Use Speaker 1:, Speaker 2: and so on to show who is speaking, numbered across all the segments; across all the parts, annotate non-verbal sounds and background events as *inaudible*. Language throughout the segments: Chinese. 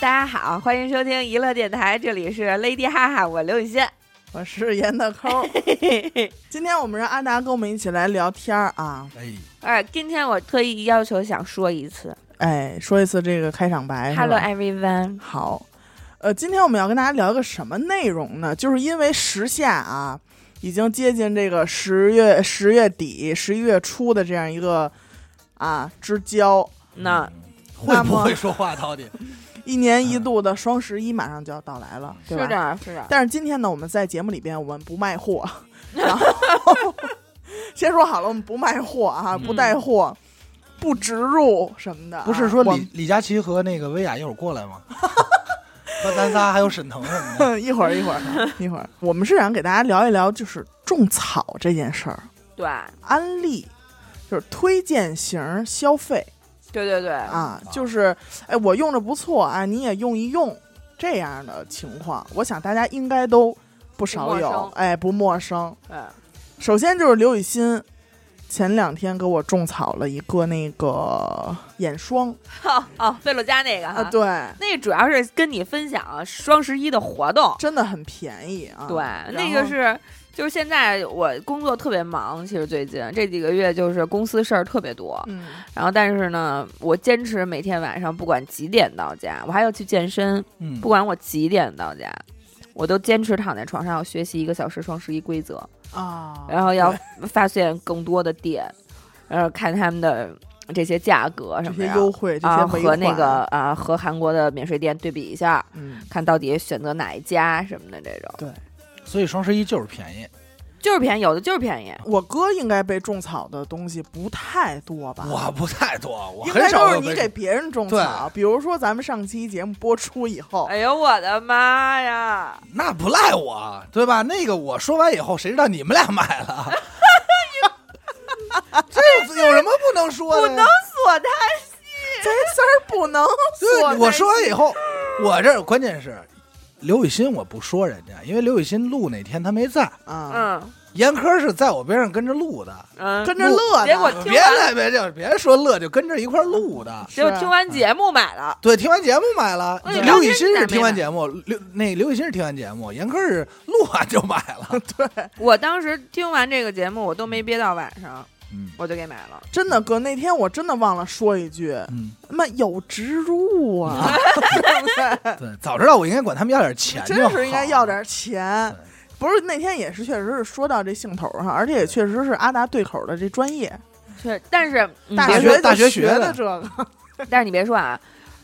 Speaker 1: 大家好，欢迎收听娱乐电台，这里是 Lady 哈哈，我刘雨
Speaker 2: *laughs*
Speaker 1: 欣。
Speaker 2: 我是严大
Speaker 1: *laughs*
Speaker 2: 抠儿。今天我们让阿达跟我们一起来聊天儿啊，
Speaker 3: 哎，
Speaker 1: 哎，今天我特意要求想说一次
Speaker 2: 哎，说一次这个开场哎白。是吧
Speaker 1: ，Hello everyone，
Speaker 2: 好，呃，今天我们要跟大家聊一个什么内容呢？就是因为时下啊，已经接近这个十月、十月底、十一月初的这样一个啊之交，
Speaker 1: 那
Speaker 3: 嗯会不会说话到底？
Speaker 2: 一年一度的双十一马上就要到来了，
Speaker 1: 是
Speaker 2: 对吧？
Speaker 1: 的，是的，
Speaker 2: 但是今天呢，我们在节目里边我们不卖货，然后先说好了，我们不卖货啊，不带货，不植入什么的啊、
Speaker 3: *laughs* 不是说
Speaker 2: 我
Speaker 3: 李李佳琦和那个薇娅一会儿过来吗？ *laughs* 和咱仨还有沈腾什么 *laughs* 的，
Speaker 2: 们一会儿一会儿一会儿，我们是想给大家聊一聊，就是种草这件事儿，
Speaker 1: 对，
Speaker 2: 安利。就是推荐型消费
Speaker 1: 对对对，
Speaker 2: 啊，就是哎，我用着不错啊，你也用一用这样的情况，我想大家应该都不
Speaker 1: 不
Speaker 2: 少
Speaker 1: 陌
Speaker 2: 有，
Speaker 1: 生
Speaker 2: 哎，不陌生。
Speaker 1: 嗯，
Speaker 2: 首先就是刘雨欣，前两天给我种草了一个那个眼霜
Speaker 1: 哦哦，贝洛嘉那个
Speaker 2: 啊，
Speaker 1: 哈，
Speaker 2: 对，
Speaker 1: 那主要是跟你分享双十一的活动，
Speaker 2: 真的很便宜啊。
Speaker 1: 对，那
Speaker 2: 然
Speaker 1: 个
Speaker 2: 后
Speaker 1: 是就是现在我工作特别忙，其实最近这几个月就是公司事儿特别多，
Speaker 2: 嗯，
Speaker 1: 然后但是呢，我坚持每天晚上不管几点到家，我还要去健身，
Speaker 3: 嗯
Speaker 1: 不，管我几点到家。我都坚持躺在床上要学习一个小时双十一规则，
Speaker 2: 啊，
Speaker 1: 然后要发现更多的店，然后看他们的这些价格
Speaker 2: 这
Speaker 1: 什么
Speaker 2: 些
Speaker 1: 的，
Speaker 2: 优惠，这些
Speaker 1: 啊
Speaker 2: 尾
Speaker 1: 和那
Speaker 2: 款
Speaker 1: 个，啊和韩国的免税店对比一下，
Speaker 2: 嗯，
Speaker 1: 看到底选择哪一家什么的这种，
Speaker 3: 所以双十一就是便宜。
Speaker 1: 就是便宜，有的就是便宜，
Speaker 2: 我哥应该被种草的东西不太多吧？
Speaker 3: 我不太多，我
Speaker 2: 应
Speaker 3: 很
Speaker 2: 该
Speaker 3: 少
Speaker 2: 都
Speaker 3: 有
Speaker 2: 是你
Speaker 3: 被
Speaker 2: 给别人种草，比如说咱们上期节目播出以后，
Speaker 1: 哎呦我的妈呀！
Speaker 3: 那不赖我，对吧？那个我说完以后，谁知道你们俩买了？这有有什么不能说
Speaker 1: 啊
Speaker 3: 的呀？
Speaker 1: 锁他
Speaker 2: 这事儿
Speaker 1: *laughs*
Speaker 2: 不能
Speaker 3: 对，
Speaker 2: 说
Speaker 3: 我说完以后，我这儿关键是刘雨欣，我不说人家，因为刘雨欣录那天她没在，
Speaker 2: 啊，
Speaker 1: 嗯
Speaker 3: 严科是在我边上跟着录的。
Speaker 1: 嗯，
Speaker 2: 跟着乐呢，
Speaker 1: 结果听
Speaker 3: 别
Speaker 1: 完
Speaker 3: 来别就别说乐，就跟着一块儿录的。
Speaker 1: 结果
Speaker 2: 是
Speaker 1: 听完节目买了，
Speaker 3: 对，听完节目买了。
Speaker 1: 哎
Speaker 3: 刘雨欣是听完节目，刘那刘雨欣是听完节目，严科是录完就买
Speaker 2: *laughs*
Speaker 3: 了。
Speaker 1: 我当时听完这个节目，我都没憋到晚上，
Speaker 2: *laughs*
Speaker 3: 嗯
Speaker 1: 我就给买了。
Speaker 2: 真的哥，那天我真的忘了说一句，
Speaker 3: 嗯，
Speaker 2: 他妈有植入啊，对不对？
Speaker 3: 嗯对，早知道我应该管他们要点
Speaker 1: 哎
Speaker 3: 钱就
Speaker 2: 真
Speaker 3: 好
Speaker 2: 是应该要。点钱
Speaker 3: 对。
Speaker 2: 不是那天也是，确实是说到这兴头上，而且也确实是阿达对口的这专业，
Speaker 1: 是，但是你
Speaker 2: 大
Speaker 1: 别
Speaker 3: 学
Speaker 1: 说，
Speaker 2: 大
Speaker 3: 大
Speaker 2: 学
Speaker 3: 学
Speaker 2: 学
Speaker 3: 学
Speaker 2: 的
Speaker 3: 的
Speaker 2: 这个，
Speaker 1: 但是你别说啊，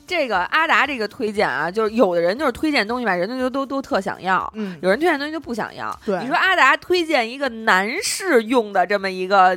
Speaker 1: 这个阿达这个推荐啊，就是有的人就是推荐东西吧，人家就都都特想要。 *laughs*
Speaker 2: 嗯，
Speaker 1: 有人推荐东西就不想要，
Speaker 2: 对
Speaker 1: 你说阿达推荐一个男士用的这么一个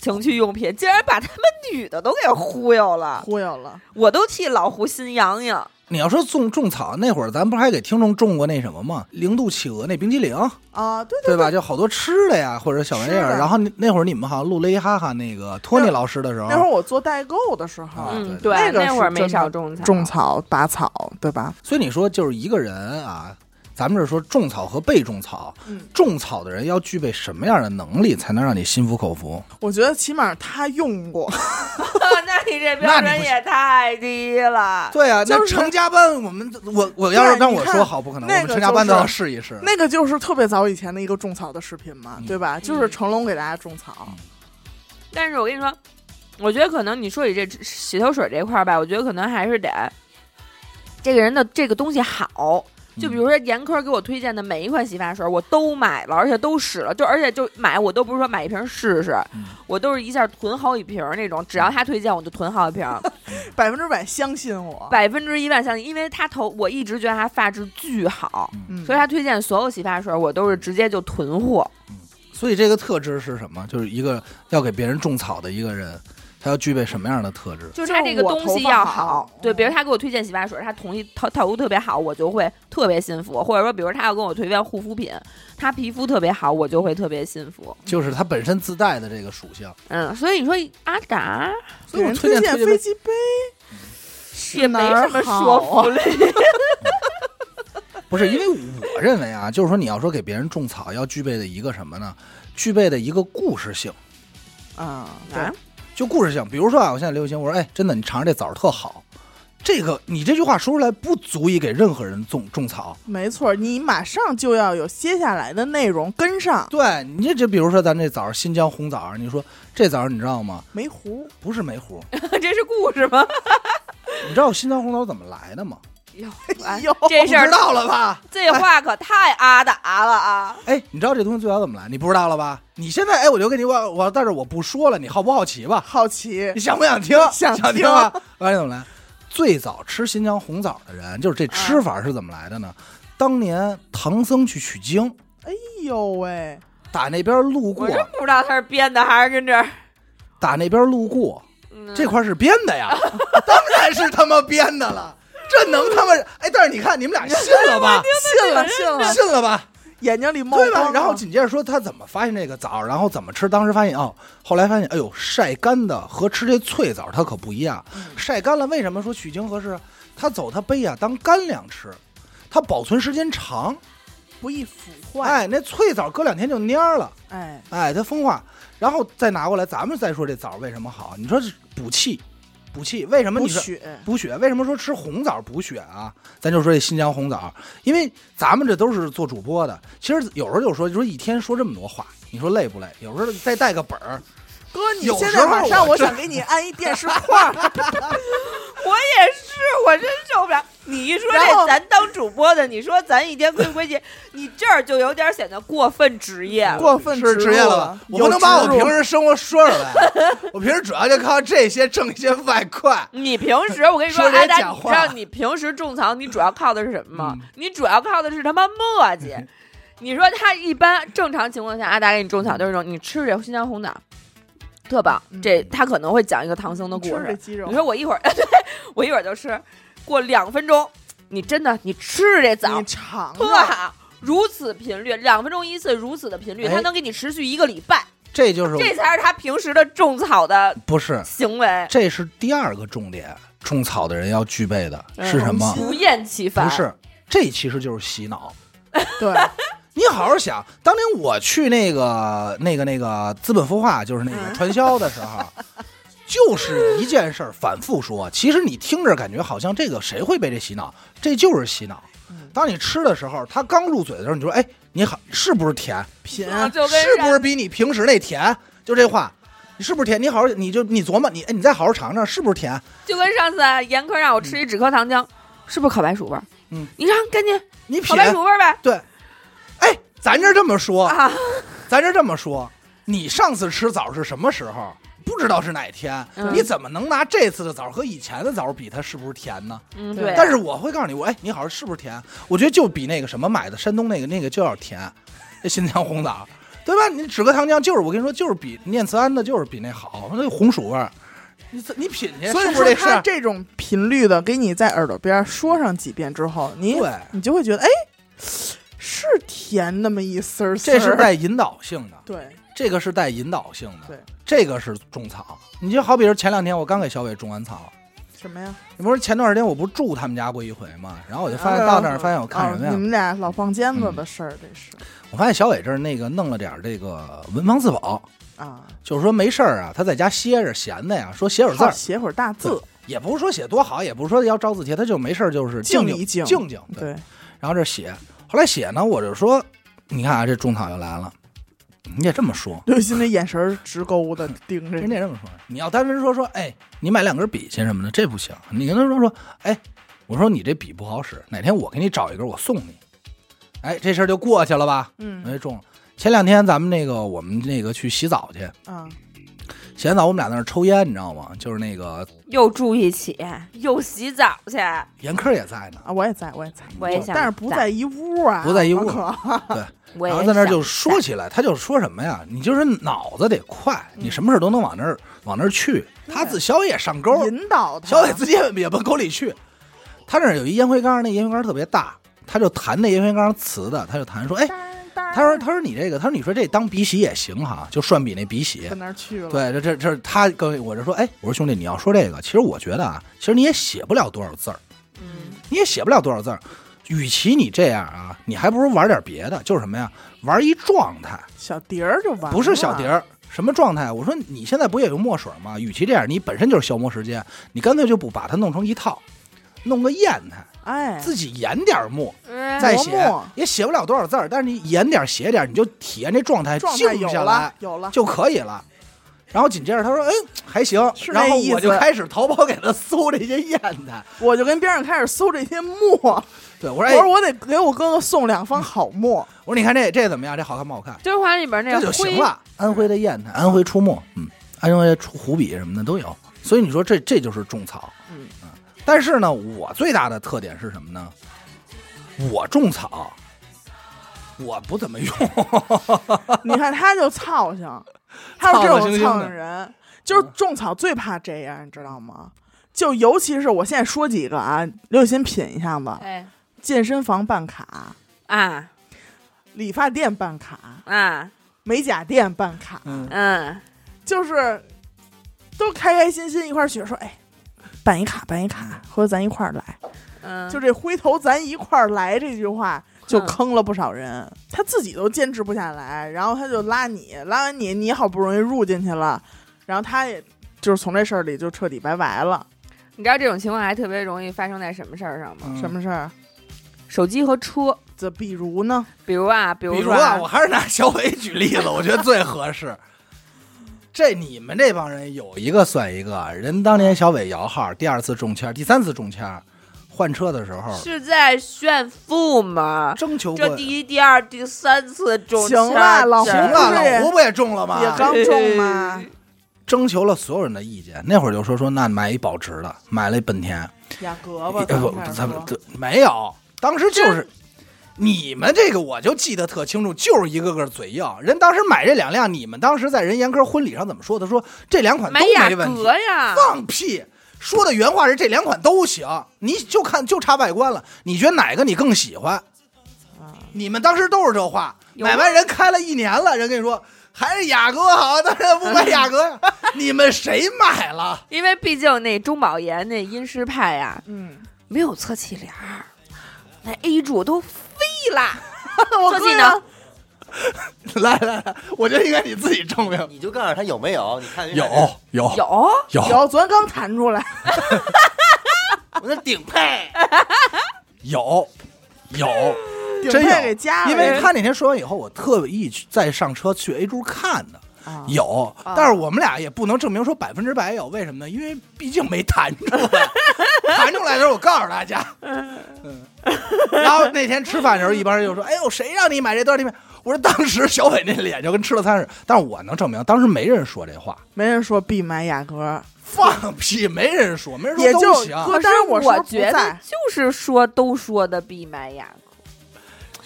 Speaker 1: 情趣用品，竟然把他们女的都给忽悠了，
Speaker 2: 忽悠了，
Speaker 1: 我都替老胡心痒痒。
Speaker 3: 你要说种种草那会儿，咱不是还给听众种过那什么吗？零度企鹅那冰激凌，
Speaker 2: 啊，对
Speaker 3: 对吧？就好多吃的呀，或者小玩意
Speaker 2: 吃的
Speaker 3: 儿。然后那那会儿你们好像录雷哈哈那个托尼老师的时候，
Speaker 2: 那会儿我做代购的时候，
Speaker 3: 啊
Speaker 1: 嗯，
Speaker 3: 对
Speaker 2: 那个
Speaker 1: 那会儿
Speaker 2: 是
Speaker 1: 没
Speaker 2: 真
Speaker 1: 少
Speaker 2: 的
Speaker 1: 种草，
Speaker 2: 种草、拔草，对吧？
Speaker 3: 所以你说就是一个人啊，咱们是说种草和被种草，
Speaker 2: 嗯
Speaker 3: 种草的人要具备什么样的能力才能让你心服口服？
Speaker 2: 我觉得起码他用过，
Speaker 1: *laughs* 那你这标
Speaker 3: 那你
Speaker 1: 准
Speaker 3: 不
Speaker 1: 也太低了。
Speaker 3: 对啊，
Speaker 2: 就
Speaker 3: 那
Speaker 2: 是
Speaker 3: 成家班，我们我我要
Speaker 2: 对
Speaker 3: 是让
Speaker 2: 你
Speaker 3: 我
Speaker 2: 看
Speaker 3: 说好不可能，
Speaker 2: 那
Speaker 3: 我
Speaker 2: 个
Speaker 3: 们成家班
Speaker 2: 就
Speaker 3: 都
Speaker 2: 是
Speaker 3: 要试一试。
Speaker 2: *laughs* 那个就是特别早以前的一个种草的视频嘛，
Speaker 3: 嗯
Speaker 2: 对吧？就是成龙给大家种草，
Speaker 1: 但是我跟你说，我觉得可能你说起这洗头水这块儿吧，我觉得可能还是得这个人的这个东西好。
Speaker 3: 嗯
Speaker 1: 就比如说严科给我推荐的每一款洗发水，我都买了，而且都使了，就而且就买我都不是说买一瓶试试，
Speaker 3: 嗯
Speaker 1: 我都是一下囤好几瓶儿那种，只要他推荐我就囤好几瓶儿，
Speaker 2: 百分之百相信我。
Speaker 1: 嗯百分之一万相信，因为他头我一直觉得他发质巨好，
Speaker 2: 嗯，
Speaker 1: 所以他推荐所有洗发水我都是直接就囤货。
Speaker 3: 所以这个特质是什么？就是一个要给别人种草的一个人，他要具备什么样的特质？
Speaker 1: 就是它这个
Speaker 2: 我
Speaker 1: 东
Speaker 2: 头
Speaker 1: 西
Speaker 2: 发
Speaker 1: 要
Speaker 2: 好
Speaker 1: 对，
Speaker 2: 嗯
Speaker 1: 比如他给我推荐洗发水，他同意他套路特别好，我就会特别信服；或者说，比如他要跟我推荐护肤品，他皮肤特别好，我就会特别信服。
Speaker 3: 就是他本身自带的这个属性。
Speaker 1: 嗯，所以你说阿达
Speaker 3: 所以我
Speaker 2: 给人
Speaker 3: 推荐
Speaker 2: 荐
Speaker 3: 推荐
Speaker 2: 飞机杯，
Speaker 1: 也没什么啊说服
Speaker 2: 服。
Speaker 1: 力，
Speaker 3: 不是因为我认为啊，就是说你要说给别人种草，要具备的一个什么呢？具备的一个故事性。
Speaker 2: 啊，对
Speaker 1: 啊， *laughs*
Speaker 3: 就故事性，比如说啊，我现在流行，我说哎，真的，你尝尝这枣儿特好，这个你这句话说出来不足以给任何人种种草。
Speaker 2: 没错，你马上就要有接下来的内容跟上，
Speaker 3: 对你这这，比如说咱这枣儿新疆红枣儿，你说这枣儿你知道吗？
Speaker 2: 没糊。
Speaker 3: 不是没核，
Speaker 1: 这是故事吗？
Speaker 3: 你知道新疆红枣怎么来的吗？哦
Speaker 1: 哟，
Speaker 2: *laughs* 哎
Speaker 1: 哎
Speaker 2: 呦，
Speaker 1: 这事
Speaker 3: 不
Speaker 1: 儿
Speaker 3: 知道了吧？
Speaker 1: 这话可太阿达了啊！
Speaker 3: 哎，你知道这东西最早怎么来？你不知道了吧？你现在哎，我就跟你我我，但是我不说了，你好不好奇
Speaker 2: *laughs*
Speaker 3: 吧？
Speaker 2: 好奇
Speaker 3: 你想不想听？
Speaker 2: 想
Speaker 3: 想
Speaker 2: 听
Speaker 3: 啊！完了怎么来？最早吃新疆红枣的人，就是这吃法是怎么来的呢？当年唐僧去取经，
Speaker 2: 哎呦喂，
Speaker 3: 打那边路过
Speaker 1: 我，真不知道他是编的还是跟这儿。
Speaker 3: 打那边路过，
Speaker 1: 嗯
Speaker 3: 这块是编
Speaker 2: *laughs*
Speaker 3: 的呀，当然是他妈编的了，这能他妈哎？但是你看你们俩信
Speaker 2: *laughs*
Speaker 3: 了吧？
Speaker 2: 信了信了，
Speaker 3: 信了吧？
Speaker 2: 眼睛里冒
Speaker 3: 对吧？
Speaker 2: 光
Speaker 3: 然后
Speaker 2: 了
Speaker 3: 紧接着说他怎么发现这个枣，然后怎么吃，当时发现哦，后来发现哎呦，晒干的和吃这脆枣它可不一样，
Speaker 2: 嗯
Speaker 3: 晒干了为什么说取经合适啊？它走它背啊当干粮吃，它保存时间长，
Speaker 2: 不易腐坏，
Speaker 3: 哎，那脆枣搁两天就蔫儿了，
Speaker 2: 哎，
Speaker 3: 哎，它风化，然后再拿过来，咱们再说这枣为什么好？你说是补气，补气为什么
Speaker 2: 补
Speaker 3: 你说？
Speaker 2: 血，
Speaker 3: 补血，为什么说吃红枣补血啊？咱就说这新疆红枣，因为咱们这都是做主播的，其实有时候就说，就说一天说这么多话，你说累不累？有时候再带个本儿，
Speaker 2: 哥，你
Speaker 3: 有
Speaker 2: 现
Speaker 3: 时
Speaker 2: 在
Speaker 3: 候
Speaker 2: 马
Speaker 3: 我
Speaker 2: 上，我
Speaker 3: 真
Speaker 2: 想给你安一电视 *laughs* 框儿，
Speaker 1: 我也是，我真受不了。你一说
Speaker 2: 然后
Speaker 1: 这，咱当主播的，你说咱一天归归去，你这儿就有点显得过分哎职业了。
Speaker 2: 过分
Speaker 3: 是
Speaker 2: 植
Speaker 3: 职业
Speaker 2: 入
Speaker 3: 了
Speaker 2: 了
Speaker 3: 吧？我不能把我平
Speaker 2: 时
Speaker 3: 时生活说出来，啊我平时主要就靠这些挣一些外快。
Speaker 1: 你平时我跟你说，
Speaker 3: 说这
Speaker 1: 阿达，
Speaker 3: 假
Speaker 1: 你知
Speaker 3: 话
Speaker 1: 道你平时种草，你主要靠的是什么
Speaker 2: 嗯
Speaker 1: 吗？你主要靠的是他妈磨
Speaker 2: *laughs*
Speaker 1: 叽。你说他一般正常情况下，阿达给你种草都是那种你吃这新疆红枣，特棒。
Speaker 2: 嗯
Speaker 1: 这他可能会讲一个唐僧的故
Speaker 2: 吃这
Speaker 1: 事。
Speaker 2: 鸡肉，
Speaker 1: 你说我一会儿， *laughs* 对我一会儿就吃，过两分钟，你真的你吃这枣
Speaker 2: 你，尝
Speaker 1: 特
Speaker 2: 尝，
Speaker 1: 好，如此频率，两分钟一次，如此的频率，
Speaker 3: 哎
Speaker 1: 它能给你持续一个礼拜，
Speaker 3: 这就是
Speaker 1: 这才是他平时的种草的
Speaker 3: 不是，
Speaker 1: 行为，
Speaker 3: 这是第二个重点，种草的人要具备的是什么？
Speaker 1: 不厌其烦。
Speaker 3: 不是，这其实就是洗脑。
Speaker 2: *laughs* 对，
Speaker 3: 你好好想，当年我去那个、那个、那个资本孵化，就是那个
Speaker 2: 嗯
Speaker 3: 传销的时候，就是一件事儿反复说。其实你听着感觉好像这个谁会被这洗脑，这就是洗脑
Speaker 2: 嗯。
Speaker 3: 当你吃的时候，它刚入嘴的时候，你说：“哎，你好，是不是甜？
Speaker 2: 品
Speaker 1: 嗯就跟
Speaker 3: 哎是不是
Speaker 1: 人
Speaker 3: 比你平时那甜？”就这话，你是不是甜？你好好，你就你琢磨，你哎，你再好好尝尝，是不是甜？
Speaker 1: 就跟上次啊严科让我吃一止咳糖浆，是不是烤白薯味儿？
Speaker 3: 嗯，
Speaker 1: 你尝，赶紧
Speaker 3: 你
Speaker 1: 烤
Speaker 3: 品
Speaker 1: 白薯味儿呗。
Speaker 3: 对。哎，咱这这么说，
Speaker 1: 啊，
Speaker 3: 咱就这么说，你上次吃枣是什么时候？不知道是哪天，
Speaker 1: 嗯
Speaker 3: 你怎么能拿这次的枣和以前的枣比它是不是甜呢？
Speaker 1: 嗯，
Speaker 2: 对啊
Speaker 1: 对。
Speaker 3: 但是我会告诉你，我哎，你好像是不是甜？我觉得就比那个什么买的山东那个那个就要甜，那新疆红枣，对吧？你止咳糖浆就是我跟你说，就是比念慈庵的就是比那好，那红薯味儿，你自你品去，
Speaker 2: 所以
Speaker 3: 是不
Speaker 2: 说
Speaker 3: 是这事
Speaker 2: 他
Speaker 3: 儿？
Speaker 2: 这种频率的给你在耳朵边儿说上几遍之后，你
Speaker 3: 对
Speaker 2: 你就会觉得哎，是甜那么一丝儿丝儿，
Speaker 3: 这是带引导性的，
Speaker 2: 对
Speaker 3: 这个是带引导性的，
Speaker 2: 对
Speaker 3: 这个是种草。你就好比是前两天我刚给小伟种完草，
Speaker 2: 什么呀？
Speaker 3: 你不是前段时间我不是住他们家过一回嘛，然后我就发现
Speaker 2: 啊
Speaker 3: 到那儿发现我看什么嗯
Speaker 2: 哦你
Speaker 3: 呀？
Speaker 2: 们俩老放尖子的事儿，这是
Speaker 3: 我发现小伟这儿那个弄了点儿这个文房四宝，
Speaker 2: 啊，
Speaker 3: 就是说没事儿啊，他在家歇着闲的呀，说写会儿字
Speaker 2: 好
Speaker 3: 儿，
Speaker 2: 写会儿大字，
Speaker 3: 也不是说写多好，也不是说要照字帖，他就没事儿就是
Speaker 2: 静
Speaker 3: 静
Speaker 2: 一静
Speaker 3: 静静，对，
Speaker 2: 对，
Speaker 3: 然后这写，后来写呢，我就说，你看啊，这种草又来了，你得这么说，
Speaker 2: 刘雨欣那眼神儿直勾的盯着
Speaker 3: 嗯人
Speaker 2: 你，
Speaker 3: 家这哎么说，你要单纯说说，哎，你买两根笔去什么的，这不行。你跟他说说，哎，我说你这笔不好使，哪天我给你找一根，我送你。哎，这事儿就过去了吧？
Speaker 2: 嗯
Speaker 3: 哎，中了。前两天咱们那个我们那个去洗澡去，
Speaker 2: 啊，
Speaker 3: 洗完澡我们俩在那儿抽烟，你知道吗？就是那个
Speaker 1: 又住一起，又洗澡去，
Speaker 3: 严科也在呢，
Speaker 2: 啊，我也在，我也在，
Speaker 1: 我也想
Speaker 2: 但是不在一屋啊，
Speaker 3: 不在一屋
Speaker 2: 好可
Speaker 1: *laughs* 我也
Speaker 3: 然后在那儿就
Speaker 1: 想
Speaker 3: 说起来，他就说什么呀？你就是脑子得快，
Speaker 1: 嗯
Speaker 3: 你什么事儿都能往那儿往那儿去。他
Speaker 1: 啊
Speaker 3: 自小也上钩，
Speaker 2: 引导他，
Speaker 3: 小伟自己也也往沟里去。他那儿有一烟灰缸，那烟灰缸特别大，他就弹那烟灰缸瓷的，他就弹说：“哎，
Speaker 2: 他
Speaker 3: 他说他说你这个，他说你说这当鼻洗也行哈，就涮比那鼻洗
Speaker 2: 跟。那儿去”了，
Speaker 3: 对，这这这他跟我就说：“哎，我说兄弟，你要说这个，其实我觉得啊，其实你也写不了多少字儿，
Speaker 1: 嗯
Speaker 3: 你也写不了多少字儿。与其你这样啊，你还不如玩点别的，就是什么呀？玩一状态，
Speaker 2: 小碟儿就完了，
Speaker 3: 不是小碟儿。”什么状态？我说你现在不也用墨水吗？与其这样，你本身就是消磨时间，你干脆就不把它弄成一套，弄个砚台，
Speaker 2: 哎，
Speaker 3: 自己研点墨，
Speaker 1: 嗯
Speaker 3: 再
Speaker 2: 磨
Speaker 3: 写
Speaker 2: 墨
Speaker 3: 也写不了多少字儿，但是你研点写点，你就体验这状态，
Speaker 2: 状态
Speaker 3: 静
Speaker 2: 有
Speaker 3: 下
Speaker 2: 了
Speaker 3: 来，
Speaker 2: 有了，
Speaker 3: 就可以了。然后紧接着他说：“哎，还行。
Speaker 2: 是”那
Speaker 3: 然后
Speaker 2: 意
Speaker 3: 我就
Speaker 2: 思
Speaker 3: 开始淘宝给他 *laughs* 搜这些砚台。
Speaker 2: 我就跟边上开始搜这些墨，
Speaker 3: 对我
Speaker 2: 我
Speaker 3: 说：“哎，
Speaker 2: 说我得给我哥哥送两方好墨，
Speaker 3: 我说你看这这怎么样？这好看不好看？
Speaker 1: 甄嬛里边那
Speaker 3: 这
Speaker 1: 个
Speaker 3: 就
Speaker 1: 灰
Speaker 3: 行，了。安徽的砚台，安徽出墨，嗯，安徽出湖笔什么的都有。所以你说这这就是种草，
Speaker 2: 嗯
Speaker 3: 但是呢，我最大的特点是什么呢？我种草，我不怎么用。
Speaker 2: 你看他就操性，他是这
Speaker 3: 操得
Speaker 2: 种
Speaker 3: 猩猩
Speaker 2: 操
Speaker 3: 的嗯
Speaker 2: 性人，就是种草最怕这样，你知道吗？就尤其是我现在说几个啊，刘雨欣品一下子，
Speaker 1: 哎
Speaker 2: 健身房办卡，
Speaker 1: 啊
Speaker 2: 理发店办卡，
Speaker 1: 啊
Speaker 2: 美甲店办卡，
Speaker 3: 嗯，
Speaker 1: 嗯，
Speaker 2: 就是都开开心心一块儿去，说哎，办一卡，办一卡，回头咱一块儿来。
Speaker 1: 嗯，
Speaker 2: 就这回头咱一块儿来这句话，就坑了不少人。他自己都坚持不下来，然后他就拉你，拉完你，你好不容易入进去了，然后他也就是从这事儿里就彻底拜拜了。
Speaker 1: 你知道这种情况还特别容易发生在什么事儿上
Speaker 3: 嗯
Speaker 1: 吗？
Speaker 2: 什？么事儿？嗯
Speaker 1: 手机和车，
Speaker 2: 这比如呢？
Speaker 1: 比如啊，比
Speaker 3: 比如
Speaker 1: 说
Speaker 3: 啊，我还是拿小伟举例子，我 *laughs* 觉得最合适。这你们这帮人有一个算一个，人当年小伟摇号，第二次中签，第三次中签，换车的时候
Speaker 1: 是在炫富吗？
Speaker 3: 征求过
Speaker 1: 这。第一、第二、第三次中
Speaker 2: 行
Speaker 1: 签
Speaker 2: 了
Speaker 1: 儿
Speaker 2: 老
Speaker 1: 这
Speaker 3: 行
Speaker 1: 儿
Speaker 3: 了，
Speaker 2: 不是
Speaker 3: 老胡不也中了吗？
Speaker 2: 也刚中吗？
Speaker 3: 哎征求了所有人的意见，那会儿就说说那买一保值的，买了一本田，
Speaker 2: 雅
Speaker 3: 呃
Speaker 2: 阁吧，咱
Speaker 3: 不，
Speaker 2: 们开始
Speaker 3: 咱们
Speaker 2: 说
Speaker 3: 对没有，当时就是你们这个我就记得特清楚，就是一个个嘴硬。人当时买这两辆，你们当时在人严科婚礼上怎么说的？说这两款都
Speaker 1: 买雅
Speaker 3: 没问题
Speaker 1: 阁，呀，
Speaker 3: 放屁！说的原话是这两款都行，你就看就差外观了，你觉得哪个你更喜欢？
Speaker 2: 啊
Speaker 3: 你们当时都是这话，
Speaker 1: 有吗
Speaker 3: 买完人开了一年了，人跟你说还是雅阁好，当然不买雅阁呀，你们谁买了？
Speaker 1: 因为毕竟那中保研那阴湿派呀，
Speaker 2: 嗯，
Speaker 1: 没有侧气帘儿，那 A 柱都飞啦，
Speaker 2: *laughs* 我
Speaker 1: 侧
Speaker 2: 哥
Speaker 1: 气
Speaker 2: 呀
Speaker 1: 呢？
Speaker 3: 来来来，我觉得应该你自己证明。
Speaker 4: 你就告诉他有没有，你看
Speaker 3: 有
Speaker 1: 有
Speaker 3: 有
Speaker 2: 有，昨天刚弹出来，
Speaker 4: 我那顶配，
Speaker 3: 有有，
Speaker 2: 顶
Speaker 3: 真
Speaker 2: 配
Speaker 3: 有
Speaker 2: 给加了，
Speaker 3: 因为他那天说完以后，我特意去再上车去 A 柱看的。
Speaker 2: 啊
Speaker 3: 有，但是我们俩也不能证明说百分之百有，为什么呢？因为毕竟没弹出来，弹出来的时候我告诉
Speaker 2: *laughs*
Speaker 3: 大家，嗯，然后那天吃饭的时候，一帮人就说：“哎呦，谁让你买这多少地我说：“当时小伟那脸就跟吃了餐似的。”但是我能证明，当时没人说这话，
Speaker 2: 没人说必买雅阁，
Speaker 3: 放屁，没人说，没人
Speaker 2: 也
Speaker 3: 说
Speaker 2: 就
Speaker 3: 都行。
Speaker 2: 哥当
Speaker 1: 是
Speaker 2: 然我说
Speaker 1: 我
Speaker 2: 不
Speaker 1: 觉得
Speaker 2: 在
Speaker 1: 就是说都说的必买雅阁。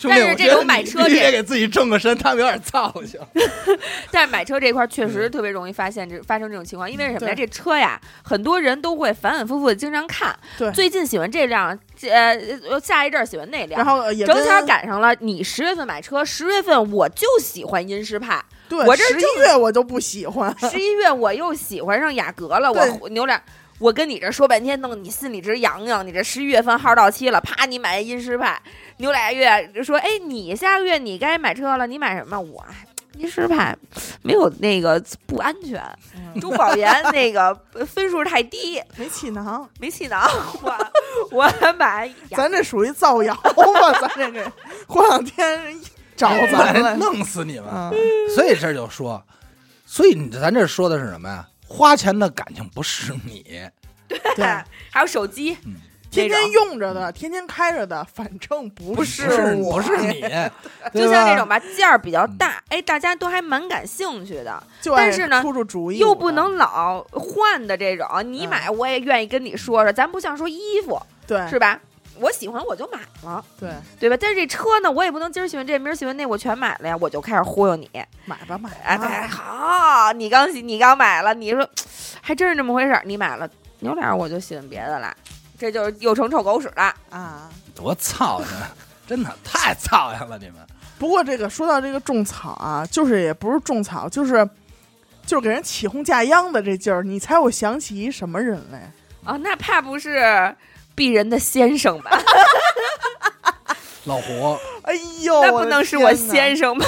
Speaker 3: 兄弟，
Speaker 1: 但是
Speaker 3: 我
Speaker 1: 这
Speaker 3: 觉得
Speaker 1: 种买
Speaker 3: 你
Speaker 1: 车
Speaker 3: 你
Speaker 1: 这
Speaker 3: 也给自己正个身，他们有点造型。
Speaker 2: *laughs*
Speaker 1: 但是买车这块儿确实特别容易发现这发生这种情况，因为是什么呀？
Speaker 2: 嗯对
Speaker 1: 这车呀，很多人都会反反复复的经常看。
Speaker 2: 对
Speaker 1: 最近喜欢这辆，这呃呃下一阵儿喜欢那辆，
Speaker 2: 然后也
Speaker 1: 正
Speaker 2: 跟
Speaker 1: 巧赶上了你十月份买车，十月份我就喜欢银狮派，
Speaker 2: 对，
Speaker 1: 我这
Speaker 2: 十一月我就不
Speaker 1: *laughs*
Speaker 2: 喜欢，
Speaker 1: 十一月我又喜欢上雅阁了，
Speaker 2: 对
Speaker 1: 我扭脸。我跟你这说半天，弄你心里直痒痒。你这十一月份号到期了，啪，你买银狮派，扭俩月就说，哎，你下个月你该买车了，你买什么？我哎银狮派没有那个不安 *laughs* 全，中保研那个分数太低，
Speaker 2: 没气囊。
Speaker 1: 没气囊。 *laughs* 我我买雅
Speaker 2: 咱这属于造谣吧？咱这个过两天人找 *laughs* 咱
Speaker 3: 来
Speaker 2: 了。
Speaker 3: 弄死你们！
Speaker 2: *laughs* 嗯，
Speaker 3: *laughs* 所以这儿就说，所以你咱这说的是什么呀？花钱的感情不是你，
Speaker 2: 对，
Speaker 1: 还有手机，
Speaker 3: 嗯
Speaker 2: 天
Speaker 1: 那
Speaker 2: 天
Speaker 1: 种
Speaker 2: 用着的，天天开着的，反正不
Speaker 3: 不
Speaker 2: 是我，
Speaker 3: 不是你，对
Speaker 1: 就像
Speaker 3: 吧
Speaker 1: 那种吧，件儿比较大，哎，大家都还蛮感兴趣的。
Speaker 2: 就爱
Speaker 1: 但是呢
Speaker 2: 出出主意，
Speaker 1: 又不能老换的这种，你
Speaker 2: 嗯
Speaker 1: 买我也愿意跟你说说，咱不像说衣服
Speaker 2: 对
Speaker 1: 是吧？我喜欢我就买了，
Speaker 2: 对，
Speaker 1: 对吧？但是这车呢，我也不能今儿喜欢这，明儿喜欢那，我全买了呀，我就开始忽悠你。
Speaker 2: 买吧买
Speaker 1: 哎，
Speaker 2: 吧，
Speaker 1: 哎好，你刚喜你刚买了，你说还真是这么回事儿，你买了扭脸儿我就喜欢别的了，这就是又成臭狗屎了。
Speaker 2: 啊。
Speaker 3: 多操心，啊真的太操心了，你们。
Speaker 2: 不过这个说到这个种草啊，就是也不是种草，就是就是给人起哄架秧的这劲儿，你猜我想起一什么人来？
Speaker 1: 啊，那怕不是鄙人的先生吧？
Speaker 3: 老胡，
Speaker 2: *laughs* 哎
Speaker 1: *laughs*
Speaker 2: 呦，
Speaker 1: 那不能是我
Speaker 2: 的天哪
Speaker 1: 先生吧？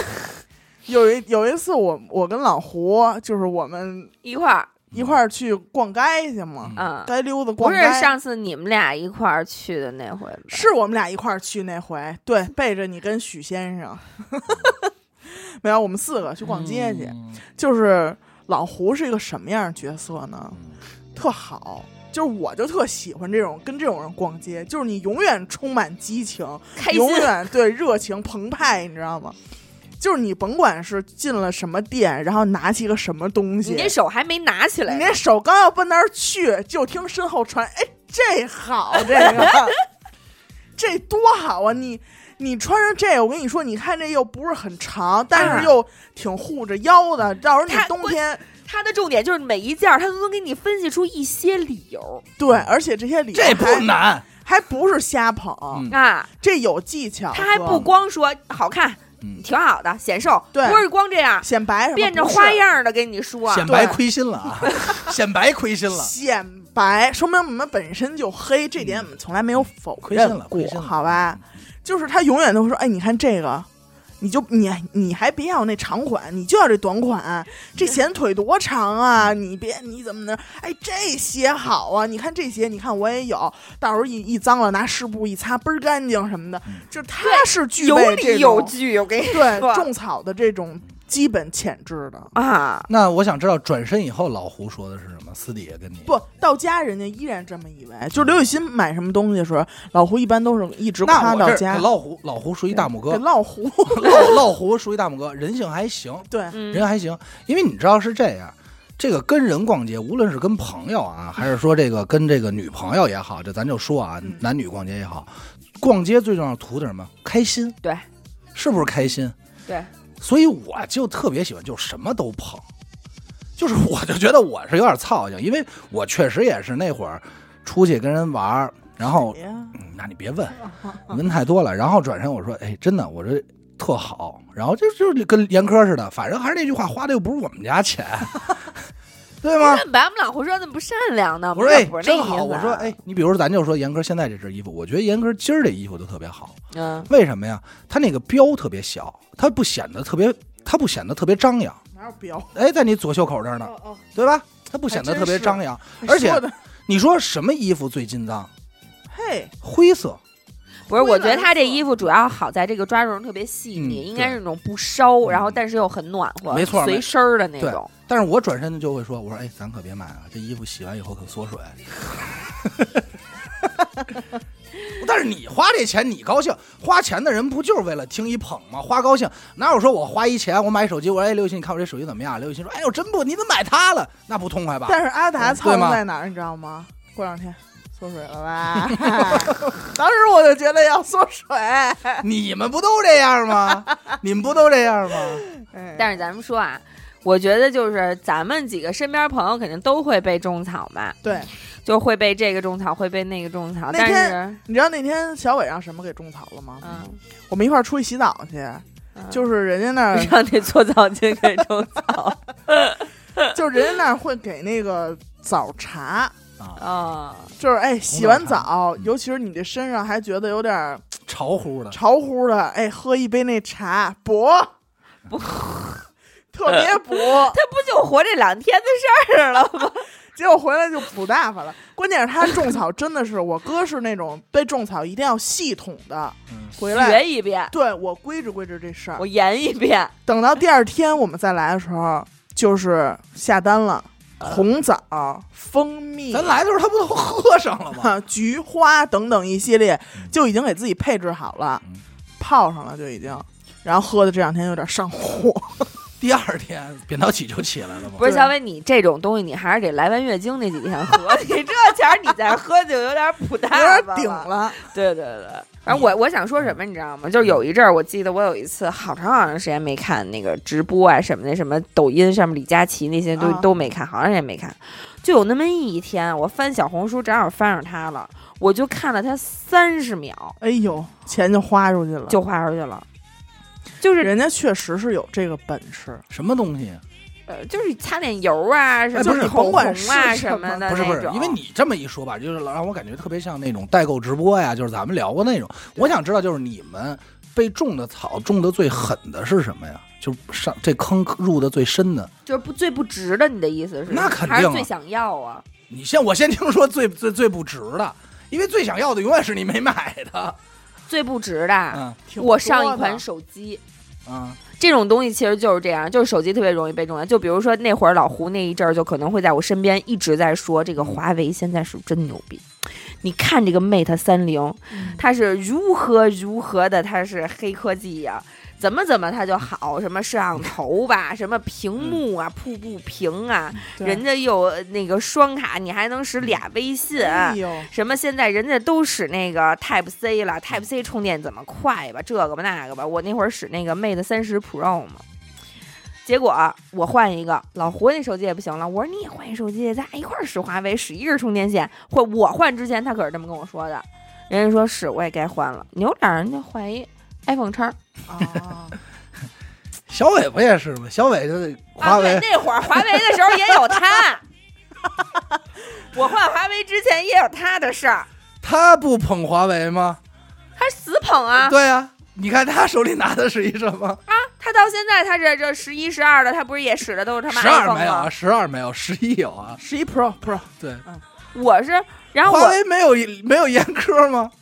Speaker 2: 有一有一次我，我跟老胡就是我们
Speaker 1: 一块儿
Speaker 2: 一块儿去逛街去嘛，
Speaker 1: 嗯，
Speaker 2: 该溜达
Speaker 1: 不
Speaker 2: 逛
Speaker 1: 是
Speaker 2: 街。
Speaker 1: 上次你们俩一块儿去的那回吧？
Speaker 2: 是我们俩一块儿去那回，对，背着你跟许先生，
Speaker 1: 嗯
Speaker 2: *laughs* 没有，我们四个去逛街去。
Speaker 3: 嗯
Speaker 2: 就是老胡是一个什么样的角色呢？
Speaker 3: 嗯
Speaker 2: 特好，就是我就特喜欢这种跟这种人逛街，就是你永远充满激情，
Speaker 1: 开心
Speaker 2: 永远对热情澎湃，你知道吗？就是你甭管是进了什么店，然后拿起个什么东西，
Speaker 1: 你那手还没拿起来
Speaker 2: 你
Speaker 1: 呢，
Speaker 2: 那手刚要奔那儿去，就听身后传：“哎，这好，这个
Speaker 1: *laughs*
Speaker 2: 这多好啊！你你穿上这，我跟你说，你看这又不是很长，但
Speaker 1: 啊
Speaker 2: 是又挺护着腰的。到时候你
Speaker 1: 它
Speaker 2: 冬
Speaker 1: 关
Speaker 2: 天
Speaker 1: 他的重点就是每一件儿他都能给你分析出一些理由
Speaker 2: 对，而且这些理由
Speaker 3: 这不
Speaker 2: 还
Speaker 3: 难，
Speaker 2: 还不是瞎捧，
Speaker 3: 嗯
Speaker 1: 啊。
Speaker 2: 这有技巧。
Speaker 1: 他还
Speaker 2: 哥
Speaker 1: 不光说好看，
Speaker 3: 嗯
Speaker 1: 挺好的，显瘦，
Speaker 2: 对
Speaker 1: 不是光这样，
Speaker 2: 显白什么，
Speaker 1: 变着
Speaker 2: 不是
Speaker 1: 花样儿的跟你说。
Speaker 3: 显白亏心了啊， *laughs* 显白亏心
Speaker 2: *laughs*
Speaker 3: 了。
Speaker 2: 显白，说明我们本身就黑，这点我们从来没有否
Speaker 3: 亏心
Speaker 2: 认
Speaker 3: 了亏
Speaker 2: 过
Speaker 3: 心，了
Speaker 2: 好吧？就是他永远都会说，哎，你看这个，你就你你还别要那长款，你就要这短款，这显腿多长
Speaker 3: 嗯
Speaker 2: 啊？你别你怎么能？哎，这鞋好啊！你看这鞋，你看我也有，到时候一一脏了拿湿布一擦，倍儿干净什么的。
Speaker 3: 嗯
Speaker 2: 就是他是具
Speaker 1: 有
Speaker 2: 备
Speaker 1: 理
Speaker 2: 这
Speaker 1: 有
Speaker 2: 种
Speaker 1: 据，我跟你
Speaker 2: 对
Speaker 1: 说
Speaker 2: 种草的这种基本潜质的。
Speaker 1: 啊，
Speaker 3: 那我想知道，转身以后老胡说的是什么？私底下跟你
Speaker 2: 不到家，人家依然这么以为。就是刘雨欣买什么东西的时候，老胡一般都是一直
Speaker 3: 那
Speaker 2: 夸
Speaker 3: 我
Speaker 2: 到
Speaker 3: 这
Speaker 2: 家。
Speaker 3: 老胡老胡属于大拇哥
Speaker 2: 给，老胡，
Speaker 3: 老老胡属于大拇哥，人性还行，
Speaker 2: 对，
Speaker 1: 嗯
Speaker 3: 人还行。因为你知道是这样，这个跟人逛街，无论是跟朋友啊，还是说这个跟这个女朋友也好，这咱就说啊
Speaker 2: 嗯，
Speaker 3: 男女逛街也好，逛街最重要图的什么？开心，
Speaker 1: 对，
Speaker 3: 是不是开心？
Speaker 1: 对，
Speaker 3: 所以我就特别喜欢，就什么都捧，就是我就觉得我是有点操性，因为我确实也是那会儿出去跟人玩儿，然后
Speaker 2: 哎呀
Speaker 3: 嗯那你别问，问太多了。然后转身我说，哎，真的，我这特好。然后就就是跟严科似的，反正还是那句话，花的又不是我们家钱， *laughs* 对吗？
Speaker 1: 那把我们俩胡说那么不善良呢？
Speaker 3: 啊我说
Speaker 1: 这
Speaker 3: 哎
Speaker 1: 不，是那
Speaker 3: 真好。
Speaker 1: 意思啊
Speaker 3: 我说哎，，你比如说咱就说严科现在这身衣服，我觉得严科今儿这衣服就特别好，
Speaker 1: 嗯，
Speaker 3: 为什么呀？他那个标特别小，他不显得特别，他不显得特别张扬。
Speaker 2: 哪有标？
Speaker 3: 哎，在你左袖口这儿呢，
Speaker 2: 哦
Speaker 3: 对吧？它不显
Speaker 2: 还
Speaker 3: 得
Speaker 2: 真
Speaker 3: 特别
Speaker 2: 是
Speaker 3: 张扬。
Speaker 2: 哦
Speaker 3: 而且
Speaker 2: 说的
Speaker 3: 你说什么衣服最近脏？
Speaker 2: 嘿，
Speaker 3: 灰色，
Speaker 1: 不是，
Speaker 2: 灰
Speaker 1: 我觉得
Speaker 2: 蓝
Speaker 1: 他这
Speaker 2: 色
Speaker 1: 衣服主要好在这个抓绒特别细
Speaker 3: 嗯
Speaker 1: 腻，应该
Speaker 3: 对
Speaker 1: 是那种不烧，然后
Speaker 3: 嗯
Speaker 1: 但是又很暖和，
Speaker 3: 没错
Speaker 1: 随
Speaker 3: 没
Speaker 1: 身儿的那
Speaker 3: 对
Speaker 1: 种。
Speaker 3: 但是我转身就会说：“我说，哎，咱可别买了，这衣服洗完以后可缩水。”但是你花这钱，你高兴，花钱的人不就是为了听一捧吗？花高兴，哪有说我花一钱，我买手机，我说，哎，刘雨欣，你看我这手机怎么样？刘雨欣说，哎呦，真不，你怎么买它了？那不痛快
Speaker 2: *laughs*
Speaker 3: 吧？
Speaker 2: 但是阿达
Speaker 3: 嗯
Speaker 2: 操
Speaker 3: 对吗
Speaker 2: 在哪儿，你知道吗？过两天缩水了吧？ *laughs* 当时我就觉得要缩水，哎
Speaker 3: 你们不都这样吗？你们不都这样吗？ *laughs*
Speaker 1: 但是咱们说啊，我觉得就是咱们几个身边朋友肯定都会被种草嘛，
Speaker 2: 对，
Speaker 1: 就会被这个种草，会被那个种草。
Speaker 2: 那
Speaker 1: 但
Speaker 2: 天
Speaker 1: 是，
Speaker 2: 你知道那天小伟让什么给种草了吗？
Speaker 1: 嗯，
Speaker 2: 我们一块儿出去洗澡去，
Speaker 1: 嗯
Speaker 2: 就是人家那儿
Speaker 1: 让那搓澡巾给种
Speaker 2: *laughs*
Speaker 1: 草
Speaker 2: 就是人家那儿会给那个早茶，
Speaker 1: 啊，
Speaker 2: 就是哎，洗完澡，
Speaker 3: 嗯
Speaker 2: 尤其是你这身上还觉得有点儿
Speaker 3: 潮乎
Speaker 2: *laughs*
Speaker 3: 的，
Speaker 2: 潮乎的，哎，喝一杯那茶，补
Speaker 1: 补，
Speaker 2: 特别补。
Speaker 1: 这不就活这两天的事儿了吗？
Speaker 2: 结果回来就补大发了。关键是他种草真的是，我哥是那种被种草一定要系统的
Speaker 3: 嗯
Speaker 2: 回来。
Speaker 1: 学一遍，
Speaker 2: 对我规制规制这事儿
Speaker 1: 我，研一遍，
Speaker 2: 等到第二天我们再来的时候，就是下单了，红枣、蜂蜜、
Speaker 3: 咱来的时候他不都喝上了吗？ *laughs*
Speaker 2: 啊菊花等等一系列，就已经给自己配置好了
Speaker 3: 嗯，
Speaker 2: 泡上了就已经。然后喝的这两天有点
Speaker 1: *laughs*
Speaker 2: 上火，
Speaker 3: 第二天扁桃体就起来了吗？
Speaker 1: 不是
Speaker 2: 对
Speaker 1: 小伟，你这种东西你还是得来完月经那几天喝，你这钱儿你再喝就有点普大
Speaker 2: 有
Speaker 1: 了，
Speaker 2: 点顶了。
Speaker 1: 对对对，反正我我想说什么，你知道吗？就是有一阵儿，我记得我有一次好长好长时间没看那个直播啊什么的，什么抖音上面李佳琦那些都、
Speaker 2: 啊
Speaker 1: 都没看，好长时间没看。就有那么一天，我翻小红书，正好翻上他了，我就看了他三十秒，
Speaker 2: 哎呦，钱就花出去了。
Speaker 1: 就花出去了。就是
Speaker 2: 人家确实嗯是有这个本事，
Speaker 3: 什么东西？
Speaker 1: 呃，就是擦点油啊，什么
Speaker 2: 哎不是你
Speaker 1: 口
Speaker 2: 甭管
Speaker 1: 红啊什
Speaker 2: 是什
Speaker 1: 么
Speaker 2: 么
Speaker 1: 的那种，
Speaker 3: 不是不是，因为你这么一说吧，就是老让我感觉特别像那种代购直播呀，就是咱们聊过那种。我想知道，就是你们被种的草种的最狠的是什么呀？就是上这坑入的最深的。
Speaker 1: 就是不最不值的，你的意思是？
Speaker 3: 那肯定啊
Speaker 1: 还是最想要啊？
Speaker 3: 你先我先听说最最最不值的，因为最想要的永远是你没买的。
Speaker 1: 最不值的，
Speaker 3: 嗯
Speaker 2: 挺
Speaker 1: 我上
Speaker 2: 多
Speaker 1: 一
Speaker 2: 的
Speaker 1: 款手机。
Speaker 3: 嗯，
Speaker 1: 这种东西其实就是这样，就是手机特别容易被重要。就比如说那会儿老胡那一阵儿，就可能会在我身边一直在说这个华为现在是真牛逼。你看这个 Mate 三零，
Speaker 2: 嗯
Speaker 1: 它是如何如何的，它是黑科技呀、怎么怎么它就好，什么摄像头吧，什么屏幕啊，瀑布屏啊，
Speaker 2: 对
Speaker 1: 人家有呃那个双卡，你还能使俩微信、啊
Speaker 2: 哎呦，
Speaker 1: 什么现在人家都使那个 Type C
Speaker 3: 嗯
Speaker 1: 了，Type C 充电怎么快吧？这个吧那个吧，我那会儿使那个 Mate 三十 Pro 嘛，结果啊我换一个，老胡那手机也不行了。我说你也换一手机，咱俩一块儿使华为，使一根充电线。或我换之前，他可是这么跟我说的。人家说是，我也该换了。扭脸人家换一 iPhone 叉，
Speaker 2: 啊，
Speaker 3: 小伟不也是吗？小伟就是华为
Speaker 1: 啊、对，那会儿华为的时候也有
Speaker 3: *laughs*
Speaker 1: 他。我换华为之前也有他的事儿，
Speaker 3: 他不捧华为吗？
Speaker 1: 他死捧啊。
Speaker 3: 对呀、你看他手里拿的是一什么？
Speaker 1: 他到现在，他这这十一、十二的，他不是也使的都是他妈
Speaker 3: 十二
Speaker 1: iPhone
Speaker 3: 没有啊，
Speaker 1: 吗？
Speaker 3: 十二没有，十一有啊。
Speaker 2: 十一 Pro Pro，
Speaker 3: 对，
Speaker 1: 我是，然后
Speaker 3: 华
Speaker 1: 我
Speaker 3: 为没有一没有严苛吗？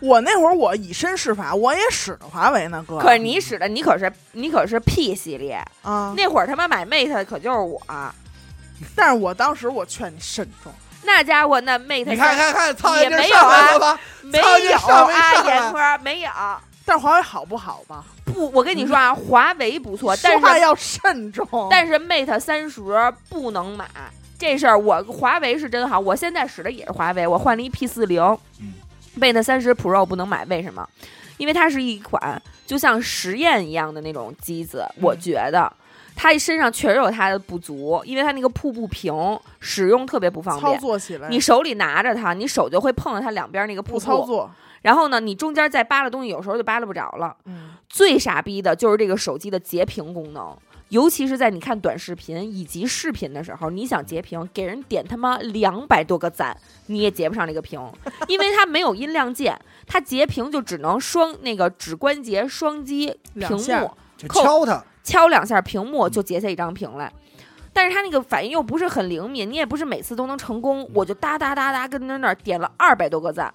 Speaker 2: 我那会儿我以身试法，我也使的华为呢，哥。
Speaker 1: 可是你使的，你可是你可是 P 系列，
Speaker 3: 嗯
Speaker 2: 啊，
Speaker 1: 那会儿他妈买 Mate 可就是我，啊
Speaker 2: 但是我当时我劝你慎重，
Speaker 1: 那家伙那 Mate
Speaker 3: 你
Speaker 1: 三
Speaker 3: 看看看，苍蝇
Speaker 1: 也
Speaker 3: 就
Speaker 1: 没有
Speaker 3: 上来
Speaker 1: 啊
Speaker 3: 了吧？ *laughs*
Speaker 1: 没
Speaker 3: 操你
Speaker 1: 有
Speaker 3: 上没
Speaker 1: 啊，
Speaker 3: 上来
Speaker 1: 严科没有。
Speaker 2: 但是华为好不好吧？
Speaker 1: 不，我跟你说啊，华为不错，但
Speaker 2: 说话
Speaker 1: 是
Speaker 2: 要慎重。
Speaker 1: 但是 Mate 三十不能买，这事儿我华为是真好，我现在使的也是华为，我换了一 P 四零
Speaker 3: 嗯
Speaker 1: ，Mate 三十 Pro 不能买，为什么？因为它是一款就像实验一样的那种机子，我觉得。它身上确实有它的不足，因为它那个瀑布屏使用特别不方
Speaker 2: 操
Speaker 1: 便。
Speaker 2: 作起来
Speaker 1: 你手里拿着它，你手就会碰到它两边那个瀑
Speaker 2: 不操
Speaker 1: 布，
Speaker 2: 作，
Speaker 1: 然后呢，你中间再扒拉东西，有时候就扒拉不着了。
Speaker 2: 嗯，
Speaker 1: 最傻逼的就是这个手机的截屏功能，尤其是在你看短视频以及视频的时候，你想截屏，给人点他妈两百多个赞，你也截不上这个屏，因为它没有音量键，它截屏就只能双那个指关节双击屏
Speaker 2: 两下
Speaker 1: 幕
Speaker 3: 就
Speaker 1: 扣
Speaker 3: 敲他，
Speaker 1: 敲两下屏幕
Speaker 2: 嗯
Speaker 1: 就截下一张屏来。但是它那个反应又不是很灵敏，你也不是每次都能成功，
Speaker 2: 嗯
Speaker 1: 我就哒哒哒哒跟那那儿点了二百多个赞，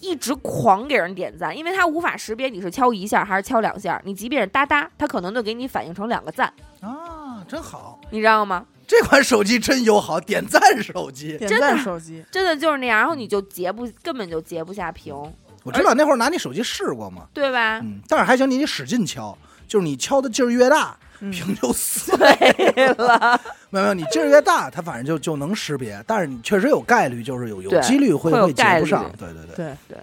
Speaker 1: 一直狂给人点赞，因为它无法识别你是敲一下还是敲两下，你即便是哒哒，它可能就给你反应成两个赞，
Speaker 3: 啊，真好！
Speaker 1: 你知道吗？
Speaker 3: 这款手机真友好，点赞手机。
Speaker 2: 点
Speaker 1: 真的
Speaker 2: 赞手机，
Speaker 1: 真的就是那样，然后你就截不根本就截不下屏，
Speaker 3: 我知道那会儿拿你手机试过嘛，
Speaker 1: 对吧？ *laughs*
Speaker 3: 嗯，但是还行，你得使劲敲，就是你敲的劲儿越大，
Speaker 2: 嗯
Speaker 3: 屏就碎
Speaker 1: 哎
Speaker 3: 了。没有没有，你劲儿越大，它反正就就能识别，但是你确实有概率，就是有有
Speaker 1: 对
Speaker 3: 几率会
Speaker 1: 会有
Speaker 3: 会
Speaker 1: 概
Speaker 3: 接不
Speaker 1: 率
Speaker 3: 上。对对对，
Speaker 2: 对
Speaker 1: 对。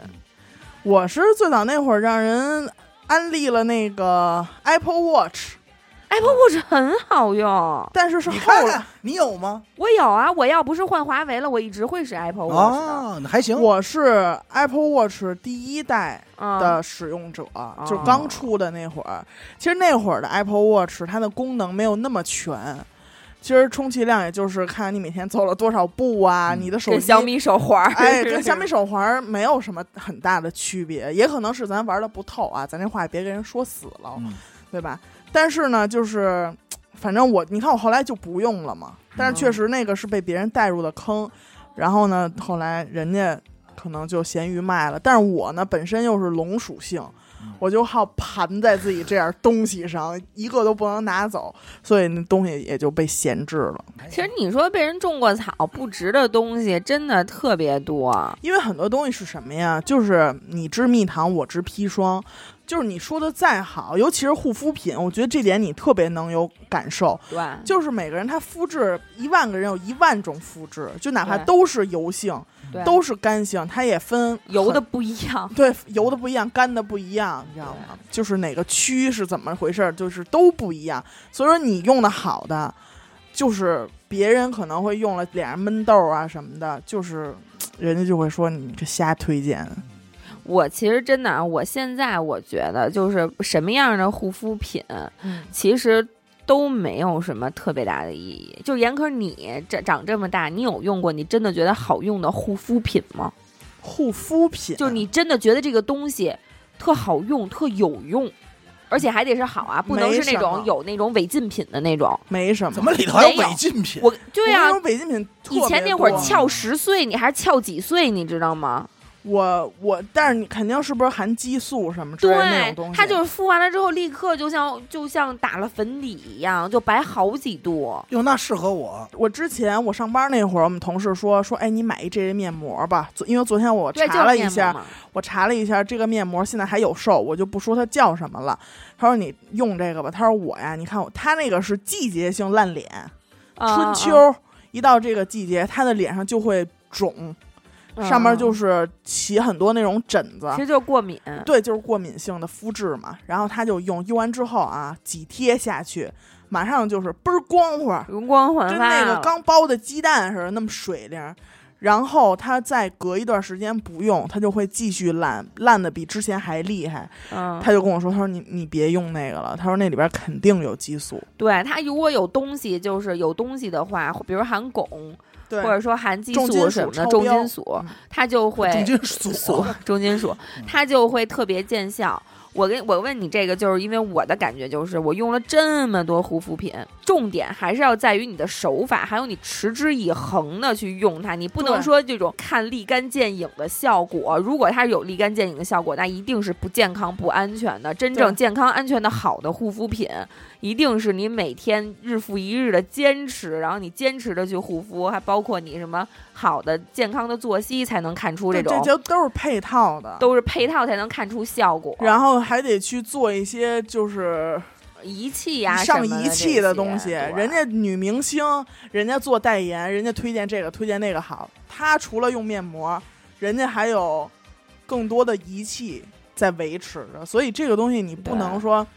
Speaker 2: 我是最早那会儿让人安利了那个 Apple Watch，
Speaker 1: Apple Watch 很好用，
Speaker 2: 但是是
Speaker 3: 你
Speaker 2: 后
Speaker 3: 看
Speaker 2: 来
Speaker 3: 看，你有吗？
Speaker 1: 我有啊，我要不是换华为了，我一直会使 Apple Watch 的。
Speaker 2: 哦
Speaker 3: 啊，那还行。
Speaker 2: 我是 Apple Watch 第一代
Speaker 1: 嗯
Speaker 2: 的使用者，就
Speaker 1: 啊
Speaker 2: 刚出的那会儿。其实那会儿的 Apple Watch 它的功能没有那么全，其实充其量也就是看你每天走了多少步啊，
Speaker 3: 嗯
Speaker 2: 你的手
Speaker 1: 跟
Speaker 2: 机
Speaker 1: 小米手环儿， *laughs*
Speaker 2: 哎，跟小米手环儿没有什么很大的区别，也可能是咱玩的不透啊，咱这话也别给人说死了，
Speaker 3: 嗯
Speaker 2: 对吧？但是呢，就是反正我，你看我后来就不用了嘛，但是确实那个是被别人带入的坑，然后呢，后来人家可能就咸鱼卖了，但是我呢本身又是龙属性
Speaker 3: 嗯。
Speaker 2: 我就好盘在自己这样东西上，一个都不能拿走，所以那东西也就被闲置了。
Speaker 1: 其实你说被人种过草不值的东西，真的特别多。
Speaker 2: 因为很多东西是什么呀？就是你知蜜糖，我知砒霜。就是你说的再好，尤其是护肤品，我觉得这点你特别能有感受。
Speaker 1: 对，
Speaker 2: 就是每个人他肤质，一万个人有一万种肤质，就哪怕
Speaker 1: 对
Speaker 2: 都是油性，
Speaker 1: 对
Speaker 2: 都是干性，它也分
Speaker 1: 油的
Speaker 2: 很
Speaker 1: 不一样。
Speaker 2: 对油的不一样，干的不一样，你知道吗？就是哪个区是怎么回事，就是都不一样。所以说你用的好的，就是别人可能会用了脸上闷痘啊什么的，就是人家就会说你这瞎推荐。
Speaker 1: *laughs* 我其实真的啊，我现在我觉得就是什么样的护肤品，
Speaker 2: 嗯
Speaker 1: 其实都没有什么特别大的意义。就严科，你这长这么大，你有用过你真的觉得好用的护肤品吗？，
Speaker 2: 护肤品，
Speaker 1: 就是你真的觉得这个东西特好用，特有用，而且还得是好啊，不能
Speaker 2: 没
Speaker 1: 是那
Speaker 2: 什
Speaker 1: 种
Speaker 2: 么
Speaker 1: 有那种违禁品的那种。
Speaker 2: 没什么。
Speaker 3: 怎么里头还有
Speaker 1: 没有
Speaker 3: 违禁品？
Speaker 1: 我对啊呀、
Speaker 2: 我那种违禁品特
Speaker 1: 以前
Speaker 2: 别
Speaker 1: 那会儿
Speaker 2: 多
Speaker 1: 翘十岁，你还是翘几岁，你知道吗？
Speaker 2: 我我，但是你肯定是不是含激素什么之类的那种
Speaker 1: 对
Speaker 2: 东，西？
Speaker 1: 他就是敷完了之后，立刻就像就像打了粉底一样，就白好几度。
Speaker 3: 哟，那适合我。
Speaker 2: 我之前我上班那会儿，我们同事说说，哎，你买一这类面膜吧，昨因为昨天我
Speaker 1: 对，
Speaker 2: 查了
Speaker 1: 就
Speaker 2: 一
Speaker 1: 是面膜
Speaker 2: 下，
Speaker 1: 嘛
Speaker 2: 我查了一下这个面膜现在还有售，我就不说它叫什么了。他说你用这个吧，他说我呀，你看我他那个是季节性烂脸，春
Speaker 1: 啊
Speaker 2: 秋、一到这个季节，他的脸上就会肿，上面就、
Speaker 1: 啊
Speaker 2: 是起很多那种疹子。
Speaker 1: 啊其实就是过敏。
Speaker 2: 对，就是过敏性的肤质嘛，然后他就用，用完之后啊，几贴下去，马上就是倍儿光滑，
Speaker 1: 容光啊焕
Speaker 2: 跟
Speaker 1: 发
Speaker 2: 那
Speaker 1: 了，
Speaker 2: 个刚包的鸡蛋似的，那么水灵。然后它再隔一段时间不用，它就会继续烂，烂的比之前还厉害。
Speaker 1: 嗯，
Speaker 2: 他就跟我说：“他说你你别用那个了，他说那里边肯定有激素。
Speaker 1: 对它如果有东西，就是有东西的话，比如含汞，”
Speaker 2: 对
Speaker 1: 或者说含激
Speaker 2: 重金
Speaker 1: 素
Speaker 2: 属
Speaker 1: 什么的
Speaker 2: 超
Speaker 1: 重
Speaker 2: 标
Speaker 1: 金属，它就会
Speaker 3: 重金属
Speaker 1: 锁重哦金属，
Speaker 2: 嗯
Speaker 1: 它就会特别见效。我跟我问你这个，就是因为我的感觉就是，我用了这么多护肤品，重点还是要在于你的手法，还有你持之以恒的去用它。你不能
Speaker 2: 对
Speaker 1: 说这种看立竿见影的效果，如果它有立竿见影的效果，那一定是不健康、不安全的。真正
Speaker 2: 对
Speaker 1: 健康、安全的好的护肤品，一定是你每天日复一日的坚持，然后你坚持的去护肤，还包括你什么好的健康的作息，才能看出
Speaker 2: 对
Speaker 1: 种
Speaker 2: 这些都是配套的，
Speaker 1: 都是配套才能看出效果，
Speaker 2: 然后还得去做一些就是
Speaker 1: 仪器呀、
Speaker 2: 上
Speaker 1: 什么
Speaker 2: 仪器
Speaker 1: 的这些
Speaker 2: 东西，
Speaker 1: 对
Speaker 2: 人家女明星，人家做代言，人家推荐这个推荐那个好。她除了用面膜，人家还有更多的仪器在维持着，所以这个东西你不
Speaker 1: 对
Speaker 2: 能说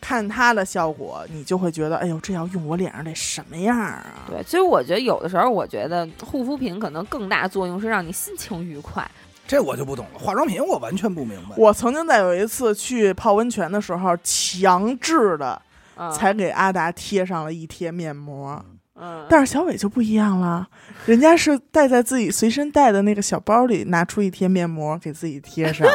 Speaker 2: 看它的效果，你就会觉得，哎呦，这要用我脸上得什么样啊？
Speaker 1: 对，所以我觉得有的时候，我觉得护肤品可能更大作用是让你心情愉快。
Speaker 3: 这我就不懂了。化妆品我完全不明白。
Speaker 2: 我曾经在有一次去泡温泉的时候，强制的
Speaker 1: 嗯，
Speaker 2: 才给阿达贴上了一贴面膜。
Speaker 1: 嗯，
Speaker 2: 但是小伟就不一样了，人家是带在自己随身带的那个小包里，拿出一贴面膜给自己贴上。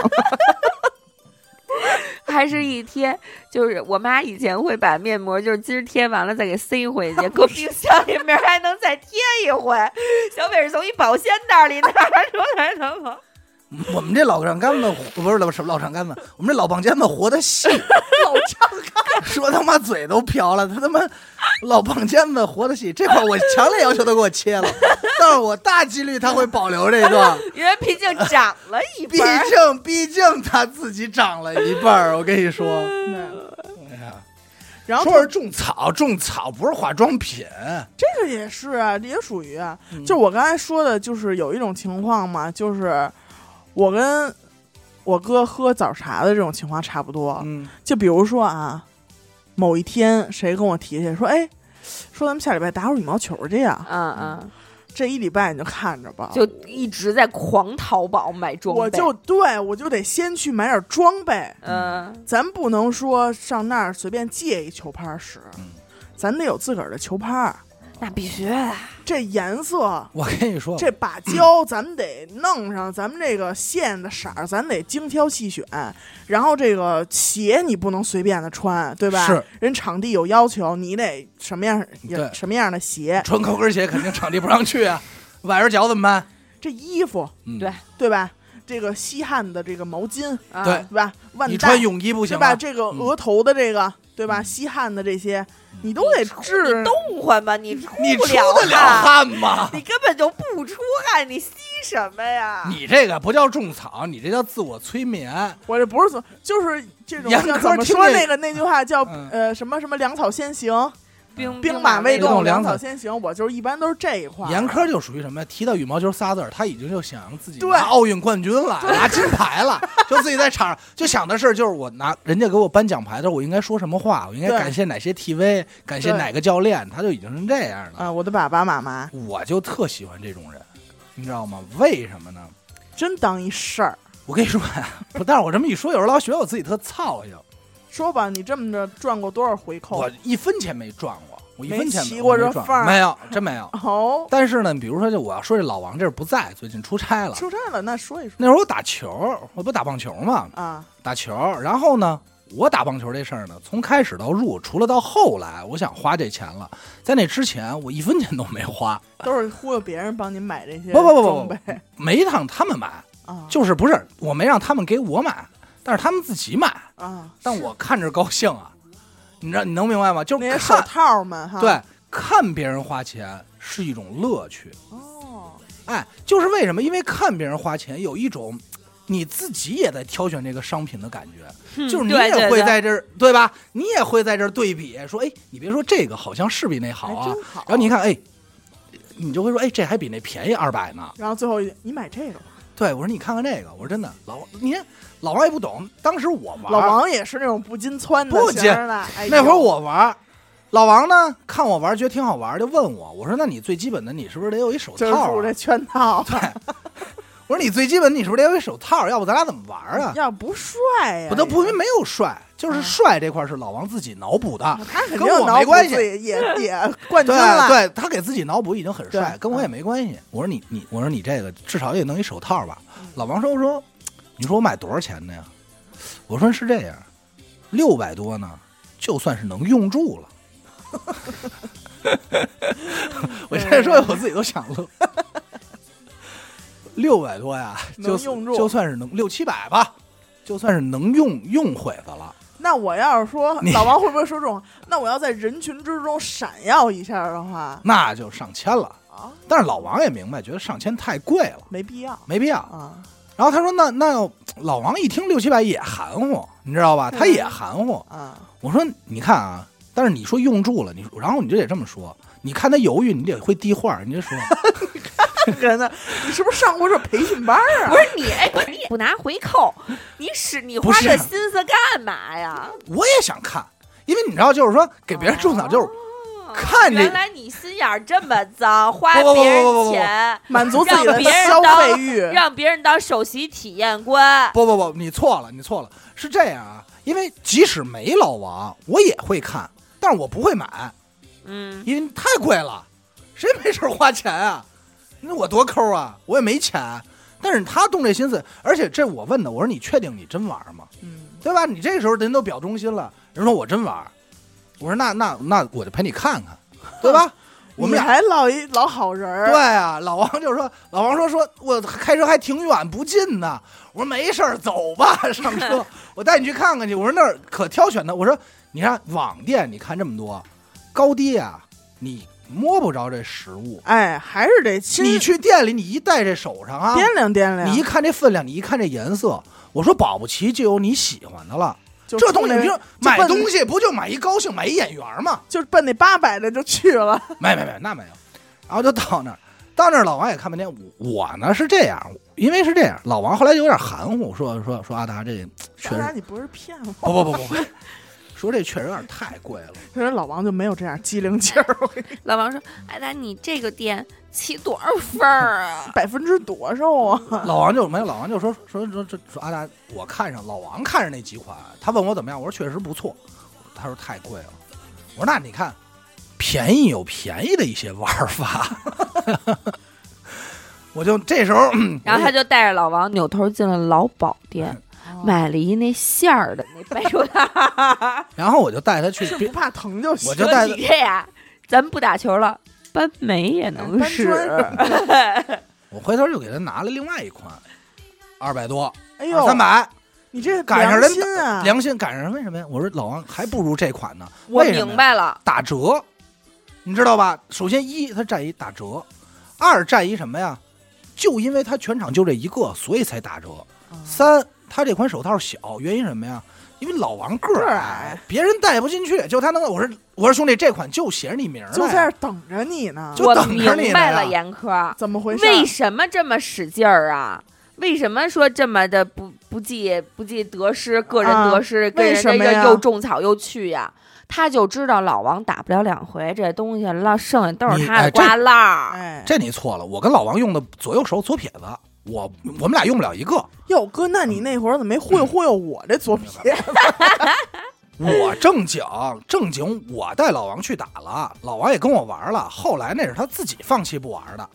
Speaker 1: 还是一贴，就是我妈以前会把面膜，就是今儿贴完了再给塞回去，搁冰箱里面还能再贴一回。小北是从一保鲜袋里拿出来的吗？
Speaker 3: 我们这老丈杆子不是什么老丈杆子，我们这老棒尖子活
Speaker 2: *laughs*
Speaker 3: 得细，老丈杆说他妈嘴都瓢了，他他妈老棒尖子活得细，这块我强烈要求他给我切了，但是我大几率他会保留这段，
Speaker 1: 因为毕竟长了
Speaker 2: *laughs*
Speaker 1: 一
Speaker 3: 毕
Speaker 1: 半儿。
Speaker 3: 竟毕竟他自己长了一半儿，我跟你说，
Speaker 2: 嗯
Speaker 3: 哎
Speaker 2: 然后
Speaker 3: 说是种草，种草不是化妆品，
Speaker 2: *laughs* 这个 *laughs* 也是啊，也属于啊，就我刚才说的，就是有一种情况嘛，就是我跟我哥喝早茶的这种情况差不多。
Speaker 3: 嗯，
Speaker 2: 就比如说啊，某一天谁跟我提起说，哎，说咱们下礼拜打会儿羽毛球去呀，
Speaker 1: 嗯嗯，
Speaker 2: 这一礼拜你就看着吧，
Speaker 1: 就一直在狂淘宝买装备。
Speaker 2: 我就对我就得先去买点装备。
Speaker 1: 嗯。
Speaker 2: 咱不能说上那儿随便借一球拍儿使，
Speaker 3: 嗯
Speaker 2: 咱得有自个儿的球拍儿。
Speaker 1: 那必须的，啊
Speaker 2: 这颜色，
Speaker 3: 我跟你说，
Speaker 2: 这把
Speaker 3: *clears throat*
Speaker 2: 胶，咱们得弄上，咱们这个线的色儿，咱得精挑细选。然后这个鞋你不能随便的穿，对吧？
Speaker 3: 是，
Speaker 2: 人场地有要求，你得什么样也
Speaker 3: 对
Speaker 2: 什么样的鞋。
Speaker 3: 穿高跟鞋肯定场地不让去啊，崴着脚怎么办？
Speaker 2: 这衣服，
Speaker 3: 嗯
Speaker 1: 对
Speaker 2: 对吧？这个吸汗的这个毛巾，
Speaker 1: 啊
Speaker 3: 对
Speaker 2: 对吧？腕带
Speaker 3: 你穿泳衣不
Speaker 2: 是
Speaker 3: 行啊嗯
Speaker 2: 吧？
Speaker 3: 吗？
Speaker 2: 这个额头的这个，对吧？吸汗的这些，
Speaker 3: 嗯
Speaker 2: 你都得治
Speaker 1: 你。动换吧，你出
Speaker 3: 你
Speaker 1: 不
Speaker 3: 出得了
Speaker 1: 汗，
Speaker 3: 汗吗？
Speaker 1: 你根本就不出汗，你吸什么呀？
Speaker 3: 你这个不叫种草，你这叫自我催眠。
Speaker 2: 我这不是怎，就是这种
Speaker 3: 严
Speaker 2: 叫
Speaker 3: 苛
Speaker 2: 怎么
Speaker 3: 听
Speaker 2: 说
Speaker 3: 着
Speaker 2: 那个那句话叫
Speaker 3: 嗯
Speaker 2: 呃什么什么粮草先行，
Speaker 1: 兵
Speaker 2: 兵马未
Speaker 3: 动
Speaker 2: 动，粮
Speaker 3: 粮
Speaker 2: 草
Speaker 3: 草
Speaker 2: 先行。我就是一般都是这一块儿。
Speaker 3: 严苛就属于什么呀？提到羽毛球仨字儿，他已经就想自己
Speaker 2: 对
Speaker 3: 拿奥运冠军了，拿金
Speaker 2: *laughs*
Speaker 3: 牌了，就自己在场上就想的是，就是我拿人家给我颁奖牌的时候，我应该说什么话，我应该
Speaker 2: 对
Speaker 3: 感谢哪些 TV，感谢
Speaker 2: 对
Speaker 3: 哪个教练，他就已经是这样
Speaker 2: 啊、
Speaker 3: 了。
Speaker 2: 我的爸爸妈妈
Speaker 3: 我就特喜欢这种人，你知道吗？为什么呢？
Speaker 2: 真当一事儿。
Speaker 3: 我跟你说
Speaker 2: *laughs*
Speaker 3: 呀，不，但是我这么一说，有时候老觉得我
Speaker 2: 哦
Speaker 3: 自己特操性，
Speaker 2: 说吧，你这么着赚过多少回扣
Speaker 3: 我？一分钱没赚过。我一分钱
Speaker 2: 没骑
Speaker 3: 有
Speaker 2: 过
Speaker 3: 我没
Speaker 2: 这
Speaker 3: 赚
Speaker 2: 范儿
Speaker 3: 没有，真没有。
Speaker 2: 哦，
Speaker 3: 但是呢，比如说，就我要说这老王这不在，最近出差了。
Speaker 2: 出差了，那说一说
Speaker 3: 那会儿我打球，我不打棒球嘛，
Speaker 2: 啊，
Speaker 3: 打球。然后呢，我打棒球这事儿呢，从开始到入，除了到后来，我想花这钱了，在那之前我一分钱都没花，
Speaker 2: 都是忽悠别人帮您买这些
Speaker 3: 不不不不
Speaker 2: 装备
Speaker 3: 没让他们买，
Speaker 2: 啊，
Speaker 3: 就是不是我没让他们给我买，但是他们自己买，
Speaker 2: 啊，
Speaker 3: 但我看着高兴啊，你知道你能明白吗？就
Speaker 2: 那
Speaker 3: 是
Speaker 2: 些啊手
Speaker 3: 看
Speaker 2: 套们哈，
Speaker 3: 对看别人花钱是一种乐趣。
Speaker 2: 哦，
Speaker 3: 哎，就是为什么？因为看别人花钱，有一种你自己也在挑选这个商品的感觉，就是你
Speaker 1: 嗯对
Speaker 3: 也
Speaker 1: 对
Speaker 3: 会
Speaker 1: 对
Speaker 3: 在这儿，对吧？你也会在这儿对比，说，哎，你别说这个好像是比那好
Speaker 2: 还
Speaker 3: 啊，
Speaker 2: 真好。
Speaker 3: 然后你，看，哎，你就会说，哎，这还比那便宜二百呢。
Speaker 2: 然后最后一你买这个吧，
Speaker 3: 对我说，你看看这个，我说真的，老你看老王也不懂，当时我玩，
Speaker 2: 老王也是那种不禁撺的
Speaker 3: 不
Speaker 2: 型
Speaker 3: 禁
Speaker 2: 儿的，哎
Speaker 3: 那
Speaker 2: 呦
Speaker 3: 会儿我玩。老王呢，看我玩觉得挺好玩，就问我，我说那你最基本的你是不是得有一手
Speaker 2: 就是
Speaker 3: 套、啊？
Speaker 2: 住这圈套，
Speaker 3: 对， *laughs* 我说你最基本你是不是得有一手套？要不咱俩怎么玩啊？
Speaker 2: 要不帅呀，
Speaker 3: 我都不
Speaker 2: 也
Speaker 3: 没有帅，就是帅这块是老王自己脑补的。
Speaker 2: 嗯他肯定
Speaker 3: 跟我
Speaker 2: 脑
Speaker 3: 没
Speaker 2: 补
Speaker 3: 关系
Speaker 2: 自己
Speaker 3: *laughs*
Speaker 2: 也也冠军
Speaker 3: 对
Speaker 2: 了，
Speaker 3: 对，他给自己脑补已经很帅，
Speaker 2: 对嗯
Speaker 3: 跟我也没关系。我说你你，我说你这个至少也弄一手套吧。老王说说，你说我买多少钱的呀？我说是这样，六百多呢，就算是能用住了。 *laughs* 我现在说我自己都想乐。六百多呀，就
Speaker 2: 能用住
Speaker 3: 就算是能六七百吧，就算是能用用毁的了。
Speaker 2: 那我要是说
Speaker 3: 你
Speaker 2: 老王会不会说这种？那我要在人群之中闪耀一下的话
Speaker 3: 那就上千了。
Speaker 2: 啊，
Speaker 3: 但是老王也明白，觉得上千太贵了，
Speaker 2: 没必要
Speaker 3: 没必要。
Speaker 2: 啊。
Speaker 3: 然后他说：“那那要老王一听六七百也含糊，你知道吧？他也含糊。
Speaker 2: 啊，
Speaker 3: 我说：你看啊，但是你说用住了，你说然后你就得这么说。你看他犹豫，你得会递话，你就说 *laughs*
Speaker 2: 这个人呢，你是不是上过这培训班儿啊
Speaker 1: 不？是你，哎，不是你不拿回扣，你使你
Speaker 3: 不
Speaker 1: 花
Speaker 3: 是
Speaker 1: 这心思干嘛呀？
Speaker 3: 我也想看，因为你知道，就是说给别人种草，就是
Speaker 1: 哦
Speaker 3: 看这
Speaker 1: 原来你心眼儿这么脏，花
Speaker 3: 不不不
Speaker 1: 别人
Speaker 3: 不不不
Speaker 1: 钱，
Speaker 2: 满足自己的
Speaker 1: 让别人
Speaker 2: 消
Speaker 1: 当
Speaker 2: 费欲，
Speaker 1: 让别人当首席体验官。
Speaker 3: 不不不，你错了，你错了，是这样啊。因为即使没老王，我也会看，但是我不会买，
Speaker 1: 嗯，
Speaker 3: 因为太贵了，谁没事儿花钱啊？那我多抠啊，我也没钱。但是他动这心思，而且这我问的，我说你确定你真玩吗？
Speaker 2: 嗯，
Speaker 3: 对吧？你这时候人都表忠心了，人说我真玩儿，我说那那那我就陪你看看，对吧？我们
Speaker 2: 你
Speaker 3: 俩
Speaker 2: 还老一老好人儿，
Speaker 3: 对啊，老王就说，老王说说我开车还挺远不近呢，我说没事儿，走吧，上车，我带你去看看去。我说那儿可挑选的，我说你看网店，你看这么多，高低啊，你摸不着这实物，
Speaker 2: 哎，还是得亲
Speaker 3: 你去店里你一戴这手上啊，
Speaker 2: 掂量掂量，
Speaker 3: 你一看这分量，你一看这颜色，我说保不齐就有你喜欢的了。
Speaker 2: 就
Speaker 3: 这
Speaker 2: 冲
Speaker 3: 东西
Speaker 2: 那
Speaker 3: 你就
Speaker 2: 奔
Speaker 3: 买东西不就买一高兴，买一眼缘吗？
Speaker 2: 就是奔那八百的就去了，
Speaker 3: 没没没，那没有。然后就到那儿，到那儿老王也看半天。我我呢是这样，因为是这样，老王后来有点含糊，说说说阿达这确
Speaker 2: 当然
Speaker 3: 实哦
Speaker 2: 你不是骗我，
Speaker 3: 不不不不，不说这确实有点太贵了。
Speaker 2: 可是老王就没有这样机灵劲儿，？
Speaker 1: 老王说：“哎，那你这个店起多少分儿啊
Speaker 2: 百分之多少啊？
Speaker 3: 老王就没有，老王就说说说这说阿达，我看上老王看上那几款，他问我怎么样，我说确实不错，他说太贵了，我说那你看，便宜有便宜的一些玩法， *laughs* 我就这时候，
Speaker 1: 然
Speaker 3: 哎
Speaker 1: 后他就带着老王扭头进了老宝店，
Speaker 2: 哦
Speaker 1: 买了一那馅儿的那白手套。
Speaker 3: 然后我就带他去
Speaker 2: 是 *laughs*
Speaker 3: 别
Speaker 2: 不怕疼就行， *laughs*
Speaker 3: 我就带
Speaker 1: 说你这呀，咱不打球了，搬煤也能
Speaker 2: 搬
Speaker 1: 使。
Speaker 2: 哎砖
Speaker 3: 啊我回头就给他拿了另外一款，二百多，
Speaker 2: 哎
Speaker 3: 二
Speaker 2: 呦，
Speaker 3: 三，百，
Speaker 2: 你这
Speaker 3: 赶上
Speaker 2: 良
Speaker 3: 人
Speaker 2: 心啊！
Speaker 3: 良心赶上为什么呀？我说老王还不如这款呢，
Speaker 1: 我
Speaker 3: 为什么呀
Speaker 1: 明白了，
Speaker 3: 打折，你知道吧？首先一，它占一打折；二占一什么呀？就因为它全场就这一个，所以才打折。
Speaker 2: 哦
Speaker 3: 三，它这款手套小，原因什么呀？因为老王个
Speaker 2: 个
Speaker 3: 儿
Speaker 2: 儿
Speaker 3: 矮
Speaker 2: 矮，
Speaker 3: 别人戴不进去，就他能。我说我说兄弟，这款就写着你名儿了呀，
Speaker 2: 就在这儿等着你呢，
Speaker 3: 就
Speaker 1: 我
Speaker 3: 等着你
Speaker 1: 明白
Speaker 3: 呢呀
Speaker 1: 了，严科，
Speaker 2: 怎么回事？
Speaker 1: 为什么这么使劲儿啊？为什么说这么的不不计不计得失，个人得失，跟
Speaker 2: 啊为
Speaker 1: 人
Speaker 2: 什
Speaker 1: 家
Speaker 2: 么呀
Speaker 1: 又又种草又去呀？他就知道老王打不了两回，这东西了，剩下都
Speaker 3: 你
Speaker 1: 是他
Speaker 3: 哎
Speaker 1: 的
Speaker 3: 这
Speaker 1: 瓜烂儿。
Speaker 2: 哎，
Speaker 3: 这你错了。我跟老王用的左右手左撇子，我我们俩用不了一个。嗯
Speaker 2: 哟哥，那你那会儿怎么没忽悠忽悠我这左撇？
Speaker 3: 我正经正经，我带老王去打了，老王也跟我玩了。后来那是他自己放弃不玩的，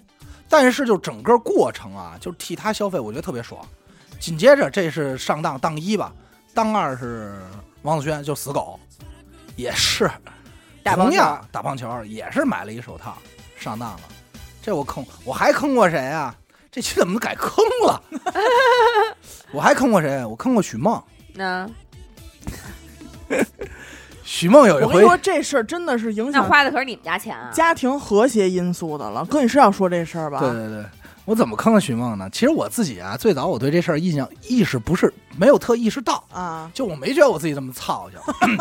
Speaker 3: 但是就整个过程啊，就替他消费，我觉得特别爽。紧接着这是上当当一吧，当二是王子轩就死狗，也是
Speaker 1: 打棒
Speaker 3: 同
Speaker 1: 球
Speaker 3: 样打棒球也是买了一手套上当了。这我坑，我还坑过谁啊？这期怎么改坑了？ *laughs* 我还坑过谁？我坑过许梦。
Speaker 1: 那
Speaker 3: 许梦有
Speaker 2: *laughs*
Speaker 3: 一
Speaker 2: 我跟你
Speaker 3: 回
Speaker 2: 说，这事儿真的是影
Speaker 1: 那
Speaker 2: 响
Speaker 1: 花的可是你们家钱啊！
Speaker 2: 家庭和谐因素的了。哥，你是要说这事儿吧？
Speaker 3: 对对对，我怎么坑了许梦呢？其实我自己啊，最早我对这事儿印象意识不是没有特意识到，
Speaker 2: 啊，
Speaker 3: 就我没觉得我自己这么操性。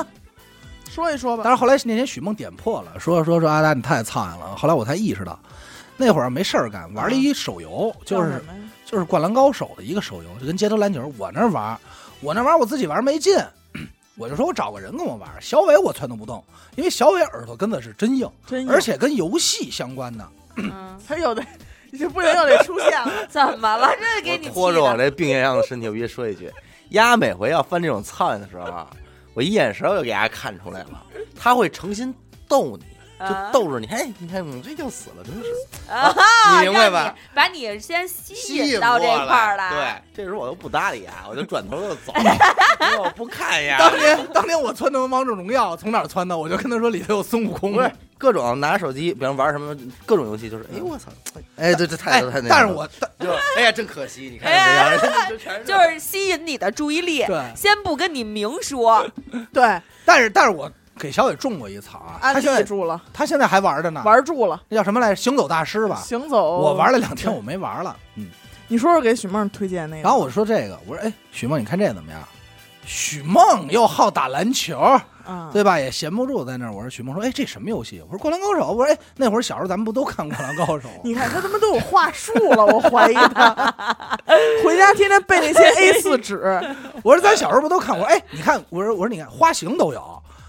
Speaker 2: 说一说吧。
Speaker 3: 但是后来那天许梦点破了，说说说阿达你太操性了。后来我才意识到，那会儿没事儿干，玩了一手游，就
Speaker 2: 叫
Speaker 3: 是
Speaker 2: 什么呀
Speaker 3: 就是《灌篮高手》的一个手游，就跟街头篮球。我那儿玩儿，我那玩儿我自己玩儿没劲， *clears throat* 我就说我找个人跟我玩儿。小伟我撺掇不动，因为小伟耳朵根子是真硬，
Speaker 2: 真有
Speaker 3: 而且跟游戏相关的。
Speaker 1: 嗯，
Speaker 2: 他有的就不行，又得出现
Speaker 3: *laughs*
Speaker 2: 了。
Speaker 1: 怎么了？这给你
Speaker 4: 拖
Speaker 1: 气
Speaker 4: 着我
Speaker 1: 的，
Speaker 4: 这病恹恹的身体，我必须说一句：丫每回要犯这种操性的时候啊，我一眼神我就给丫看出来了，他会诚心逗你，
Speaker 1: 啊
Speaker 4: 就逗着你。哎，你看你这就死了，真是
Speaker 1: 啊！
Speaker 4: 你明白吧
Speaker 1: 让你？把你先吸
Speaker 4: 吸
Speaker 1: 引
Speaker 4: 引
Speaker 1: 到这
Speaker 4: 过
Speaker 1: 块儿
Speaker 4: 来
Speaker 1: 了。
Speaker 4: 对，这时候我都不搭理丫，我就转头
Speaker 1: *laughs*
Speaker 4: 就走，因为我不看丫。
Speaker 3: *laughs* 当年当年我撺掇王者荣耀从哪儿撺掇？我就跟他说里头有孙悟空。
Speaker 4: 不是各种拿手机，比方玩什么各种游戏，就是哎我操，哎对这太
Speaker 3: 哎
Speaker 4: 太那，个
Speaker 3: 但是
Speaker 4: 了
Speaker 3: 我但
Speaker 4: 就哎呀真可惜，你看
Speaker 1: 哎
Speaker 4: 这样就全是
Speaker 1: 就是吸引你的注意力，
Speaker 3: 对
Speaker 1: 先不跟你明
Speaker 4: *laughs*
Speaker 1: 说，
Speaker 2: 对，
Speaker 3: 但是但是我给小伟种过一草啊，他
Speaker 2: 安
Speaker 3: 现在
Speaker 2: 利住了，
Speaker 3: 他现在还玩着呢，
Speaker 2: 玩住了，
Speaker 3: 那叫什么来着？行走大师吧。
Speaker 2: 行走。
Speaker 3: 啊我玩了两天，我没玩了。
Speaker 2: 你说说给许梦推荐那个。
Speaker 3: 然后我说这个，我说哎，许梦，你看这怎么样？许梦又好打篮球，
Speaker 2: 啊，
Speaker 3: 对吧？也闲不住在那儿。我说许梦说，哎，这什么游戏？我说《灌篮高手》。我说哎，那会儿小时候咱们不都看《灌篮高手》吗？
Speaker 2: 你看他他妈都有话术了，我怀疑他回家天天背
Speaker 3: *laughs*
Speaker 2: 那些 A 四纸，
Speaker 3: 我说咱小时候不都看？我说哎，你看，我说我说你看，花形都有。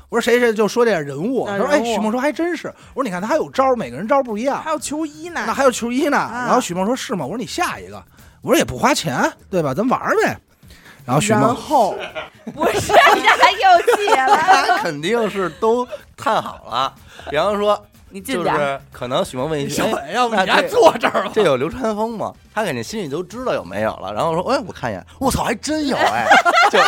Speaker 3: 我说谁谁就说这人物，
Speaker 2: 啊
Speaker 3: 他说哎，
Speaker 2: 人物
Speaker 3: 许梦说还真是。我说你看他还有招儿，每个人招儿不一样
Speaker 2: 还。有球衣呢
Speaker 3: 那。还有球衣呢。
Speaker 2: 啊
Speaker 3: 然后许梦说是吗？我说你下一个，我说也不花钱，对吧？咱玩儿呗。然后许
Speaker 2: 然
Speaker 3: 梦，
Speaker 2: 后
Speaker 1: 不是还又气
Speaker 4: *laughs*
Speaker 1: 了？
Speaker 4: 他肯定是都看好了，然后说
Speaker 1: 你进
Speaker 4: 就
Speaker 1: 点儿，
Speaker 4: 是可能许梦问一句，哎
Speaker 3: 要
Speaker 4: 不你还
Speaker 3: 坐这儿吧
Speaker 4: 这有流川枫吗？他肯定心里都知道有没有了，然后说哎我看一眼，我操还真有哎，就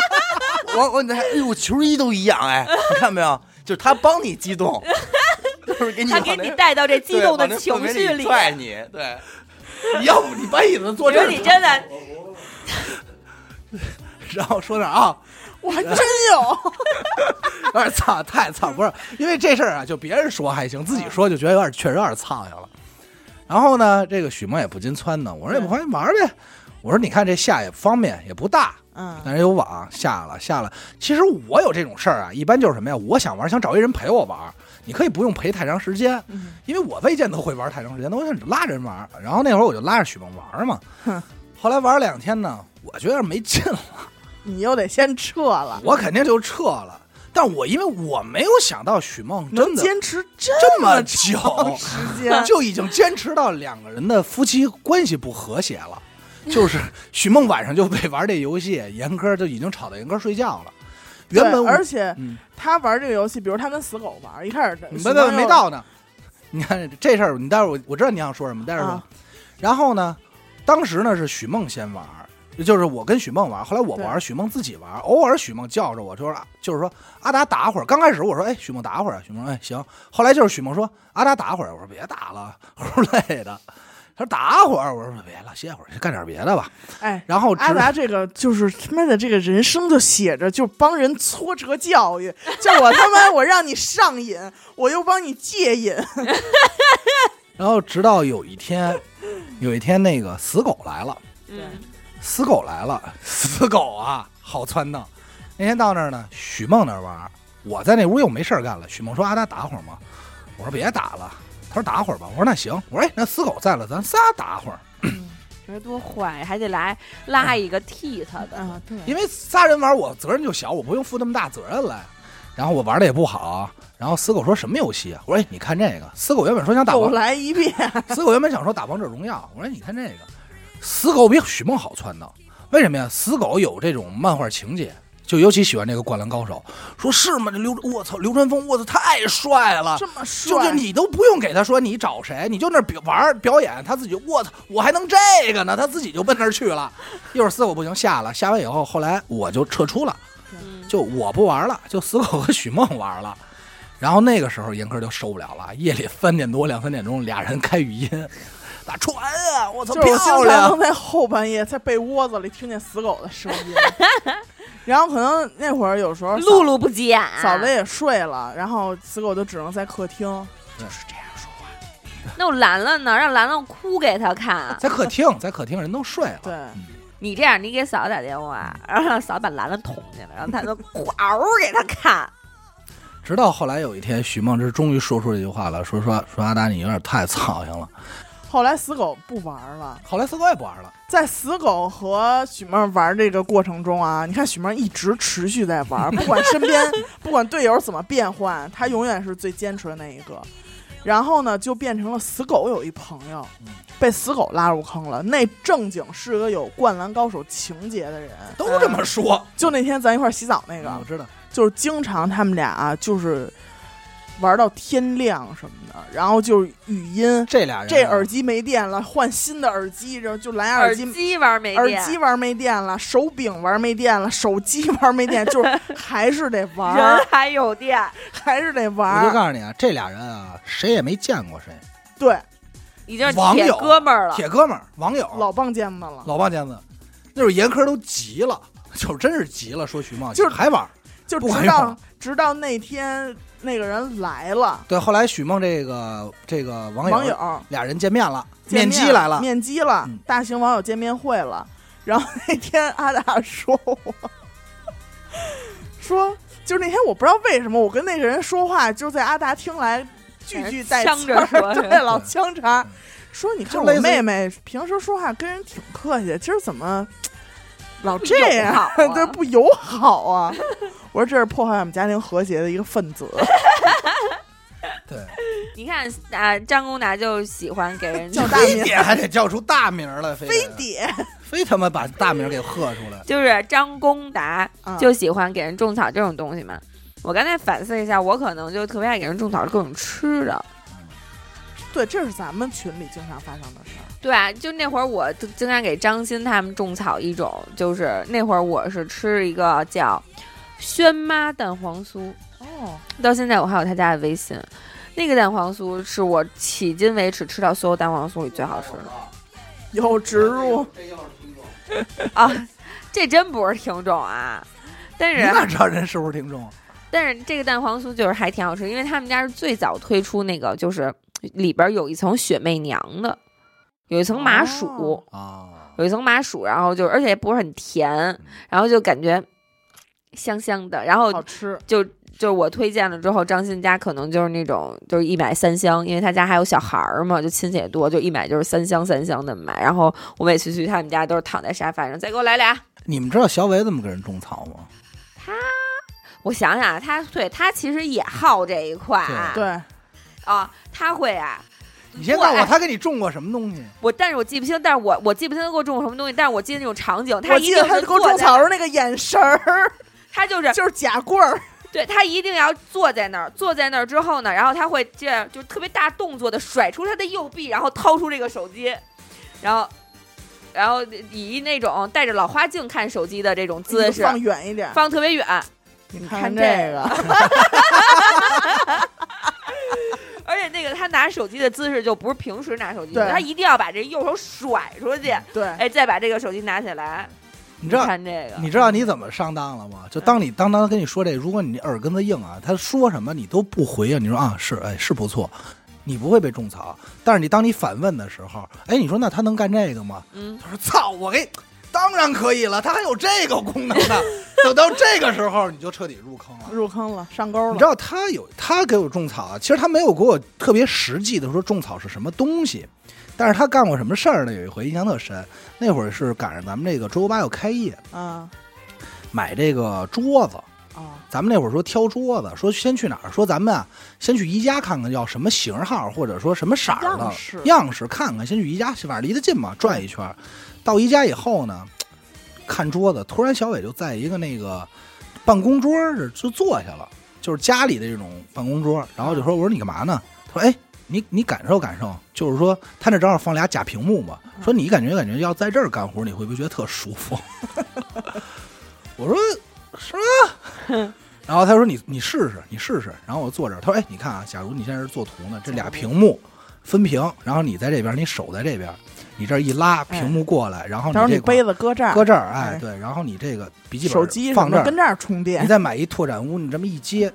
Speaker 4: 我我你看哎呦球衣都一样 *laughs* 哎，你看没有？就是他帮你激动，就是给
Speaker 1: *laughs*
Speaker 4: 你
Speaker 1: 他
Speaker 4: 往
Speaker 1: 给
Speaker 4: 那
Speaker 1: 你带到这激
Speaker 4: *laughs* 对
Speaker 1: 动的
Speaker 4: 往那
Speaker 1: 情
Speaker 4: 缝
Speaker 1: 绪里，
Speaker 4: 踹你，对，
Speaker 1: *laughs*
Speaker 4: 要不你把椅子坐
Speaker 1: 我
Speaker 4: 这
Speaker 1: 说
Speaker 4: 儿
Speaker 1: 你真的
Speaker 3: *laughs* 然后说哪儿啊？
Speaker 2: 我还真有， *laughs*
Speaker 3: *laughs* 有点操，太操，不是因为这事儿啊，就别人说还行，自己说就觉得有点确实有点操性了。然后呢，这个许梦也不禁撺掇，我说也不花钱玩儿呗。我说你看这下也方便，也不大，
Speaker 2: 嗯，
Speaker 3: 但是有网下了下了。其实我有这种事儿啊，一般就是什么呀？我想玩，想找一人陪我玩儿，你可以不用陪太长时间，
Speaker 2: 嗯
Speaker 3: 因为我未见得会玩太长时间，那我想拉着人玩儿。然后那会儿我就拉着许梦玩儿嘛
Speaker 2: 哼，
Speaker 3: 后来玩儿两天呢，我觉得没劲了，
Speaker 2: 你又得先撤了，
Speaker 3: 我肯定就撤了。但我因为我没有想到许梦
Speaker 2: 能
Speaker 3: 真的
Speaker 2: 坚持这
Speaker 3: 这么
Speaker 2: 长
Speaker 3: 久，，
Speaker 2: 时间
Speaker 3: *laughs* 就已经坚持到两个人的夫妻关系不和谐了。就是许梦晚上就为玩这游戏，严科就已经吵到严科睡觉了。原本
Speaker 2: 对
Speaker 3: 我
Speaker 2: 而且
Speaker 3: 嗯，
Speaker 2: 他玩这个游戏，比如他跟死狗玩，啊一开始
Speaker 3: 没
Speaker 2: 许
Speaker 3: 没
Speaker 2: 梦
Speaker 3: 没没
Speaker 2: 又
Speaker 3: 到呢。你看这事儿，你待会儿我我知道你想说什么，待会儿说。
Speaker 2: 啊
Speaker 3: 然后呢，当时呢是许梦先玩儿，就是我跟许梦玩儿，后来我玩儿，
Speaker 2: 对
Speaker 3: 许梦自己玩儿。偶尔许梦叫着我，就说就是说阿达打会儿。刚开始我说哎，许梦打会儿啊，许梦说哎行。后来就是许梦说阿达打会儿，我说别打了， *laughs* 齁累的。他说打会儿，我说别了，歇会儿，干点别的吧。
Speaker 2: 哎。
Speaker 3: 然后直
Speaker 2: 阿达这个就是他妈的这个人生就写着就帮人挫折教育，就我他妈我让你上瘾，我又帮你戒瘾，
Speaker 3: 然后直到有一天，有一天那个死狗来了。
Speaker 1: 嗯，
Speaker 3: 死狗来了， *laughs* 死狗啊，好撺掇。那天到那儿呢，许梦那儿玩儿，我在那屋又没事儿干了。许梦说：“阿达打会儿吗？”我说：“别打了。”他说：“打会儿吧。”我说：“那行。”我说：“哎，那死狗在了，咱仨打会儿，
Speaker 1: 你说多坏，还得来拉一个替他的。
Speaker 2: 啊，对，
Speaker 3: 因为仨人玩儿我责任就小，我不用负那么大责任来。”然后我玩的也不好，然后死狗说什么游戏啊？我说：“哎，你看这个。”死狗原本说想打
Speaker 2: 又
Speaker 3: 王，
Speaker 2: 来一遍，
Speaker 3: 死狗原本想说打王者荣耀。我说：“你看这个，死狗比许梦好撺掇，为什么呀？死狗有这种漫画情节。”就尤其喜欢这个《灌篮高手》，说是吗？这刘我操，刘传峰，我操，太帅了！
Speaker 2: 这么帅，
Speaker 3: 就是你都不用给他说你找谁，你就那儿表玩儿表演，他自己我操，我还能这个呢，他自己就奔那儿去了。一会儿死狗不行下了，下完以后，后来我就撤出了，
Speaker 1: 嗯
Speaker 3: 就我不玩了，就死狗和许梦玩了。然后那个时候严科就受不了了，夜里三点多两三点钟，俩人开语音，打船啊，我操，
Speaker 2: 就是我经
Speaker 3: 漂
Speaker 2: 常
Speaker 3: 亮
Speaker 2: 能！在后半夜在被窝子里听见死狗的声
Speaker 3: *laughs*
Speaker 2: 音，然后可能那会儿有时候嫂
Speaker 1: 露露不急眼，
Speaker 3: 啊
Speaker 2: 嫂子也睡了，然后死狗就只能在客厅，
Speaker 3: 对
Speaker 2: 就是这样说话。
Speaker 1: 那我兰兰呢？让兰兰哭给他看。
Speaker 3: 在客厅，在客厅人都睡了。嗯
Speaker 2: 对，
Speaker 1: 你这样，你给嫂子打电话，
Speaker 2: 嗯
Speaker 1: 然后让嫂子把兰兰捅进
Speaker 2: *laughs*
Speaker 1: 来，然后他就嗷给他看。
Speaker 3: 直到后来有一天，许梦之终于说出这句话了，说说说阿达你有点太操心了。
Speaker 2: 后来死狗不玩了，
Speaker 3: 后来死狗也不玩了，
Speaker 2: 在死狗和许梦玩这个过程中啊，你看许梦一直持续在玩，不管身
Speaker 3: *laughs*
Speaker 2: 边不管队友怎么变换，他永远是最坚持的那一个。然后呢，就变成了死狗有一朋友
Speaker 3: 嗯
Speaker 2: 被死狗拉入坑了，那正经是个有灌篮高手情节的人。
Speaker 3: 都这么说。嗯
Speaker 2: 就那天咱一块儿洗澡嗯那个，
Speaker 1: 嗯
Speaker 3: 我知道。
Speaker 2: 就是经常他们俩、啊、就是玩到天亮什么的，然后就是语音，
Speaker 3: 这俩人
Speaker 1: 哎
Speaker 3: 啊，
Speaker 2: 这耳机没电了，换新的耳机，然后就蓝牙
Speaker 1: 耳
Speaker 2: 机。
Speaker 1: 机玩没
Speaker 2: 耳
Speaker 1: 电，
Speaker 2: 机玩没电了，手柄玩没电了，手机玩
Speaker 1: *laughs*
Speaker 2: 没电，就是还是得玩儿
Speaker 1: 人，还有电，
Speaker 2: 还是得玩
Speaker 3: 我就
Speaker 2: 儿。
Speaker 3: 告诉你啊，这俩人啊，谁也没见过谁，
Speaker 2: 对，
Speaker 1: 已经是
Speaker 3: 网
Speaker 1: 铁
Speaker 3: 友
Speaker 1: 哥们儿了。
Speaker 3: 铁哥们儿，网友，
Speaker 2: 老棒尖子了，
Speaker 3: 老棒尖子，那会儿严科都急了，就是真是急了，说徐梦
Speaker 2: 就是
Speaker 3: 还玩儿。
Speaker 2: 就
Speaker 3: 不
Speaker 2: 直
Speaker 3: 管
Speaker 2: 到
Speaker 3: 用
Speaker 2: 直到那天那个人来了，
Speaker 3: 对，后来许梦这个这个网友
Speaker 2: 网友
Speaker 3: 俩人见面了，
Speaker 2: 见面
Speaker 3: 基来了，
Speaker 2: 面基了，
Speaker 3: 嗯
Speaker 2: 大型网友见面会了。然后那天阿达说我，说就是那天我不知道为什么我跟那个人说话，就在阿达听来句句带
Speaker 1: 哎呛
Speaker 2: 刺
Speaker 1: 着
Speaker 2: 儿，
Speaker 1: 说是
Speaker 2: *laughs* 对，
Speaker 1: 吧
Speaker 2: 老呛茬
Speaker 3: 嗯。
Speaker 2: *laughs* 说你看
Speaker 3: 就
Speaker 2: 我
Speaker 3: 类似于
Speaker 2: 妹妹平时说话跟人挺客气，今儿怎么老
Speaker 1: 不
Speaker 2: 这
Speaker 1: 友
Speaker 2: 样？
Speaker 1: 好啊
Speaker 2: *laughs* 对，不友好啊！ *laughs* 我说这是破坏我们家庭和谐的一个分子。
Speaker 3: 对，
Speaker 1: 你看啊，张公达就喜欢给
Speaker 2: *laughs*
Speaker 1: 人
Speaker 2: 叫大
Speaker 3: 非
Speaker 2: 名
Speaker 3: 得还得叫出大名儿来， *laughs* 非
Speaker 2: 非
Speaker 3: 得
Speaker 2: 典，
Speaker 3: 非他妈把大名儿给喝出来。
Speaker 1: 就是张公达
Speaker 2: 嗯
Speaker 1: 就喜欢给人种草这种东西嘛。我刚才反思一下，我可能就特别爱给人种草各种吃的。
Speaker 2: 对，这是咱们群里经常发生的事儿。
Speaker 1: 对啊，就那会儿我就经常给张鑫他们种草一种，就是那会儿我是吃一个叫轩妈蛋黄酥，
Speaker 2: 哦，
Speaker 1: 到现在我还有他家的微信。那个蛋黄酥是我迄今为止吃到所有蛋黄酥里最好吃的。
Speaker 2: 有植入，
Speaker 1: 啊这真不是听众啊，但
Speaker 3: 你
Speaker 1: 是
Speaker 3: 哪知道人是不是听众啊？
Speaker 1: 但是这个蛋黄酥就是还挺好吃，因为他们家是最早推出那个，就是里边有一层雪媚娘的，有一层麻薯，
Speaker 2: 哦
Speaker 3: 啊，
Speaker 1: 有一层麻薯，然后就而且也不是很
Speaker 3: 嗯
Speaker 1: 甜，然后就感觉香香的，然后
Speaker 2: 好吃。
Speaker 1: 就就我推荐了之后，张信家可能就是那种就是一买三箱，因为他家还有小孩儿嘛，就亲戚也多，就一买就是三箱三箱的买，然后我每次去他们家都是躺在沙发上，再给我来俩。
Speaker 3: 你们知道小伟怎么给人种草吗？
Speaker 1: 我想想啊，他对他其实也好这一块啊，
Speaker 2: 对，
Speaker 1: 啊，他会啊。
Speaker 3: 你先告诉我，
Speaker 1: 哎
Speaker 3: 他给你种过什么东西？
Speaker 1: 我，但是我记不清，但是我我记不清他给我种过什么东西，但是我记得那种场景，他
Speaker 2: 我
Speaker 1: 一
Speaker 2: 记
Speaker 1: 定
Speaker 2: 得他
Speaker 1: 是
Speaker 2: 给我
Speaker 1: 坐
Speaker 2: 种
Speaker 1: 在
Speaker 2: 草时候那个眼神儿， *laughs*
Speaker 1: 他就是
Speaker 2: 就是假棍儿，
Speaker 1: 对他一定要坐在那儿，坐在那儿之后呢，然后他会这样，就特别大动作的甩出他的右臂，然后掏出这个手机，然后然后以那种戴着老花镜看手机的这种姿势，
Speaker 2: 放远一点。
Speaker 1: 放特别远，
Speaker 2: 你
Speaker 1: 看
Speaker 2: 这
Speaker 1: 这
Speaker 2: 个，
Speaker 1: 而且那个他拿手机的姿势就不是平时拿手机，
Speaker 2: 对
Speaker 1: 他一定要把这右手甩出去，
Speaker 2: 对，
Speaker 1: 哎，再把这个手机拿起来。
Speaker 3: 你知道
Speaker 1: 看这个，
Speaker 3: 你知道你怎么上当了吗？就当你当当跟你说这，如果你耳根子硬啊，他说什么你都不回啊，你说啊是哎是不错，你不会被种草。但是你当你反问的时候，哎，你说那他能干这个吗？
Speaker 1: 嗯，
Speaker 3: 他说操，我给，当然可以了，他还有这个功能呢。等到这个时候，你就彻底入坑了。
Speaker 2: *laughs* 入坑了，上钩
Speaker 3: 你知
Speaker 2: 了。
Speaker 3: 道他有他给我种草啊，其实他没有给我特别实际的说种草是什么东西，但是他干过什么事儿呢？有一回印象特深，那会儿是赶上咱们这个周八要开业，
Speaker 2: 啊
Speaker 3: 买这个桌子。
Speaker 2: 啊，
Speaker 3: 咱们那会儿说挑桌子，说先去哪儿？说咱们啊，先去宜家看看要什么型号，或者说什么色儿的
Speaker 2: 样式
Speaker 3: 样式看看。先去宜家，反正离得近嘛，转一圈儿。到宜家以后呢，看桌子，突然小伟就在一个那个办公桌儿这就坐下了，就是家里的这种办公桌。然后就说：“我说你干嘛呢？”他说：“哎，你你感受感受，就是说他那正好放俩假屏幕嘛，
Speaker 2: 嗯
Speaker 3: 说你感觉感觉要在这儿干活，你会不会觉得特舒服？” *laughs* 我说：“是吗？”
Speaker 2: *laughs*
Speaker 3: 然后他说：“你你试试，你试试。”然后我坐这儿，他说：“哎，你看啊，假如你现在是做图呢，这俩屏幕分屏，然后你在这边，你手在这边，你这儿一拉屏幕过来，然后
Speaker 2: 哎到时候
Speaker 3: 这
Speaker 2: 你
Speaker 3: 块
Speaker 2: 杯子搁这儿，
Speaker 3: 搁这儿，哎，
Speaker 2: 哎
Speaker 3: 对，然后你这个笔记本
Speaker 2: 手机什
Speaker 3: 放
Speaker 2: 么
Speaker 3: 这
Speaker 2: 的
Speaker 3: 儿
Speaker 2: 跟，这儿充
Speaker 3: 你
Speaker 2: 电
Speaker 3: 再买一拓展屋，你这么一接，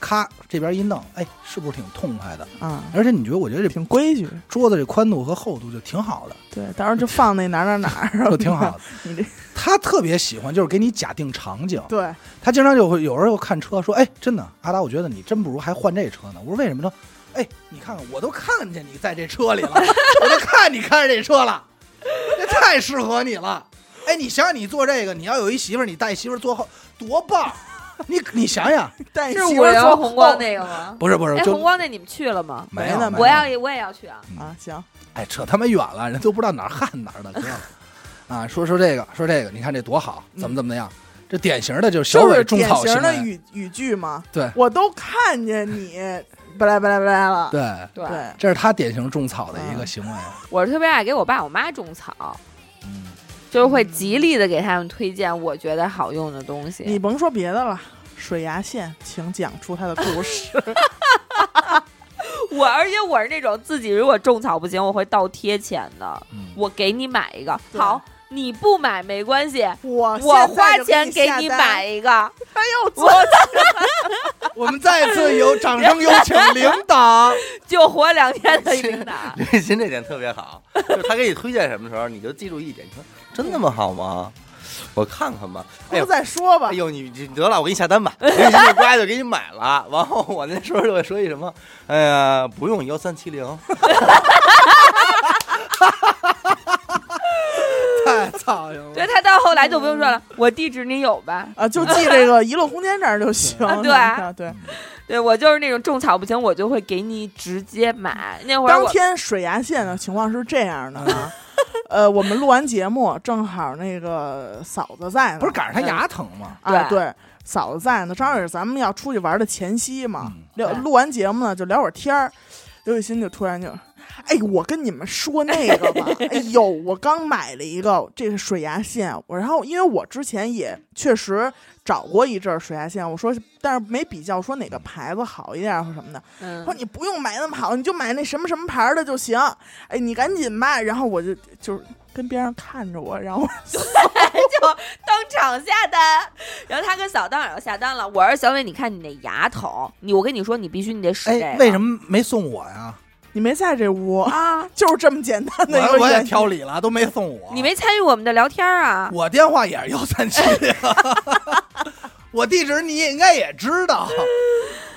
Speaker 3: 咔，这边一弄，哎，是不是挺痛快的？
Speaker 2: 啊，
Speaker 3: 而且你觉得，我觉得这
Speaker 2: 挺规矩。
Speaker 3: 桌子这宽度和厚度就挺好
Speaker 2: *laughs*
Speaker 3: 的，
Speaker 2: 对，到时候就放那哪儿哪儿哪儿，然后
Speaker 3: 就挺好的。
Speaker 2: *laughs* 你这
Speaker 3: 他特别喜欢就是给你假定场景，
Speaker 2: 对，
Speaker 3: 他经常就会有时候看车说，哎，真的，阿达，我觉得你真不如还换这车呢。我说为什么呢？哎，你看看，我都看见你在这车里了，我都看你开着这车了，这太适合你了。哎，你想想，你做这个，你要有一媳妇儿，你带媳妇儿坐后，多棒！你你想想，
Speaker 2: *laughs* 但
Speaker 1: 是
Speaker 2: 媳妇
Speaker 1: 五
Speaker 2: 儿
Speaker 1: 幺
Speaker 2: 做
Speaker 1: 红光
Speaker 2: 后
Speaker 1: 那
Speaker 2: *laughs*
Speaker 1: 个吗？
Speaker 3: 不是不是，
Speaker 1: 哎，
Speaker 3: 就
Speaker 1: 红光那你们去了吗？
Speaker 3: 没
Speaker 2: 没
Speaker 3: 有
Speaker 2: 呢
Speaker 3: 没有
Speaker 1: 我要也我也要去啊！
Speaker 2: 啊，行，
Speaker 3: 哎，扯他妈远了，人都不知道哪儿旱哪儿的哥了。啊，说说这个，说这个，你看这多好，怎么怎么样？这典型的就是小
Speaker 2: 嗯就
Speaker 3: 蕊
Speaker 2: 是
Speaker 3: 种
Speaker 2: 典
Speaker 3: 草
Speaker 2: 型
Speaker 3: 行
Speaker 2: 的
Speaker 3: 为，
Speaker 2: 语语句嘛。
Speaker 3: 对
Speaker 2: 我都看见你巴拉巴拉巴拉了。
Speaker 3: 对，
Speaker 1: 对
Speaker 2: 对，
Speaker 3: 这是他典型种草的
Speaker 2: 嗯
Speaker 3: 一个行为。
Speaker 1: 我是特别爱给我爸我妈种草，
Speaker 3: 嗯，
Speaker 1: 就是会极力的给他们推荐我觉得好用的东
Speaker 2: 你
Speaker 1: 西。
Speaker 2: 甭说别的了，水牙线，请讲出它的故事。
Speaker 1: 我而且我是那种自己如果种草不行，我会倒贴钱的。
Speaker 3: 嗯
Speaker 2: *laughs*
Speaker 1: 我给你买一个，
Speaker 2: 对哦
Speaker 1: 好，你不买没关系，
Speaker 2: 我
Speaker 1: *laughs* 我
Speaker 2: 我
Speaker 1: 花钱给你买，一个。
Speaker 2: 他又做
Speaker 1: 我
Speaker 3: 我们再次有
Speaker 2: *laughs*
Speaker 3: 掌声有请领导。
Speaker 1: 就活两天的领导，
Speaker 2: *laughs*
Speaker 4: *laughs* 刘雨欣这点特别好，就是他给你推荐什么时候，你就记住一点，你说真那么好吗？我看看吧。哎
Speaker 2: 都
Speaker 4: 呦，
Speaker 2: 再说吧
Speaker 4: 哎。呦，你你得了，我给你下单吧。刘雨欣就乖就给你买了。然后我那时候就会说一什么，哎呀，不用幺三七零，
Speaker 2: *laughs*
Speaker 3: 太操心了。
Speaker 1: 对他到后来就不用说了，
Speaker 2: 嗯
Speaker 1: 我地址你有吧？
Speaker 2: 啊，就记这个一路空间这儿就行。
Speaker 1: *laughs* 啊对
Speaker 2: 对对，
Speaker 1: 对我就是那种种草不行，我就会给你直接买。那会儿
Speaker 2: 当
Speaker 1: 我
Speaker 2: 天水牙线的情况是这样的啊，呃，我们录完节目，正好那个嫂子在呢，
Speaker 3: 不是赶上他牙疼吗？
Speaker 2: 啊，
Speaker 1: 对
Speaker 2: 对，嫂子在呢，正好也是咱们要出去玩的前夕嘛
Speaker 3: 嗯，
Speaker 2: 聊
Speaker 1: 对
Speaker 2: 录完节目呢就聊会儿天儿，刘雨欣就突然就。哎，我跟你们说那个吧，
Speaker 1: *laughs*
Speaker 2: 哎呦，我刚买了一个这个水牙线，我然后因为我之前也确实找过一阵儿水牙线，我说但是没比较说哪个牌子好一点儿或什么的，
Speaker 1: 嗯
Speaker 2: 说你不用买那么好，你就买那什么什么牌儿的就行。哎，你赶紧吧。然后我就就是跟边上看着我，然后
Speaker 1: 就当场下单，然后他跟嫂当然要下单了。我说小伟，你看你那牙疼，你我跟你说，你必须你得使这个。
Speaker 3: 哎，为什么没送我呀？
Speaker 2: 你没在这屋，
Speaker 1: 啊？
Speaker 2: 就是这么简单的一
Speaker 3: 我
Speaker 2: 个
Speaker 3: 我也
Speaker 2: 原因。
Speaker 3: 挑理了，都没送我。
Speaker 1: 你没参与我们的聊天啊？
Speaker 3: 我电话也是幺
Speaker 2: *laughs*
Speaker 3: 三七 *laughs* 零，我地址你也应该也知道。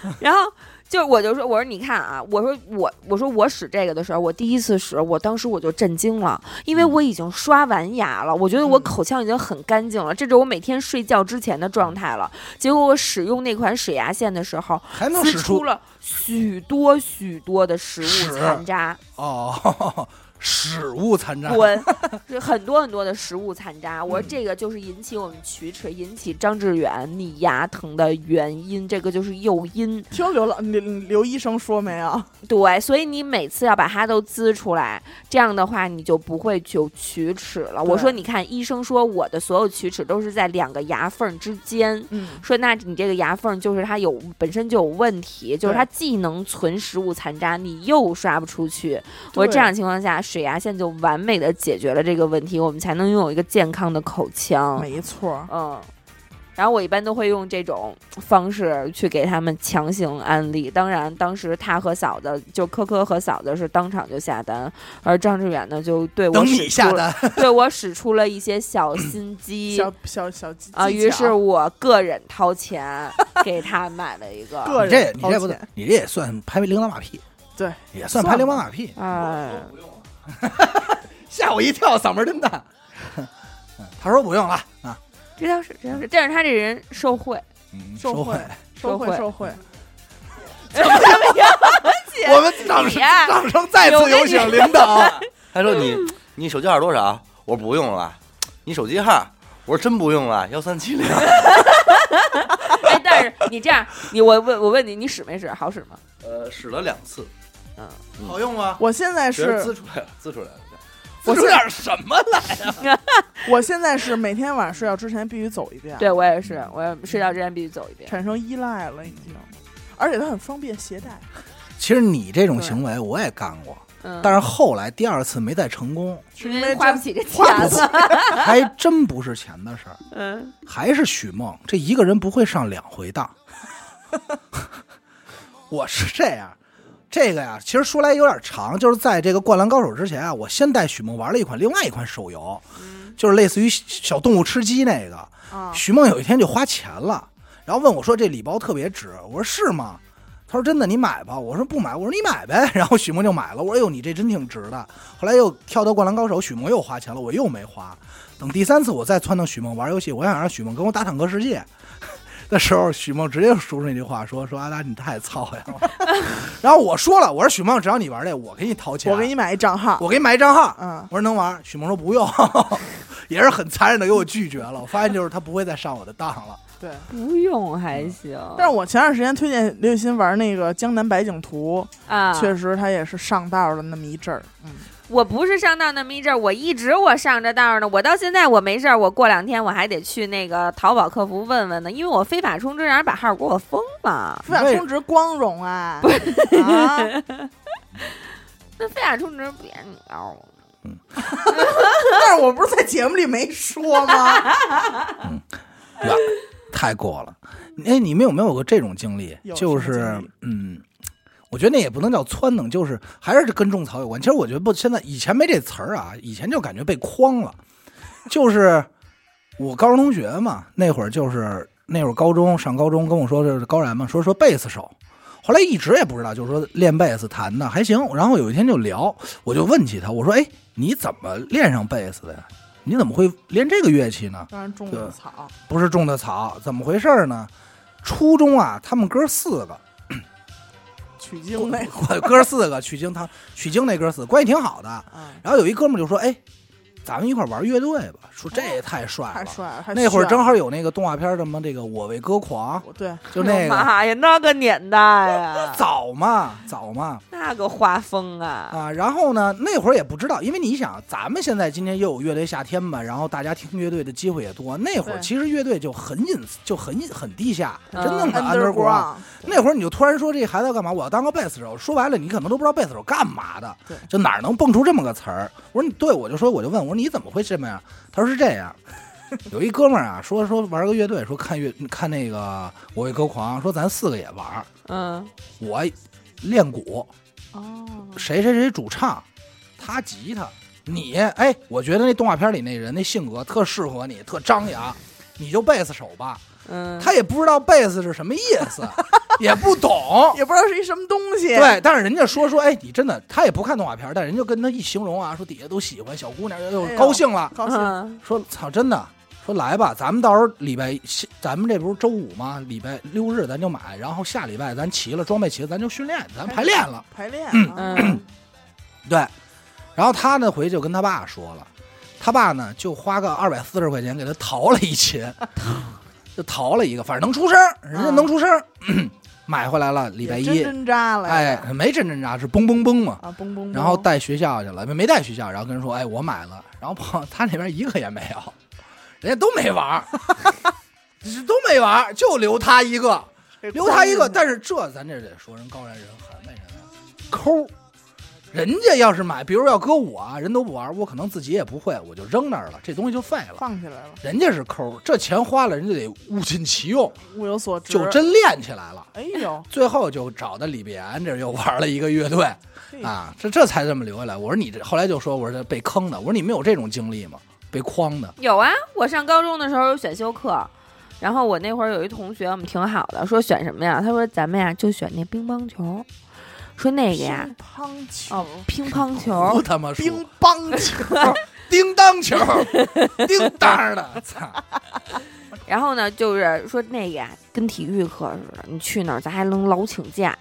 Speaker 3: 哎
Speaker 1: 然后就我就说，我说你看啊，我说我我说我使这个的时候，我第一次使，我当时我就震惊了，因为我已经刷完牙了，我觉得我口腔已经很干净了，这是我每天睡觉之前的状态了。
Speaker 3: 嗯
Speaker 1: 结果我使用那款水牙线的时候，
Speaker 3: 还能
Speaker 1: 滋
Speaker 3: 使哎出
Speaker 1: 出了许多许多的食物
Speaker 3: 屎
Speaker 1: 残渣。
Speaker 3: 哦， *laughs* 屎物 *laughs* 残渣。
Speaker 1: 滚，是很多很多的食物残渣。我说这个就是引起我们龋齿、引起张志远你牙疼的原因，这个就是诱因。
Speaker 2: 听刘老刘刘医生说没啊有？
Speaker 1: 对，所以你每次要把它都滋出来，这样的话你就不会就龋齿了。我
Speaker 2: 对
Speaker 1: 说，你看，医生说我的所有龋齿都是在两个牙缝之间。
Speaker 2: 嗯，
Speaker 1: 说，那你这个牙缝就是它有本身就有问题，就是它既能存食物残渣，你又刷不出去。我说
Speaker 2: 对
Speaker 1: 这样情况下，水牙线就完美的解决了这个问题，我们才能拥有一个健康的口
Speaker 3: 啊
Speaker 1: 腔。
Speaker 2: 没错。
Speaker 1: 嗯，然后我一般都会用这种方式去给他们强行安利。当然，当时他和嫂子就科科和嫂子是当场就下单，而张志远呢就对我
Speaker 3: 等
Speaker 1: 使
Speaker 3: 你
Speaker 1: 出
Speaker 3: 下
Speaker 1: 了，
Speaker 3: 单，
Speaker 1: 对我使出了一些小心
Speaker 3: *laughs*
Speaker 1: 机。
Speaker 2: 小小小技
Speaker 1: 啊，
Speaker 2: 技
Speaker 1: 于
Speaker 2: 巧
Speaker 1: 是我个人掏 *laughs* 钱给他买了一个，
Speaker 2: 个
Speaker 3: 你这
Speaker 2: 人
Speaker 3: 你
Speaker 2: 掏
Speaker 3: 这不
Speaker 2: 钱，
Speaker 3: 你这也算拍铃铛马屁，
Speaker 2: 对，
Speaker 3: 也算
Speaker 2: 算
Speaker 3: 拍铃铛
Speaker 2: 吧
Speaker 3: 马屁，
Speaker 1: 哎，
Speaker 3: 吓我一跳，嗓门真
Speaker 4: *laughs*
Speaker 3: 大。嗯他说不用了啊，
Speaker 1: 这倒是，这倒是，但是他这人受 *laughs* 贿，
Speaker 3: 嗯
Speaker 2: 受
Speaker 3: 收
Speaker 2: 贿收
Speaker 1: 收
Speaker 2: 贿
Speaker 1: 贿
Speaker 2: 收贿，
Speaker 1: 怎么样？姐
Speaker 3: 我们掌声
Speaker 1: 你啊
Speaker 3: 掌声再次有请领导。
Speaker 4: 他说你你手机号多 *laughs* 少？我说不用了，你手机号？我说真不用了，幺三七零。
Speaker 1: 哎，但是你这样，你我问我问你，你使没使？好使吗？
Speaker 4: 呃，使了两次，
Speaker 1: 嗯，
Speaker 4: 好用吗？
Speaker 2: 我现在
Speaker 4: 觉得
Speaker 2: 是，
Speaker 4: 滋出来了，滋出来了。
Speaker 2: 我
Speaker 3: *laughs*
Speaker 4: 滋出
Speaker 2: 现
Speaker 4: 点什么来？
Speaker 2: 我现在是每天晚上睡觉之前必须走一遍，
Speaker 1: 对我也是，我也睡觉之前必须走一遍。
Speaker 2: 产生依赖了已经，而且它很方便携带。
Speaker 3: 其实你这种
Speaker 2: 对
Speaker 3: 行为我也干过，
Speaker 1: 嗯，
Speaker 3: 但是后来第二次没再成功，
Speaker 1: 是
Speaker 2: 因
Speaker 1: 因
Speaker 2: 为
Speaker 1: 为花
Speaker 2: 这
Speaker 1: 不起这钱
Speaker 3: 花不起
Speaker 1: 了。，
Speaker 3: 还真不是钱的事儿，
Speaker 1: 嗯，
Speaker 3: 还是许梦这一个人不会上两回当。 *laughs* 我是这样，这个呀，其实说来有点长，就是在这个《灌篮高手》之前啊，我先带许梦玩了一款另外一款手游，就是类似于小动物吃鸡那个。
Speaker 2: 啊，
Speaker 3: 许梦有一天就花钱了，然后问我说：“这礼包特别值。”我说：“是吗？”他说：“真的，你买吧。”我说：“不买。”我说：“你买呗。”然后许梦就买了。我说：“哎呦，你这真挺值的。”后来又跳到《灌篮高手》，许梦又花钱了，我又没花。等第三次我再撺掇许梦玩游戏，我想让许梦跟我打坦克世界 *laughs* 的时候，许梦直接说出那句话说：“说阿达你太操心了。” *laughs* 然后我说了：“我说许梦，只要你玩这，我给你掏钱，
Speaker 2: 我给你买一账号，
Speaker 3: 我给你买一账号。”
Speaker 2: 嗯，
Speaker 3: 我说能玩，许萌说不用， *laughs* 也是很残忍的给我拒绝了。我发现就是他不会再上我的当了。
Speaker 2: 对。
Speaker 1: 不用还行。
Speaker 2: 但是我前段时间推荐刘雨欣玩那个《江南百景图》，
Speaker 1: 啊，
Speaker 2: 确实他也是上道了那么一阵儿。嗯，
Speaker 1: 我不是上当那么一阵儿，我一直我上着道儿呢。我到现在我没事儿，我过两天我还得去那个淘宝客服问问呢，因为我非法充值让人把号给我封了。
Speaker 2: 非法充值光荣啊！啊，
Speaker 1: 那非法充值别鸟，
Speaker 2: 但是我不是在节目里没说吗？
Speaker 3: 呀，太过了。哎，你们有没有过这种经历
Speaker 2: 有？
Speaker 3: 就
Speaker 2: 什么
Speaker 3: 是
Speaker 2: 经历
Speaker 3: 嗯。我觉得那也不能叫撺掇，就是还是跟种草有关。其实我觉得不，现在以前没这词儿啊，以前就感觉被框了。就是我高中同学嘛，那会儿就是那会儿高中上高中跟我说就是高然嘛，说说贝斯手，后来一直也不知道，就是说练贝斯弹的还行。然后有一天就聊，我就问起他，我说：“哎，你怎么练上贝斯的呀？你怎么会练这个乐器呢？”
Speaker 2: 当然种的草，
Speaker 3: 不是种的草，怎么回事呢？初中啊，他们哥四个，
Speaker 2: 取经
Speaker 3: *laughs*
Speaker 2: 那会
Speaker 3: 我哥四个取经，他取经那哥四个关系挺好的。
Speaker 2: 儿，啊，
Speaker 3: 然后有一哥们儿就说：“哎，咱们一块儿玩乐队吧。”说这也太帅
Speaker 2: 哦太
Speaker 3: 了。
Speaker 2: 帅了。太
Speaker 3: 那会儿
Speaker 2: 炫
Speaker 3: 正
Speaker 2: 了
Speaker 3: 好有那个动画片儿，什么这个《我为歌狂
Speaker 2: 我对，》，
Speaker 3: 就那个，
Speaker 1: 妈呀，那个年代呀 *laughs*
Speaker 3: 早嘛早嘛
Speaker 1: 那个画风啊，
Speaker 3: 啊。然后呢，那会儿也不知道，因为你想，咱们现在今天又有乐队夏天嘛，然后大家听乐队的机会也多。那会儿
Speaker 2: 对
Speaker 3: 其实乐队就很隐就很很地下，真
Speaker 1: 嗯
Speaker 3: 的很 underground。
Speaker 2: underground
Speaker 3: 那会儿你就突然说这孩子要干嘛？我要当个贝斯手。说白了，你可能都不知道贝斯手干嘛的
Speaker 2: 对，
Speaker 3: 就哪儿能蹦出这么个词儿？我说你对，我就说我就问我说你怎么会这么样？他说是这样， *laughs* 有一哥们儿啊说说玩个乐队，说看乐看那个我为歌狂，说咱四个也玩儿，
Speaker 1: 嗯，
Speaker 3: 我练鼓，
Speaker 1: 哦，
Speaker 3: 谁谁谁主唱，他吉他，你哎，我觉得那动画片里那人那性格特适合你，特张扬，你就贝斯手吧。
Speaker 1: 嗯，
Speaker 3: 他也不知道贝斯是什么意思， *laughs* 也不懂。
Speaker 2: 也不知道是一什么东西。
Speaker 3: 对，但是人家说说，哎，你真的，他也不看动画片儿，但人家跟他一形容啊，说底下都喜欢小姑娘，又
Speaker 2: 哎呦
Speaker 3: 高兴了，
Speaker 2: 高兴。
Speaker 1: 嗯，
Speaker 3: 说操，真的，说来吧，咱们到时候礼拜，咱们这不是周五吗？礼拜六日咱就买，然后下礼拜咱齐了，装备齐了，咱就训练，咱排练了。
Speaker 2: 排练，啊
Speaker 1: 嗯， *clears throat*
Speaker 3: 对，然后他呢回去就跟他爸说了，他爸呢就花个二百四十块钱给他淘了一琴， *laughs* 就淘了一个，反正能出声儿，人家能出声儿， *clears throat* 买回来了，礼拜
Speaker 2: 嗯也真，
Speaker 3: 一
Speaker 2: 真扎了，
Speaker 3: 哎，没真真扎是嘣嘣嘣嘛。
Speaker 2: 啊，嘣嘣，
Speaker 3: 然后带学校去了，没没带学校，然后跟人说，哎，我买了，然后朋友 *laughs* 他那边一个也没有，人家都没玩儿， *laughs* 是都没玩儿，就留他一个，留他一个。但是这咱这得说人高人人寒为什么呀？抠儿，人家要是买，比如要搁我啊，人都不玩儿，我可能自己也不会，我就扔那儿了，这东西就废了。
Speaker 2: 放起来了，
Speaker 3: 人家是抠儿，这钱花了，人家得物尽其用，
Speaker 2: 物有所值，
Speaker 3: 就真练起来了。
Speaker 2: 哎呦，
Speaker 3: 最后就找的李必安这儿又玩了一个乐队
Speaker 2: 嘿
Speaker 3: 啊，这这才这么留下来。我说你这后来就说我说这被坑的，我说你们有这种经历吗？被框的，
Speaker 1: 有啊，我上高中的时候有选修课。然后我那会儿有一同学，我们挺好的，说选什么呀？他说咱们呀就选那乒乓球，说那个呀
Speaker 2: 乒乓球
Speaker 1: 哦，乒乓
Speaker 3: 不
Speaker 1: 球，
Speaker 3: 他妈说
Speaker 2: 乒乓球，
Speaker 3: 啊叮当球，叮当的， *laughs* 操！
Speaker 1: 然后呢，就是说那个呀，跟体育课似的，你去那儿咱还能老请假。
Speaker 2: 啊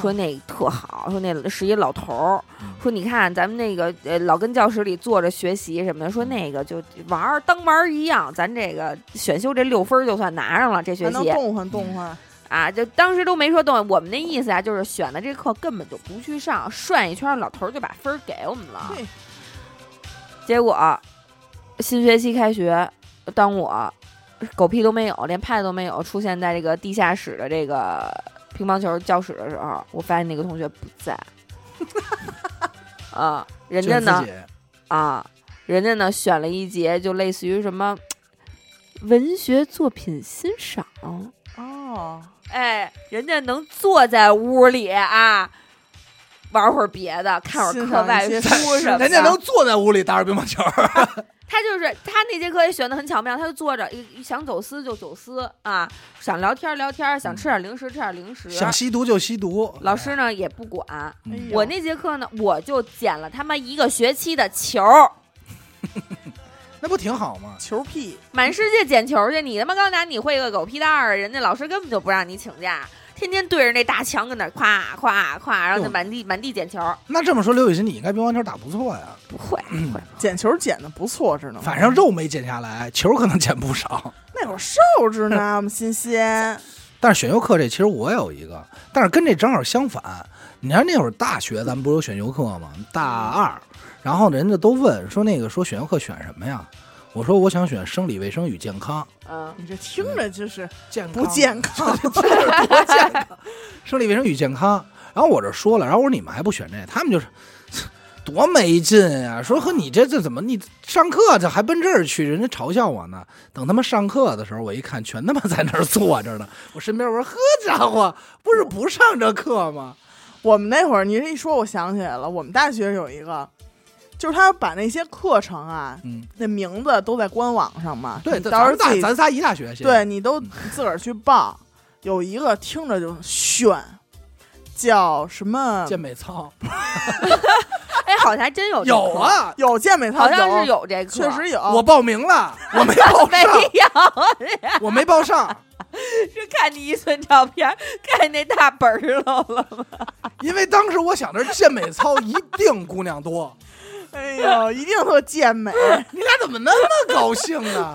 Speaker 1: 说那特好，说那是一老头儿
Speaker 4: 嗯，
Speaker 1: 说你看咱们那个呃老跟教室里坐着学习什么的，说那个就玩儿当玩儿一样，咱这个选修这六分儿就算拿上了这学
Speaker 2: 啊还能
Speaker 1: 期
Speaker 2: 动换动
Speaker 3: 嗯
Speaker 2: 换，
Speaker 1: 啊，就当时都没说动，我们那意思啊，就是选的这课根本就不去上，涮一圈儿老头儿就把分儿给我们
Speaker 3: 啊
Speaker 1: 了。
Speaker 2: 嘿，
Speaker 1: 结果新学期开学，当我狗屁都没有，连 pad 都没有，出现在这个地下室的这个乒乓球教室的时候，我发现那个同学不
Speaker 3: *laughs*
Speaker 1: 在。啊，人家呢
Speaker 3: 就自己
Speaker 1: 啊，人家呢选了一节，就类似于什么文学作品欣赏。
Speaker 2: 哦，
Speaker 1: 哎，人家能坐在屋里啊，玩会儿别的，看会儿
Speaker 2: 欣
Speaker 1: 课
Speaker 2: 赏一
Speaker 1: 外
Speaker 2: 些
Speaker 1: 书
Speaker 2: 诗
Speaker 1: 什么的。
Speaker 3: 人家能坐在屋里打着乒乓球，
Speaker 1: 他就是他那节课也选的很巧妙，他就坐着，一想走私就走私啊，想聊天儿聊天儿，想吃点零食吃点零食。
Speaker 3: 想吸毒就吸毒。嗯
Speaker 1: 老师呢也不管。
Speaker 2: 哎呦
Speaker 1: 我那节课呢，我就捡了他妈一个学期的球儿，
Speaker 3: 那不挺好吗？
Speaker 2: 球屁，
Speaker 1: 满世界捡球去。你他妈刚拿你会个狗屁蛋儿，人家老师根本就不让你请假，天天对着那大墙跟那儿夸夸夸，然后就
Speaker 3: 哟
Speaker 1: 满地满地捡球儿，
Speaker 3: 那这么说，刘雨欣，你应该乒乓球打不错呀，
Speaker 1: 不会不会。
Speaker 2: 捡球捡的不错，只能
Speaker 3: 反正肉没减下来，球可能减不少。
Speaker 2: 那会儿瘦着呢，我们新
Speaker 3: 嗯
Speaker 2: 鲜，
Speaker 3: 但是选修课这其实我有一个，但是跟这正好相反。你看那会儿大学咱们不是有选修课吗？大二，然后人家都问说那个说选修课选什么呀？我说我想选生理卫生与健康，
Speaker 1: 嗯，
Speaker 2: 你这听着就是
Speaker 3: 健
Speaker 2: 不健 *laughs* 康，
Speaker 3: 嗯
Speaker 2: *laughs*
Speaker 3: 生理卫生与健康。然后我这说了，然后我说你们还不选这，他们就是 *laughs* 多没劲啊！说和你这这怎么你上课这还奔这儿去，人家嘲笑我呢。等他们上课的时候，我一看全他妈在那儿坐着呢。我身边我说呵家伙，不是不上这课吗？
Speaker 2: 我们那会儿，你这一说，我想起来了，我们大学有一个，就是他把那些课程啊，
Speaker 3: 嗯，
Speaker 2: 那名字都在官网上嘛，
Speaker 3: 对，
Speaker 2: 你
Speaker 3: 咱
Speaker 2: 到时候
Speaker 3: 咱
Speaker 2: 自
Speaker 3: 大
Speaker 2: 己，
Speaker 3: 咱仨一大学，现在
Speaker 2: 对你都自个儿去报。有一个听着就炫，叫什么？
Speaker 3: 健美操
Speaker 1: 哎，好像还真有这
Speaker 3: 有
Speaker 1: 课，
Speaker 3: 啊，
Speaker 2: 有健美操，
Speaker 1: 好像是，有这课，
Speaker 2: 确实有。
Speaker 3: 我报
Speaker 2: *laughs*
Speaker 3: 名了，我没报
Speaker 1: 没
Speaker 3: 上，
Speaker 1: 有。
Speaker 3: 我没报上，
Speaker 1: 是看你一寸照片儿， *laughs* 看那大本儿喽
Speaker 3: *laughs*
Speaker 1: 了吗？
Speaker 3: 因为当时我想着健美操一定姑娘多，
Speaker 2: 哎呦，一定特健
Speaker 3: *laughs*
Speaker 2: 美。
Speaker 3: 你俩怎么那么高兴啊呢？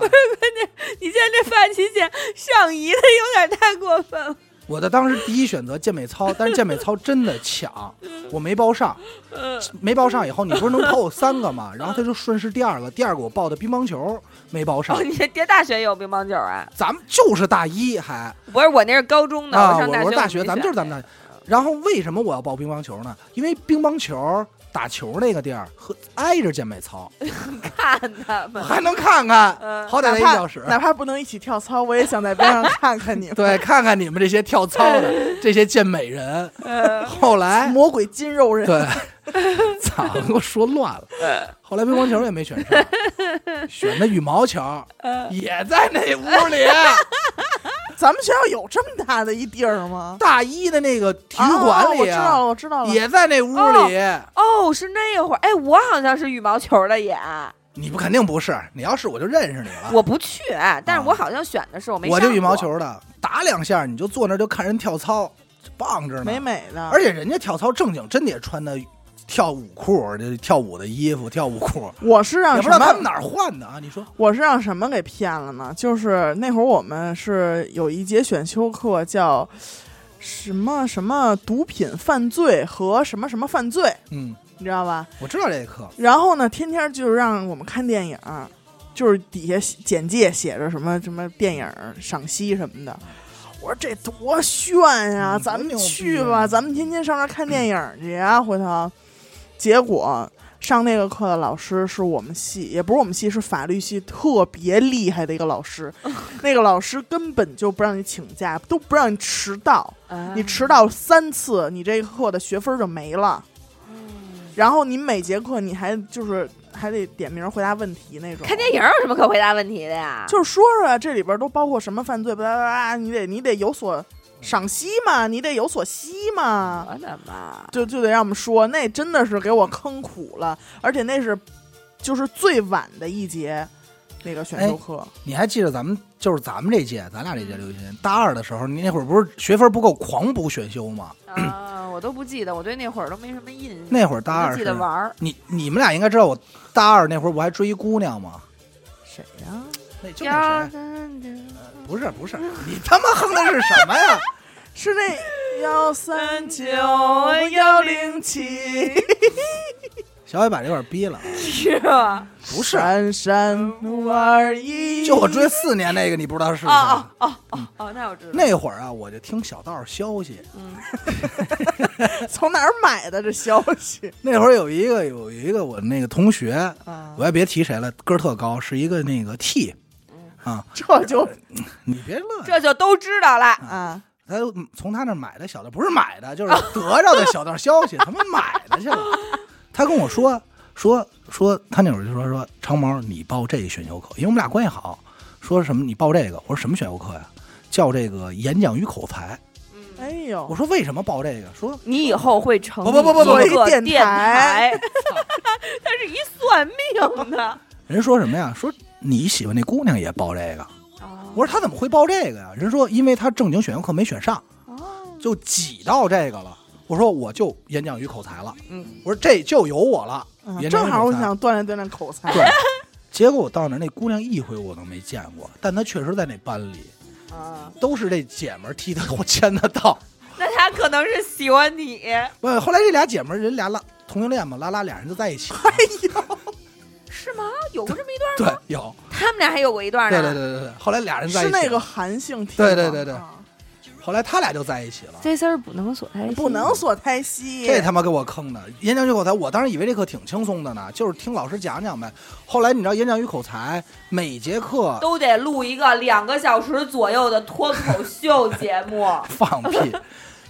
Speaker 1: 你现在这发际线上移的有点太过分了。
Speaker 3: 我的当时第一选择健美操，但是健美操真的抢，我没报上，没报上以后，你不是能报三个吗？然后他就顺势第二个，第二个我报的乒乓球没报上
Speaker 1: 哦，，你这别大学也有乒乓球啊？
Speaker 3: 咱们就是大一还
Speaker 1: 不是，我那是高中的，
Speaker 3: 啊，
Speaker 1: 上
Speaker 3: 我
Speaker 1: 大
Speaker 3: 我
Speaker 1: 学
Speaker 3: 是大学，咱们就是咱
Speaker 1: 大。
Speaker 3: 们大学。然后为什么我要报乒乓球呢？因为乒乓球打球那个地儿和挨着健美操，
Speaker 1: *laughs* 看他们，
Speaker 3: 还能看看，
Speaker 1: 嗯
Speaker 3: 好歹
Speaker 2: 哪
Speaker 3: 那一
Speaker 2: 怕
Speaker 3: 小时。
Speaker 2: 哪怕不能一起跳操，我也想在边
Speaker 3: *laughs*
Speaker 2: 上看看你们。
Speaker 3: 对，看看你们这些跳操的这些健美人，
Speaker 2: *laughs*
Speaker 3: 后来
Speaker 2: 魔鬼筋肉 *laughs* 人，
Speaker 3: 对，操，
Speaker 2: *laughs*
Speaker 3: 给我说乱了。
Speaker 2: 嗯
Speaker 3: 后来乒乓球也没选上，
Speaker 2: *laughs*
Speaker 3: 选的羽毛球，
Speaker 2: 嗯
Speaker 3: 也在那屋里。
Speaker 2: 咱们学校有这么大的一地儿吗？
Speaker 3: 大一的那个体育馆里
Speaker 2: 啊我知
Speaker 3: 啊，
Speaker 2: 道了，我知道了。
Speaker 3: 也在那屋里。
Speaker 1: 哦，是那会儿，哎，我好像是羽毛球的也，啊
Speaker 3: 你不肯定不是，你要是我就认识你了。
Speaker 1: 我不去，啊但是我好像选的是我没，
Speaker 3: 啊我就羽毛，球的，打两下你就坐那儿就看人跳操，棒着呢。
Speaker 2: 美美的，
Speaker 3: 而且人家跳操正经真得穿的跳舞裤，这跳舞的衣服，跳舞裤。
Speaker 2: 我是
Speaker 3: 也
Speaker 2: 让
Speaker 3: 不知
Speaker 2: 什
Speaker 3: 道他
Speaker 2: 么？
Speaker 3: 们哪儿换的啊？你说
Speaker 2: 我是让什么给骗了呢？就是那会儿我们是有一节选修课叫什么什么毒品犯罪和什么什么犯罪，
Speaker 3: 嗯，
Speaker 2: 你知道吧？
Speaker 3: 我知道这课，
Speaker 2: 然后呢，天天就让我们看电影，就是底下写简介写着什么什么电影赏析什么的。我说这多炫呀、
Speaker 3: 嗯
Speaker 2: 咱
Speaker 3: 多
Speaker 2: 们
Speaker 3: 牛逼
Speaker 2: 去
Speaker 3: 啊
Speaker 2: 吧，咱们天天上那儿看电影去啊！回头，结果上那个课的老师是我们系，也不是我们系，是法律系特别厉害的一个老 *laughs* 师。那个老师根本就不让你请假，都不让你迟到。
Speaker 1: 嗯啊
Speaker 2: 你迟到三次，你这课的学分就没了。然后你每节课你还就是还得点名回答问题那种。
Speaker 1: 看电影有什么可回答问题的呀？
Speaker 2: 就是说说啊这里边都包括什么犯罪，巴拉巴拉，你得你得有所赏析嘛，你得有所惜嘛，
Speaker 1: 我
Speaker 3: *clears throat*
Speaker 1: 的妈！
Speaker 2: 就就得让我们说，那真的是给我坑苦了，而且那是就是最晚的一节。那个选修课，
Speaker 3: 你还记得咱们就是咱们这届，咱俩这届刘雨欣大二的时候，你那会儿不是学分不够，狂补选修吗？
Speaker 1: 啊，我都不记得，我对那会儿都没什么印象。
Speaker 3: 那会儿大
Speaker 1: 我
Speaker 3: 二
Speaker 1: 就记得
Speaker 3: 是，
Speaker 1: 玩儿，
Speaker 3: 你你们俩应该知道，我大二那会儿我还追一姑娘嘛，
Speaker 2: 谁呀？
Speaker 3: 那就
Speaker 1: 呀
Speaker 3: 那谁，不是不是，你他妈哼的是什么
Speaker 1: *laughs*
Speaker 3: 呀？
Speaker 2: 是那幺三九幺零七，
Speaker 3: 小伟把这块儿逼了，
Speaker 1: 是吧？
Speaker 3: 不是，
Speaker 2: 闪闪五二一，
Speaker 3: 就我追四年那个，你不知道是谁？
Speaker 1: 哦哦哦哦哦，那我知道。
Speaker 3: 啊那会儿啊，我就听小道消息，
Speaker 1: 嗯，
Speaker 2: 从哪儿买的这消 *laughs* 息
Speaker 3: 那会儿有一个有一个我那个同学，
Speaker 1: 嗯
Speaker 2: 啊
Speaker 3: 我？也别提谁了，个儿特高，是一个那个 T，
Speaker 2: 这就
Speaker 3: 你别乐，
Speaker 1: 这就都知道了。
Speaker 2: 啊，
Speaker 3: 他从他那儿买的小道，不是买的，就是得着的小道消息，他妈买的去了。他跟我说说说，他那会儿就说说长毛，你报这选修课，因为我们俩关系好，说什么你报这个，我说什么选修课呀？叫这个演讲与口才。
Speaker 1: 嗯，
Speaker 2: 哎
Speaker 3: 我
Speaker 2: 呦，
Speaker 3: 说为什么报这个？说
Speaker 1: 你以后会成
Speaker 3: 不不不不不
Speaker 1: 一个
Speaker 2: 电
Speaker 1: 电
Speaker 2: 台
Speaker 1: 台， *laughs* 他是一算命的。
Speaker 3: 人说什么呀？说你喜欢那姑娘也报这个。
Speaker 1: 哦
Speaker 3: 我说他怎么会报这个呀？人说因为他正经选修课没选上，
Speaker 2: 哦
Speaker 3: 就挤到这个了。我说我就演讲与口才了，
Speaker 1: 嗯，
Speaker 3: 我说这就有我了。
Speaker 2: 嗯
Speaker 3: 也
Speaker 2: 正好我
Speaker 3: 那种
Speaker 2: 想锻炼锻炼口才，
Speaker 3: *laughs* 对，结果我到那儿，那姑娘一回我都没见过，但她确实在那班里，
Speaker 1: 啊，
Speaker 3: 都是这姐们儿替她 *laughs* 我签的到。
Speaker 1: 那他可能是喜欢你。
Speaker 3: 呃，后来这俩姐们儿人俩拉同性恋嘛，拉拉俩人就在一起了。
Speaker 1: *laughs*
Speaker 2: 哎
Speaker 1: 是吗？有过这么一段？
Speaker 3: 对，有，
Speaker 1: *laughs* 他们俩还有过一段
Speaker 3: 对
Speaker 1: 呢。
Speaker 3: 对对对对，后来俩人在一
Speaker 2: 是
Speaker 3: 起了，
Speaker 2: 那个韩性题吗，
Speaker 3: 对对对对
Speaker 2: 啊
Speaker 3: 后来他俩就在一起了。
Speaker 1: 这事儿不能锁太
Speaker 2: 不能锁胎息，
Speaker 3: 这他妈给我坑的！演讲与口才，我当时以为这课挺轻松的呢，就是听老师讲讲呗。后来你知道演讲与口才每节课
Speaker 1: 都得录一个两个小时左右的脱口秀节目。，
Speaker 3: 放屁，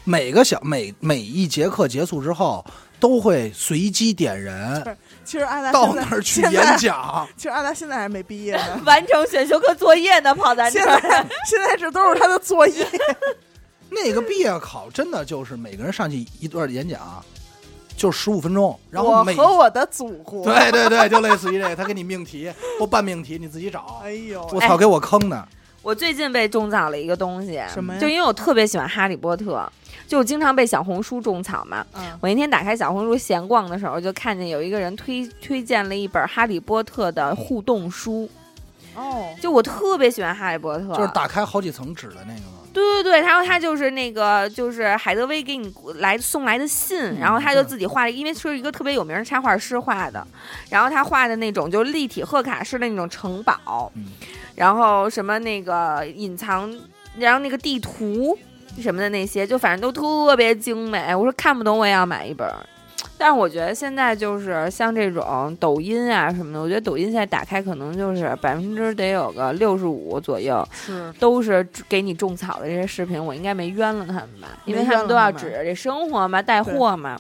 Speaker 3: 每个小每每一节课结束之后都会随机点人
Speaker 2: 其实阿达
Speaker 3: 到
Speaker 2: 现在
Speaker 3: 那儿去
Speaker 2: 现在
Speaker 3: 演讲。
Speaker 2: 其实阿达现在还没毕业
Speaker 3: *laughs*
Speaker 2: 呢
Speaker 1: 完成选修课作业呢，跑咱这
Speaker 2: 现
Speaker 1: 儿
Speaker 2: 在。现在这都是他的作业，
Speaker 3: 那个毕业考真的就是每个人上去一段演讲，就十五分钟， *laughs* 然后
Speaker 2: 我
Speaker 3: 每
Speaker 2: 和我的祖国，
Speaker 3: 对对对，就类似于这个，他给你命题或半命题，你自己找
Speaker 2: 哎。呦，
Speaker 3: 我操，给我坑的！
Speaker 1: 我最近被种草了一个东西，
Speaker 2: 什么呀
Speaker 1: 就因为我特别喜欢哈利波特，就经常被小红书种草嘛。
Speaker 2: 嗯
Speaker 1: 我那天打开小红书闲逛的时候，就看见有一个人推推荐了一本《哈利波特》的互动书，
Speaker 2: 哦，
Speaker 1: 就我特别喜欢《哈利波特》，
Speaker 3: 就是打开好几层纸的那个嘛。
Speaker 1: 对对对，然后他就是那个就是海德薇给你来送来的
Speaker 2: 嗯
Speaker 1: 信，然后他就自己画了，因为是一个特别有名的插画师画的，然后他画的那种就立体贺卡式的那种城堡，
Speaker 3: 嗯
Speaker 1: 然后什么那个隐藏，然后那个地图什么的那些，就反正都特别精美。我说看不懂我也要买一本儿。但是我觉得现在就是像这种抖音啊什么的，我觉得抖音现在打开可能就是百分之得有个六十五左右，
Speaker 2: 是
Speaker 1: 都是给你种草的这些视频，我应该没冤了他们吧？因为
Speaker 2: 没冤
Speaker 1: 他们都要
Speaker 2: 了他们
Speaker 1: 指着这生活嘛，带货嘛。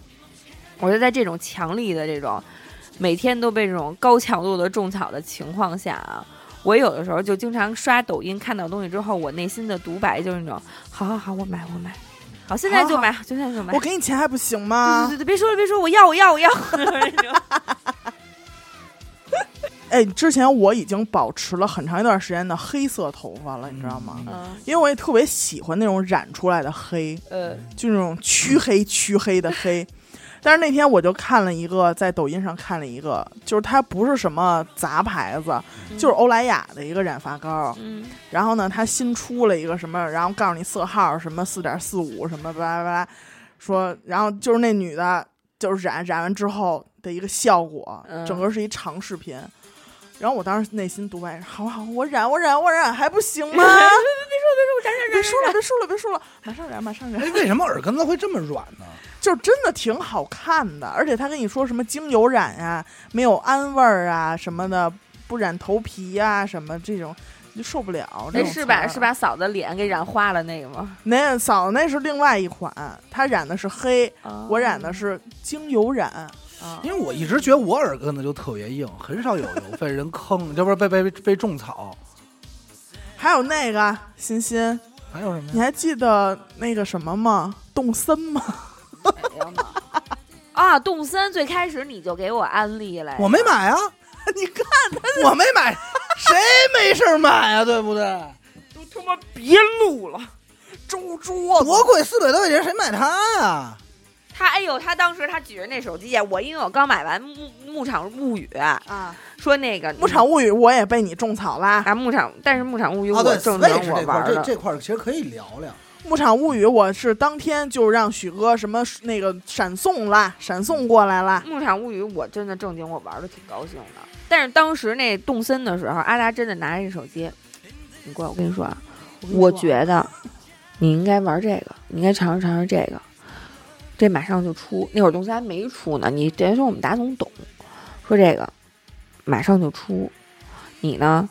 Speaker 1: 我就在这种强力的这种每天都被这种高强度的种草的情况下啊，我有的时候就经常刷抖音看到东西之后，我内心的独白就是那种：好好好，我买我买，好现在就买，就现在就买。
Speaker 2: 我给你钱还不行
Speaker 1: 对
Speaker 2: 吗
Speaker 1: 对？对，别说了，别说了，我要，我要，我要。那种
Speaker 2: 哎，之前我已经保持了很长一段时间的黑色头发了，你知道吗？
Speaker 1: 嗯
Speaker 2: 因为我也特别喜欢那种染出来的黑，
Speaker 1: 呃，
Speaker 2: 就那种黢黑黢黑的黑。 *laughs* 但是那天我就看了一个，在抖音上看了一个，就是它不是什么杂牌子，就是欧莱雅的一个染发膏。
Speaker 1: 嗯
Speaker 2: 然后呢，它新出了一个什么，然后告诉你色号什么四点四五什么巴拉巴拉，说，然后就是那女的，就是染染完之后的一个效果，
Speaker 1: 嗯
Speaker 2: 整个是一长视频。然后我当时内心独白：好好，我染，我染，我染还不行
Speaker 1: *laughs*
Speaker 2: 吗？别说了，别说了，别说了，马上染，马上染。 *laughs*
Speaker 3: 哎，为什么耳根子会这么软呢？
Speaker 2: 就是真的挺好看的，而且他跟你说什么精油染啊，没有氨味儿啊什么的，不染头皮啊什么这种，你就受不了。这
Speaker 1: 哎，
Speaker 2: 种
Speaker 1: 是
Speaker 2: 词
Speaker 1: 把
Speaker 2: 儿啊
Speaker 1: 是？把嫂子脸给染花了那个吗？
Speaker 2: 那嫂子那是另外一款，她染的是黑，
Speaker 1: 啊
Speaker 2: 我染的是精油染。
Speaker 1: 啊
Speaker 3: 因为我一直觉得我耳根子就特别硬，很少有有被人坑，这不是被被被种草，
Speaker 2: 还有那个欣欣，
Speaker 3: 还有什么
Speaker 2: 你
Speaker 3: 呀？
Speaker 2: 还记得那个什么吗？动森吗？
Speaker 1: 哎呀妈！啊，动森最开始你就给我安利来，
Speaker 3: 我没买啊，
Speaker 2: 你看
Speaker 3: 我没买，谁没事儿买啊？对不对？
Speaker 1: 都他妈别录了，周桌
Speaker 3: 多贵，四百多块钱，谁买它呀、
Speaker 1: 他哎呦，他当时他举着那手机，啊我因为我刚买完《牧牧场物语》，
Speaker 2: 啊，
Speaker 1: 说那个
Speaker 2: 《牧场物语》我也被你种草啦，
Speaker 1: 啊牧场，但是《牧场物语》
Speaker 3: 啊，
Speaker 1: 我
Speaker 3: 对
Speaker 1: 正
Speaker 3: ，Switch
Speaker 1: 常我
Speaker 3: 这块
Speaker 1: 玩
Speaker 3: 儿这
Speaker 1: 了，
Speaker 3: 这块儿其实可以聊聊。
Speaker 2: 《牧场物语》我是当天就让许哥什么那个闪送啦，闪送过来啦
Speaker 1: 《牧场物语》我真的正经我玩的挺高兴的，但是当时那动森的时候，阿达真的拿着这手机，你过来，我跟你说啊，我觉得你应该玩这个，你应该尝试尝试这个，这马上就出，那会儿东西还没出呢。你等于说我们达总懂，说这个马上就出，你呢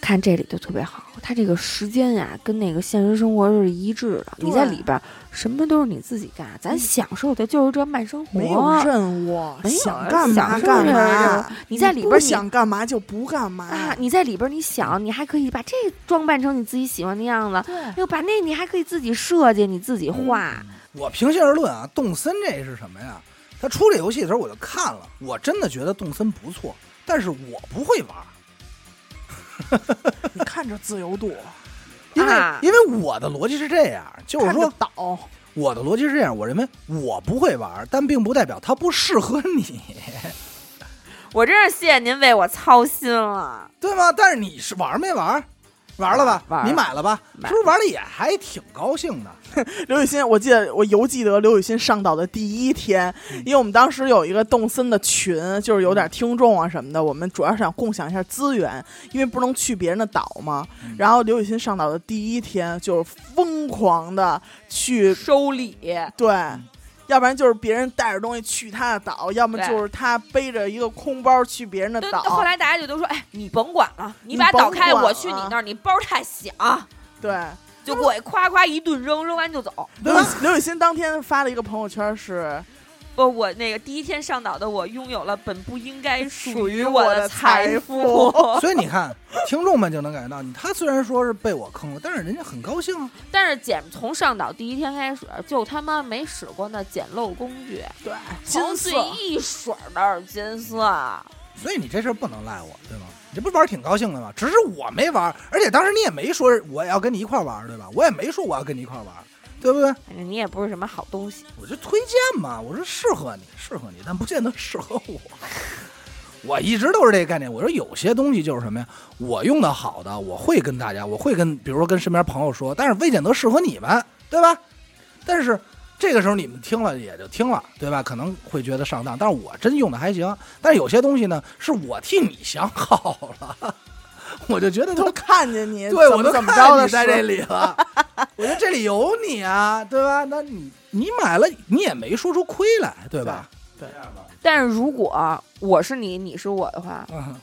Speaker 1: 看这里就特别好，它这个时间呀、跟那个现实生活是一致的，你在
Speaker 2: 对
Speaker 1: 里边儿什么都是你自己干，咱享受的就是这慢生活，
Speaker 2: 没有任务，
Speaker 1: 没有
Speaker 2: 想干嘛
Speaker 1: 想
Speaker 2: 干
Speaker 1: 是任务
Speaker 2: 嘛。
Speaker 1: 你在里边
Speaker 2: 不
Speaker 1: 儿你
Speaker 2: 想干嘛就不干嘛
Speaker 1: 啊，你在里边儿你想，你还可以把这装扮成你自己喜欢的样子，
Speaker 2: 对，
Speaker 1: 又把那你还可以自己设计，你自己画。
Speaker 3: 我平心而论啊，动森这是什么呀？它出这游戏的时候我就看了，我真的觉得动森不错，但是我不会玩儿，
Speaker 2: 你看着自 *laughs* 由度，
Speaker 3: 因为、
Speaker 1: 啊
Speaker 3: 因为我的逻辑是这样，就是
Speaker 2: 看着
Speaker 3: 说
Speaker 2: 岛，
Speaker 3: 我的逻辑是这样，我认为我不会玩儿，但并不代表它不适合你， *laughs*
Speaker 1: 我真是谢谢您为我操心了。
Speaker 3: 对吗？但是你是玩儿没玩儿？玩儿了吧？
Speaker 1: 玩儿
Speaker 3: 你买了吧？
Speaker 1: 买
Speaker 3: 是不是玩的也还挺高兴的？
Speaker 2: 刘雨欣，我记得我犹记得刘雨欣上岛的第一天，
Speaker 3: 嗯
Speaker 2: 因为我们当时有一个动森的群，就是有点听众啊什么的，我们主要是想共享一下资源，因为不能去别人的岛嘛。
Speaker 3: 嗯
Speaker 2: 然后刘雨欣上岛的第一天就是疯狂的去，
Speaker 1: 收礼，
Speaker 2: 对。
Speaker 3: 嗯
Speaker 2: 要不然就是别人带着东西去他的岛，要么
Speaker 1: 对
Speaker 2: 就是他背着一个空包去别人的
Speaker 1: 对，
Speaker 2: 岛。
Speaker 1: 后来大家就都说：“哎，你甭管了，嗯你
Speaker 2: 你
Speaker 1: 把
Speaker 2: 甭
Speaker 1: 岛开，
Speaker 2: 管
Speaker 1: 我去你
Speaker 2: 了
Speaker 1: 那儿，你包太响，
Speaker 2: 对，
Speaker 3: 嗯
Speaker 1: 就过去夸夸一顿扔，扔完就走。
Speaker 2: 刘雨刘雨欣当天发了一个朋友圈是
Speaker 1: 我我那个第一天上岛的我，拥有了本不应该属于
Speaker 2: 我
Speaker 1: 的
Speaker 2: 的财
Speaker 1: 富。
Speaker 3: 所以你看，听众们就能感觉到，你他虽然说是被我坑了，但是人家很高兴啊。
Speaker 1: *laughs* 但是姐从上岛第一天开始，就他妈没使过那简陋工具，
Speaker 2: 对
Speaker 1: 从
Speaker 2: 金
Speaker 1: 最
Speaker 2: 色，
Speaker 1: 一水儿的金色。
Speaker 3: 所以你这事儿不能赖我，对吗？你这不玩儿挺高兴的吗？只是我没玩儿，而且当时你也没说我要跟你一块儿玩儿，对吧？我也没说我要跟你一块儿玩儿，对不对？
Speaker 1: 反正你也不是什么好东西。
Speaker 3: 我就推荐嘛，我说适合你，适合你，但不见得适合我。我一直都是这个概念。我说有些东西就是什么呀，我用的好的，我会跟大家，我会跟，比如说跟身边朋友说，但是未见得适合你们，对吧？但是这个时候你们听了也就听了，对吧？可能会觉得上当，但是我真用的还行。但是有些东西呢，是我替你想好了，我就觉得
Speaker 2: 都
Speaker 3: 都
Speaker 2: 看见你，
Speaker 3: 对
Speaker 2: 怎
Speaker 3: 我
Speaker 2: 么
Speaker 3: 都
Speaker 2: 怎么
Speaker 3: 看
Speaker 2: 着的
Speaker 3: 你在这
Speaker 2: 时
Speaker 3: 里了，我觉得这里有你啊，对吧？那你你买了，你也没说出亏来，对吧？
Speaker 1: 但是如果我是你，你是我的话，
Speaker 2: 啊
Speaker 3: 嗯。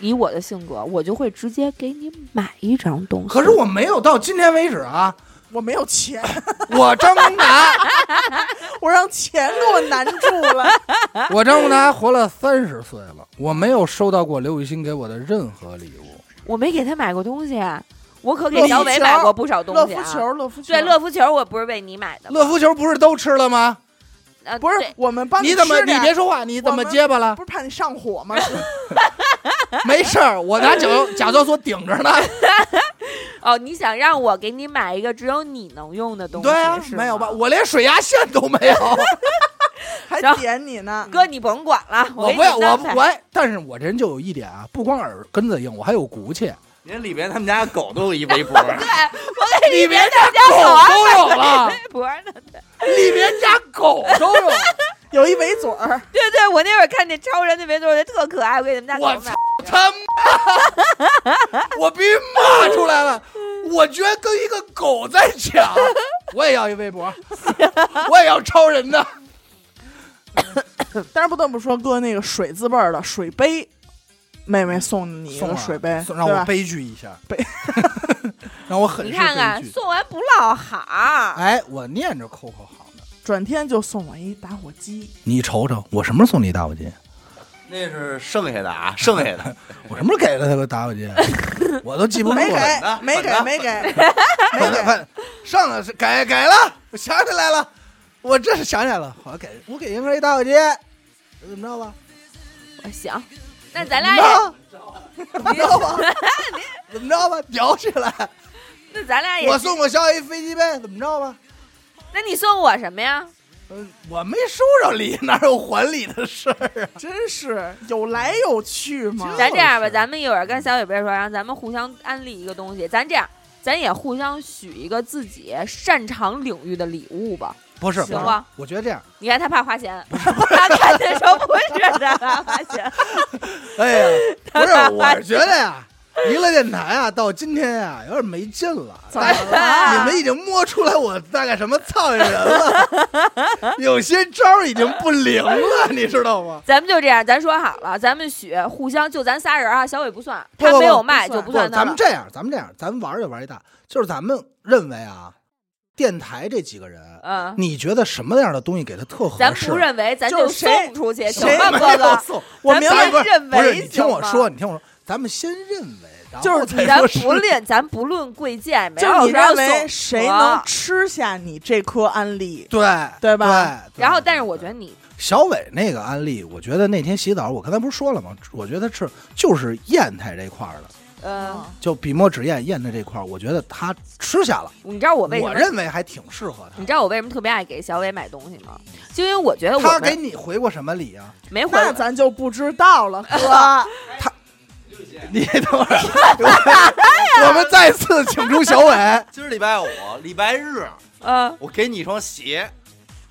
Speaker 1: 以我的性格，我就会直接给你买一张东西。
Speaker 3: 可是我没有到今天为止啊，
Speaker 2: 我没有钱，
Speaker 3: 我张宏达，
Speaker 2: *laughs* 我让钱给我难住了。
Speaker 3: 我张宏达活了三十岁了，我没有收到过刘雨欣给我的任何礼物。
Speaker 1: 我没给他买过东西，啊我可给
Speaker 2: 乐福
Speaker 1: 小伟
Speaker 2: 球
Speaker 1: 买过不 *laughs* 少东
Speaker 2: 乐
Speaker 1: 西、
Speaker 2: 福
Speaker 1: 啊。
Speaker 2: 球，乐福球，
Speaker 1: 对乐福球，我不是为你买的吗。
Speaker 3: 乐福球不是都吃了吗？
Speaker 1: 呃
Speaker 2: 不是
Speaker 1: 对
Speaker 2: 我们帮
Speaker 3: 你怎么
Speaker 2: 吃
Speaker 3: 你
Speaker 2: 点
Speaker 3: 别说话，你怎么结巴了
Speaker 2: 不？是怕你上
Speaker 1: *laughs*
Speaker 2: 火吗？
Speaker 3: 没事儿，我拿甲甲胶锁顶着
Speaker 2: *laughs*
Speaker 3: 呢。
Speaker 1: 哦，你想让我给你买一个只有你能用的东西？
Speaker 3: 对啊，
Speaker 1: 是吗
Speaker 3: 没有吧？我连水压线都没有。
Speaker 2: 还
Speaker 1: 行
Speaker 2: 点你呢，
Speaker 1: 哥，你甭管了，
Speaker 3: 我
Speaker 1: 给
Speaker 3: 不要，
Speaker 1: 你
Speaker 3: 我
Speaker 1: 安排。
Speaker 3: 我，但是我这人就有一点啊，不光耳根子硬，我还有
Speaker 1: *laughs*
Speaker 3: 骨气。
Speaker 4: 你看里边他们家狗都有一围脖，
Speaker 3: *laughs*
Speaker 1: 对，我给
Speaker 3: 里
Speaker 1: 你
Speaker 3: 面
Speaker 1: 别
Speaker 3: 家
Speaker 1: 大家
Speaker 3: 狗
Speaker 1: 好啊，
Speaker 3: 都有
Speaker 1: *laughs*
Speaker 3: 了，
Speaker 1: 微博呢？
Speaker 3: 里面家狗都
Speaker 1: *laughs*
Speaker 3: 有。
Speaker 2: 有一围嘴儿，
Speaker 1: 对对，我那会儿看见超人那边都是特可爱，我给你们家狗
Speaker 3: 我
Speaker 1: 买
Speaker 3: 操。他妈！我必须骂出来了！我居然跟一个狗在抢，我也要一
Speaker 1: *laughs*
Speaker 3: 微博，我也要超人的。
Speaker 2: 但是不得不说，哥那个水字辈儿的水杯，妹妹送你一个水杯，
Speaker 3: 啊让我
Speaker 2: 对吧
Speaker 3: 悲剧一下，
Speaker 2: *laughs* 悲，
Speaker 3: 让我很
Speaker 1: 你
Speaker 3: 是
Speaker 1: 看看
Speaker 3: 悲，剧。
Speaker 1: 送完不落好。
Speaker 3: 哎，我念着 Coco 好呢。
Speaker 2: 转天就送我一打火机，
Speaker 3: 你瞅瞅，我什么时候送你打火机？
Speaker 4: 那是剩下的啊，剩下的。
Speaker 3: 我什么时候给了他个打火机？啊
Speaker 1: *laughs*
Speaker 3: 我都记不住
Speaker 2: 没
Speaker 3: 了。
Speaker 2: 给，没给，没
Speaker 3: *laughs*
Speaker 2: 给，没
Speaker 3: 反正
Speaker 2: 给。
Speaker 3: 反上了是改改了，我想起来了，我这是想起来了，好像给我给英哥一打火机，怎么着吧？ *laughs*
Speaker 1: 我行，那咱俩也
Speaker 3: 啊
Speaker 4: 怎么着吧？怎么着吧？聊起来，
Speaker 1: *laughs* 那咱俩也
Speaker 3: 我，送过小野一飞机杯，怎么着吧？
Speaker 1: 那你送我什么呀？
Speaker 3: 嗯，
Speaker 4: 我没收着礼，哪有还礼的事儿啊？
Speaker 2: 真是有来有去嘛。
Speaker 1: 咱这样吧，
Speaker 4: 是
Speaker 1: 咱们一会儿跟小北贝说，然后咱们互相安利一个东西。咱这样，咱也互相许一个自己擅长领域的礼物吧。
Speaker 3: 不是，不
Speaker 1: 行
Speaker 3: 是
Speaker 1: 吧，
Speaker 3: 我觉得这样，
Speaker 1: 你看他怕花
Speaker 3: *laughs*
Speaker 1: 钱，他肯定说不是的，他怕花钱。
Speaker 3: 哎呀，不是，我觉得呀，娱乐电台啊，到今天啊，有点没劲了。
Speaker 1: *laughs*
Speaker 2: 怎么
Speaker 3: 大
Speaker 2: 了？
Speaker 3: 哎
Speaker 1: 啊
Speaker 3: 你们已经摸出来我大概什么操性
Speaker 1: *laughs*
Speaker 3: 人了，有些招儿已经不灵了，你知道吗？
Speaker 1: 咱们就这样，咱说好了，咱们许互相就咱仨人啊，小伟不算，
Speaker 3: 不不
Speaker 1: 他没有
Speaker 3: 不
Speaker 1: 卖
Speaker 2: 不
Speaker 1: 就
Speaker 2: 算
Speaker 1: 不
Speaker 3: 不，
Speaker 1: 算他
Speaker 3: 咱们
Speaker 1: 了。
Speaker 3: 这样，咱们这样，咱们玩儿就玩儿一大，就是咱们认为啊，电台这几个人，
Speaker 1: 嗯，
Speaker 3: 你觉得什么样的东西给他特合适？
Speaker 1: 咱不认为，咱
Speaker 2: 就是谁
Speaker 1: 送出去，行
Speaker 2: 谁
Speaker 1: 吗，
Speaker 3: 没
Speaker 1: 哥
Speaker 3: 有
Speaker 1: 哥？
Speaker 3: 送？
Speaker 2: 我
Speaker 1: 咱
Speaker 2: 明
Speaker 1: 别
Speaker 2: 白
Speaker 3: 不是
Speaker 1: 认
Speaker 3: 不是，
Speaker 1: 为
Speaker 3: 你听我
Speaker 1: 行吗
Speaker 3: 说，你听我说，咱们先认为，然
Speaker 2: 就是
Speaker 3: 后再
Speaker 1: 咱
Speaker 3: 说
Speaker 1: 不
Speaker 3: 是
Speaker 1: 论，咱不论贵贱，没
Speaker 2: 就是
Speaker 1: 有
Speaker 2: 你
Speaker 1: 说要
Speaker 2: 认
Speaker 1: 送啊
Speaker 2: 为谁
Speaker 1: 我
Speaker 2: 能吃下你这颗安利？
Speaker 3: 对
Speaker 2: 对吧
Speaker 3: 对
Speaker 1: 然后，但是我觉得你
Speaker 3: 小伟那个案例，我觉得那天洗澡，我刚才不是说了吗？我觉得是就是砚台这块儿的，
Speaker 1: 呃，
Speaker 3: 就笔墨纸砚砚台这块儿，我觉得他吃下了，
Speaker 1: 你知道我为什
Speaker 3: 我
Speaker 1: 么？
Speaker 3: 认为还挺适合
Speaker 1: 你
Speaker 3: 他。
Speaker 1: 知道我为什么特别爱给小伟买东西吗？就因为我觉得我
Speaker 3: 他给
Speaker 1: 们
Speaker 3: 你回过什么礼啊？
Speaker 1: 没回
Speaker 2: 那咱就不知
Speaker 1: *laughs*
Speaker 2: 道了，哥。
Speaker 3: *laughs* 你等会儿，
Speaker 1: 啊
Speaker 3: 我们再次请出小
Speaker 1: *laughs*
Speaker 3: 伟。
Speaker 4: *laughs* 今儿礼拜五，礼拜日，
Speaker 1: 呃，
Speaker 4: 我给你一双鞋，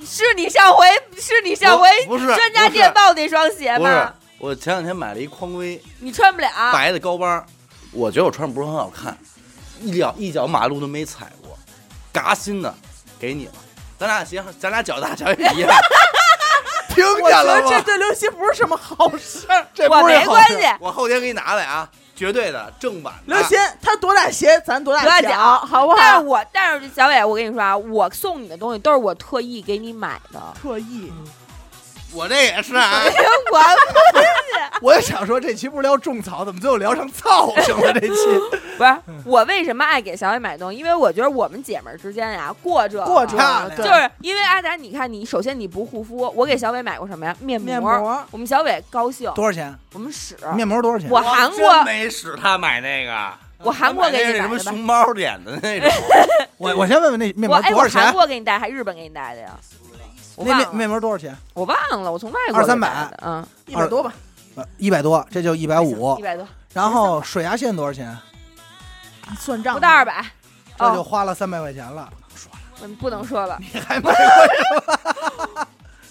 Speaker 1: 是你上回是你上回
Speaker 4: 不不是
Speaker 1: 专家
Speaker 4: 不是
Speaker 1: 电报那双鞋
Speaker 4: 不是
Speaker 1: 吗？，
Speaker 4: 我前两天买了一匡威
Speaker 1: 你穿不了，
Speaker 4: 白的高帮儿，我觉得我穿着不是很好看，一脚一脚马路都没踩过，嘎新的，给你了。咱俩鞋，咱俩脚大小也
Speaker 1: *laughs*
Speaker 4: 一样，
Speaker 3: 听
Speaker 2: *laughs* 我觉
Speaker 3: 见了
Speaker 2: 得这啊
Speaker 3: 吗？
Speaker 2: 对刘鑫不是什么好事儿。
Speaker 3: 这
Speaker 1: 我
Speaker 3: 不是
Speaker 1: 没
Speaker 3: 好
Speaker 1: 关
Speaker 3: 事
Speaker 1: 系。
Speaker 4: 我后天给你拿来啊，绝对的正版
Speaker 2: *laughs*
Speaker 4: 的。啊
Speaker 2: 刘鑫他多大鞋，咱多
Speaker 1: 多大
Speaker 2: 大啊
Speaker 1: 脚
Speaker 2: 脚，好不
Speaker 1: 但是
Speaker 2: 好？
Speaker 1: 我但是小伟，我跟你说啊，我送你的东西都是我特意给你买
Speaker 3: *laughs*
Speaker 1: 的，
Speaker 2: 特意
Speaker 1: 嗯
Speaker 4: 我这也是啊，
Speaker 3: 哎
Speaker 1: 我
Speaker 3: 我也想说，这期不是聊种草，怎么最后聊成造型了？这期
Speaker 1: *laughs* *laughs* 不是我为什么爱给小伟买东西？因为我觉得我们姐们儿之间呀、过这个
Speaker 2: 过这
Speaker 3: 漂
Speaker 2: 个，
Speaker 3: 亮
Speaker 1: 就
Speaker 2: 对
Speaker 1: 是因为阿达，你看你首先你不护肤，我给小伟买过什么呀？面膜。
Speaker 2: 面膜。
Speaker 1: 我们小伟高兴，
Speaker 3: 多少钱？
Speaker 1: 我们使。
Speaker 3: 面膜多少钱？
Speaker 1: 我韩国
Speaker 4: 真没使他买那个，
Speaker 1: 我韩国给
Speaker 4: 那
Speaker 1: 你买
Speaker 4: 什么
Speaker 1: 的吧？
Speaker 4: 熊猫脸的那
Speaker 1: *laughs*
Speaker 4: 种，
Speaker 3: 我我先问问那面
Speaker 1: 我
Speaker 3: 膜
Speaker 1: 哎，
Speaker 3: 多
Speaker 1: 我
Speaker 3: 少钱
Speaker 1: 韩？国给你带还是日本给你带的呀？我
Speaker 3: 那
Speaker 1: 忘
Speaker 3: 面
Speaker 1: 了，
Speaker 3: 面膜多少钱？
Speaker 1: 我忘了，我从外国
Speaker 3: 二三百
Speaker 1: 给带的嗯，
Speaker 2: 一百多吧，
Speaker 3: 呃，一百多，这就一百五
Speaker 1: 一。百多，
Speaker 3: 然后水牙线多少钱？
Speaker 2: 你算账吧
Speaker 1: 不到二，百。
Speaker 3: 这就
Speaker 1: 哦，
Speaker 3: 花了三百块钱了。
Speaker 1: 嗯不能说了，
Speaker 3: 你
Speaker 1: *laughs*
Speaker 3: 还买过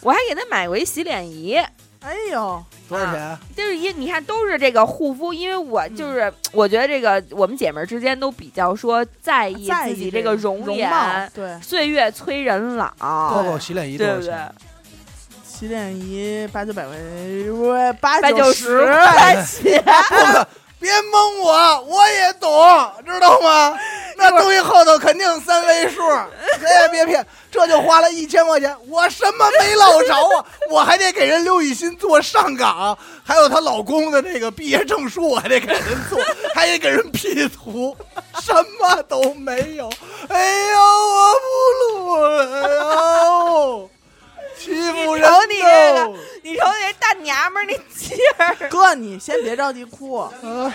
Speaker 1: 我还给他买过一洗脸仪，
Speaker 2: 哎呦，
Speaker 3: 多少钱？
Speaker 1: 就是一你看都是这个护肤，因为我就是、我觉得这个我们姐妹儿之间都比较说在意
Speaker 2: 啊在
Speaker 1: 自己
Speaker 2: 意
Speaker 1: 这
Speaker 2: 个
Speaker 1: 容
Speaker 2: 容
Speaker 1: 颜，
Speaker 2: 貌，对，
Speaker 1: 岁月催人老，
Speaker 3: GoGo 洗脸仪多
Speaker 1: 对
Speaker 3: 少
Speaker 1: 不对？
Speaker 3: 钱？
Speaker 2: 洗脸仪八九百块，八
Speaker 1: 八九十
Speaker 2: 十哎块钱，
Speaker 3: 别蒙我，我也懂，知
Speaker 1: *laughs*
Speaker 3: 道吗？那东西后头肯定三位数，谁也别骗。这就花了一千块钱，我什么没捞着啊？ *laughs* 我还得给人刘雨欣做上岗，还有她老公的那个毕业证书，我还得给人
Speaker 1: *laughs*
Speaker 3: 做，还得给人 P 图，什么都没有。哎呦，我不录了哟，欺负人
Speaker 1: 瞅你这个
Speaker 3: 喽！
Speaker 1: *laughs* 你瞅你这大娘们儿那劲儿，
Speaker 2: *laughs* 哥，你先别着急哭，
Speaker 3: 啊
Speaker 2: *laughs*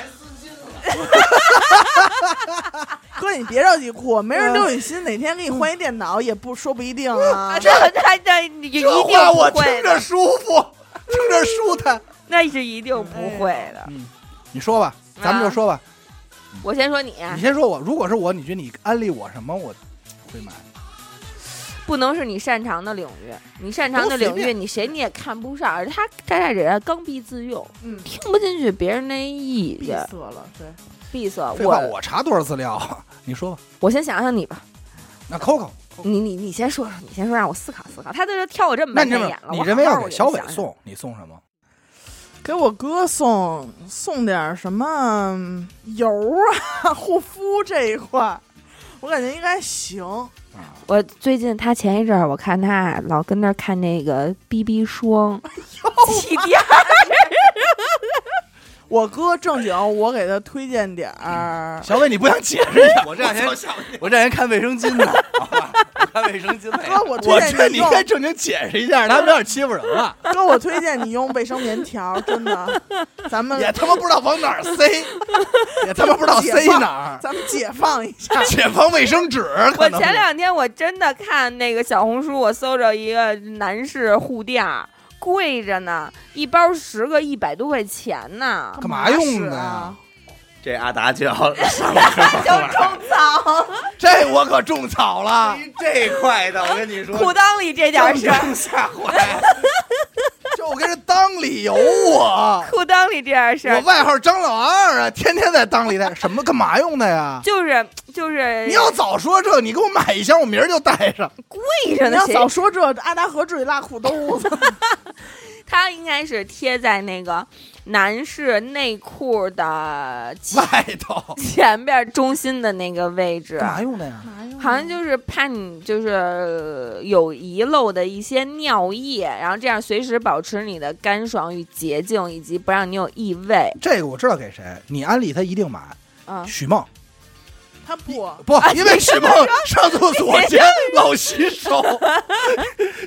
Speaker 2: 哥你别着急哭，没人刘雨欣哪天给你换一电脑也不说不一定 *laughs* 啊。
Speaker 1: *laughs* 那那那一定
Speaker 3: 这
Speaker 1: 不
Speaker 3: 话我
Speaker 1: 会
Speaker 3: 听着
Speaker 1: 的，
Speaker 3: 舒服， *laughs* 听着舒坦。
Speaker 1: 那是一定不会的。
Speaker 3: 你说吧，咱们就说吧。
Speaker 1: 我先说你，啊
Speaker 3: 你先说我，如果是我，你觉得你安利我什么？我会买。
Speaker 1: 不能是你擅长的领域，你擅长的领
Speaker 3: 都随
Speaker 1: 域
Speaker 3: 便
Speaker 1: 你谁你也看不上，而他他这人刚愎自用，
Speaker 2: 嗯，
Speaker 1: 听不进去别人那意
Speaker 2: 闭
Speaker 1: 见，
Speaker 2: 塞了，对，
Speaker 1: 闭塞。
Speaker 3: 废话，
Speaker 1: 我
Speaker 3: 我查多少资料 *laughs* 啊？你说吧。
Speaker 1: 我先想想你吧，
Speaker 3: 那 Coco，
Speaker 1: 你你你先说说，你先说让我思考思考。他都是挑我这么
Speaker 3: 那
Speaker 1: 半
Speaker 3: 你
Speaker 1: 天
Speaker 3: 认
Speaker 1: 眼
Speaker 3: 为
Speaker 1: 了，
Speaker 3: 你
Speaker 1: 我
Speaker 3: 认为
Speaker 1: 好
Speaker 3: 要
Speaker 1: 好
Speaker 3: 给
Speaker 1: 地
Speaker 3: 小伟
Speaker 1: 想想，
Speaker 3: 送，你送什么？
Speaker 2: 给我哥送送点什么嗯油啊， *laughs* 护肤这一块儿，我感觉应该行。
Speaker 1: 我最近他前一阵儿我看他老跟那儿看那个 BB 霜，
Speaker 3: 哎
Speaker 1: *laughs* 气垫儿。
Speaker 2: 我哥正经，我给他推荐点儿，
Speaker 4: *laughs*
Speaker 3: 小伟，你不想解释一下？ *laughs*
Speaker 4: 我这两天我这两天看卫生巾呢，好吧我看卫卫生巾 *laughs* 没
Speaker 2: 哥，
Speaker 4: 有。
Speaker 2: 我推
Speaker 3: 我觉
Speaker 2: 荐
Speaker 3: 得
Speaker 2: 你
Speaker 3: 你
Speaker 2: 用
Speaker 3: 应，该正经解释一下，他们有点欺负人
Speaker 2: *laughs*
Speaker 3: 了，
Speaker 2: 哥，我推荐你用卫生棉条，真
Speaker 3: *laughs*
Speaker 2: 的，咱们
Speaker 3: 也他妈不知道往哪儿塞，也他妈不知道塞哪
Speaker 2: 咱们解放一下。
Speaker 3: 儿，解放卫生纸可
Speaker 1: 我
Speaker 3: 能
Speaker 1: 前两天我真的看那个小红书，我搜着一个男士护垫儿，贵着呢，一包十个，一百多块钱呢，
Speaker 3: *laughs* 干嘛用的
Speaker 2: 使
Speaker 3: 呀
Speaker 2: 啊？
Speaker 4: 这阿达就要
Speaker 1: 就 *laughs*
Speaker 4: *laughs*
Speaker 1: 种草，
Speaker 3: 这我可种草
Speaker 4: 哎
Speaker 3: 了，
Speaker 4: 这块的，我跟你说，
Speaker 1: 裤裆里这点事儿，
Speaker 4: 正下怀。 *laughs*
Speaker 3: 就我跟人当理由我。
Speaker 1: 裤裆里 *laughs* 这点事
Speaker 3: 我
Speaker 1: 儿，
Speaker 3: 外号张老二啊，天天在裆里带，什么干嘛用的呀？
Speaker 1: 就是就是
Speaker 3: 你要早说这，你给我买一箱，我明儿就带上。
Speaker 1: 贵着
Speaker 2: 你
Speaker 1: 呢，
Speaker 2: 要
Speaker 1: 谁
Speaker 2: 早说这，阿达何至于拉裤兜子？ *laughs*
Speaker 1: 它应该是贴在那个男士内裤的前
Speaker 3: 外头
Speaker 1: 前边中心的那个位置，
Speaker 3: 干嘛用的呀？
Speaker 1: 好像就是怕你就是呃有遗漏的一些尿液，然后这样随时保持你的干爽与洁净，以及不让你有异味。
Speaker 3: 这个我知道给谁，你安利他一定买。
Speaker 1: 嗯，啊
Speaker 3: 许梦
Speaker 2: 他不，
Speaker 3: 不，因为许梦上厕所前老洗手，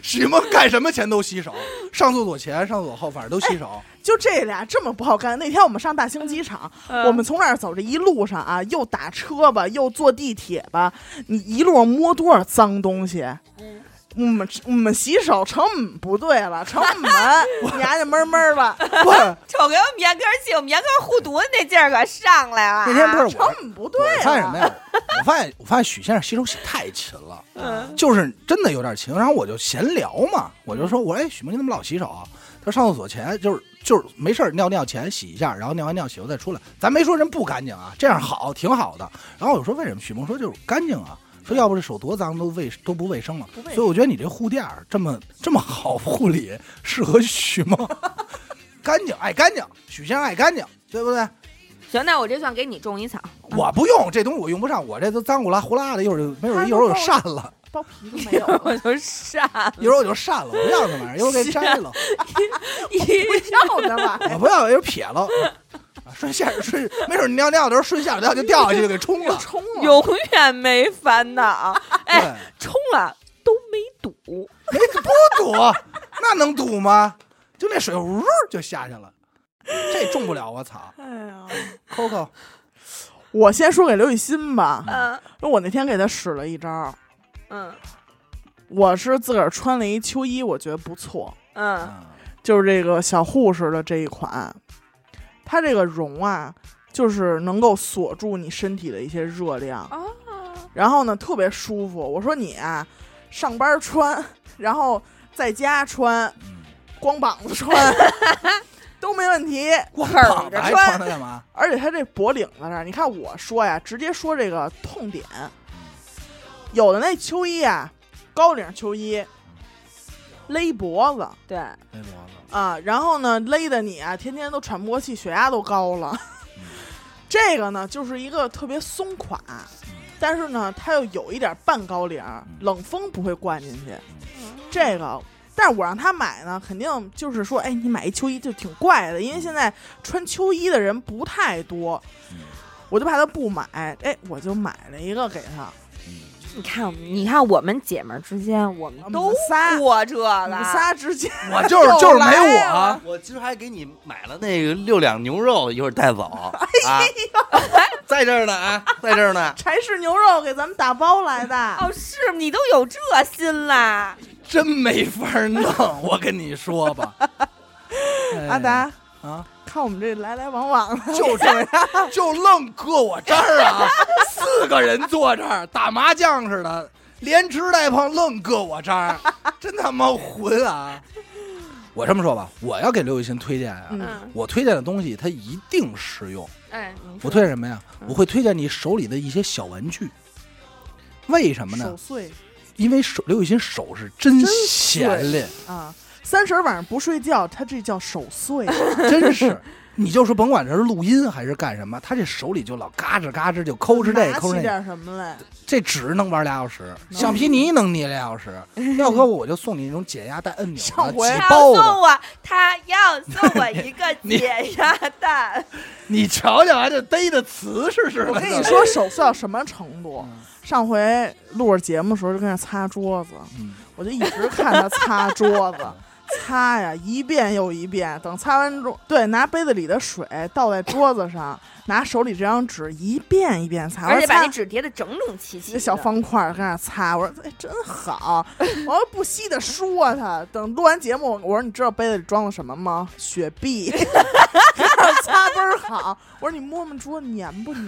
Speaker 3: 许梦干什么前都洗手，上厕所前、上厕所后，反正都洗手。
Speaker 2: 就这俩这么不好干。那天我们上大兴机场，
Speaker 1: 嗯
Speaker 2: 我们从那儿走这一路上啊，又打车吧，又坐地铁吧，你一路摸多少脏东西。我们我们洗手成我们不对了，成我们你丫就闷闷了，
Speaker 3: 不是
Speaker 1: 瞅给我们严哥气，我们严哥护犊子那劲儿可上来了。
Speaker 3: 那天不是
Speaker 2: 成
Speaker 3: 我
Speaker 2: 我们不对啊了。
Speaker 3: 我发现什么呀？我发现我发现许先生洗手洗太勤了，
Speaker 2: 嗯
Speaker 3: 就是真的有点勤。然后我就闲聊嘛，我就说我说哎，许梦你怎么老洗手啊？他说上厕所前就是就是没事儿尿尿前洗一下，然后尿完尿洗完再出来。咱没说人不干净啊，这样好挺好的。然后我说为什么？许梦说就是干净啊。说要不这手多脏都卫都不卫生了，
Speaker 2: 卫生
Speaker 3: 所以我觉得你这护垫儿这么这么好护理，适合许梦， *laughs* 干净爱干净，许先生爱干净，对不对？
Speaker 1: 行，那我这算给你种一草。
Speaker 3: 我不用这东西，我用不上，我这都脏古拉呼啦的，一会儿就没准儿一会儿我就删了，
Speaker 2: 包皮都没有了，
Speaker 1: *laughs* 我就上
Speaker 3: 一会儿我就删了，我不要那玩意儿，一会儿给摘了，
Speaker 1: 一
Speaker 2: 不要的吧？
Speaker 3: 我不要，一会儿撇了，啊顺下水顺，没准儿尿尿的时候顺下水道就掉下去就给冲了，
Speaker 2: 冲了，
Speaker 1: 永远没烦恼。
Speaker 3: 对，
Speaker 1: 哎，冲了都没堵。
Speaker 3: 没不堵，那能堵吗？就那水呜就下去了，这种不了，我操
Speaker 2: 哎呀，
Speaker 3: ，Coco，
Speaker 2: 我先说给刘雨欣吧，
Speaker 1: 嗯
Speaker 2: 因为我那天给她使了一招，
Speaker 1: 嗯
Speaker 2: 我是自个儿穿了一秋衣，我觉得不错，
Speaker 1: 嗯
Speaker 3: 嗯
Speaker 2: 就是这个小护士的这一款，它这个绒啊，就是能够锁住你身体的一些热量，
Speaker 1: 啊，
Speaker 2: 然后呢特别舒服。我说你啊，上班穿，然后在家穿，
Speaker 3: 嗯
Speaker 2: 光膀子穿都没问题。
Speaker 3: 光
Speaker 1: 腿儿
Speaker 3: 膀子
Speaker 1: 着
Speaker 3: 还
Speaker 1: 穿
Speaker 3: 穿它干嘛？
Speaker 2: 而且它这脖领子这儿，你看我说呀，直接说这个痛点，有的那秋衣啊，高领秋衣勒脖子。
Speaker 1: 对，
Speaker 3: 没脖子，
Speaker 2: 啊，然后呢，勒得你啊，天天都喘不过气，血压都高了。
Speaker 3: 嗯
Speaker 2: 这个呢，就是一个特别松垮，
Speaker 3: 嗯
Speaker 2: 但是呢，它又有一点半高领儿，冷风不会灌进去。
Speaker 3: 嗯
Speaker 2: 这个，但是我让他买呢，肯定就是说，哎，你买一秋衣就挺怪的，因
Speaker 3: 嗯
Speaker 2: 为现在穿秋衣的人不太多，
Speaker 4: 嗯
Speaker 2: 我就怕他不买，哎，我就买了一个给他。
Speaker 4: 嗯
Speaker 1: 你看，你看我们姐们儿之间，我们
Speaker 2: 我
Speaker 1: 都
Speaker 2: 们仨
Speaker 1: 过这
Speaker 2: 我们
Speaker 1: 了。
Speaker 2: 仨之间，。
Speaker 3: 我就是就是没我，
Speaker 4: 我今儿还给你买了那个六两牛肉，一会儿带走。啊，在这儿呢啊，在这儿呢
Speaker 2: *laughs* 柴氏牛肉给咱们打包来的。
Speaker 3: 哎
Speaker 1: 哦，是你都有这心啦？
Speaker 3: 真没法儿
Speaker 2: *laughs*
Speaker 3: 弄，我跟你说吧，哎
Speaker 2: 阿达
Speaker 3: 啊，
Speaker 2: 看我们这来来往往的，
Speaker 3: 哎就这样，
Speaker 2: *laughs*
Speaker 3: 就愣搁我这儿啊！四个人坐这儿打麻将似的，连吃带碰，愣搁我这儿，真他妈混
Speaker 2: *laughs*
Speaker 3: 啊！我这么说吧，我要给刘雨欣推荐啊，
Speaker 2: 嗯
Speaker 1: 嗯，
Speaker 3: 我推荐的东西它一定实用。
Speaker 1: 哎，你
Speaker 3: 我
Speaker 1: 说
Speaker 3: 推荐什么呀？我会推荐你手里的一些小玩具。为什么呢
Speaker 2: 守？岁
Speaker 3: 因为手刘雨欣手是真
Speaker 2: 真
Speaker 3: 闲练，
Speaker 2: 啊，三十晚上不睡觉，他这叫守 *laughs* 岁。
Speaker 3: 真是。你就说甭管这是录音还是干什么，他这手里就老嘎吱嘎吱，就抠哧这
Speaker 2: 拿
Speaker 3: 抠哧
Speaker 2: 起
Speaker 3: 那个。
Speaker 2: 点什么 *laughs* 来？
Speaker 3: 这纸能玩俩小时，
Speaker 2: 能
Speaker 3: 橡皮泥能捏俩
Speaker 1: *laughs*
Speaker 3: 小时。要搁我，我就送你那种解压带按钮
Speaker 2: 上
Speaker 3: 的，
Speaker 2: 回
Speaker 3: 解
Speaker 1: 他要
Speaker 3: 包
Speaker 1: 送
Speaker 3: 的。
Speaker 1: 我，他要送我一个
Speaker 3: 你
Speaker 1: 解压蛋。
Speaker 3: 你瞧瞧，还得逮的瓷实似的。
Speaker 2: 我跟你，说，守岁到什么程度
Speaker 3: 嗯？
Speaker 2: 上回录着节目的时候就跟那擦桌子，
Speaker 3: 嗯，
Speaker 2: 我就一直看他擦桌子， *laughs* 擦呀一遍又一遍。等擦完桌，对，拿杯子里的水倒在桌子上，拿手里这张纸一遍一遍擦，
Speaker 1: 而且把
Speaker 2: 我
Speaker 1: 那
Speaker 2: 说擦
Speaker 1: 纸叠的整整齐齐
Speaker 2: 一个
Speaker 1: 的。
Speaker 2: 小方块儿跟那擦，我说哎真好，我要不惜的说他。等录完节目，我说你知道杯子里装了什么吗？雪碧， *laughs* 擦倍儿好。我说你摸摸桌粘不粘？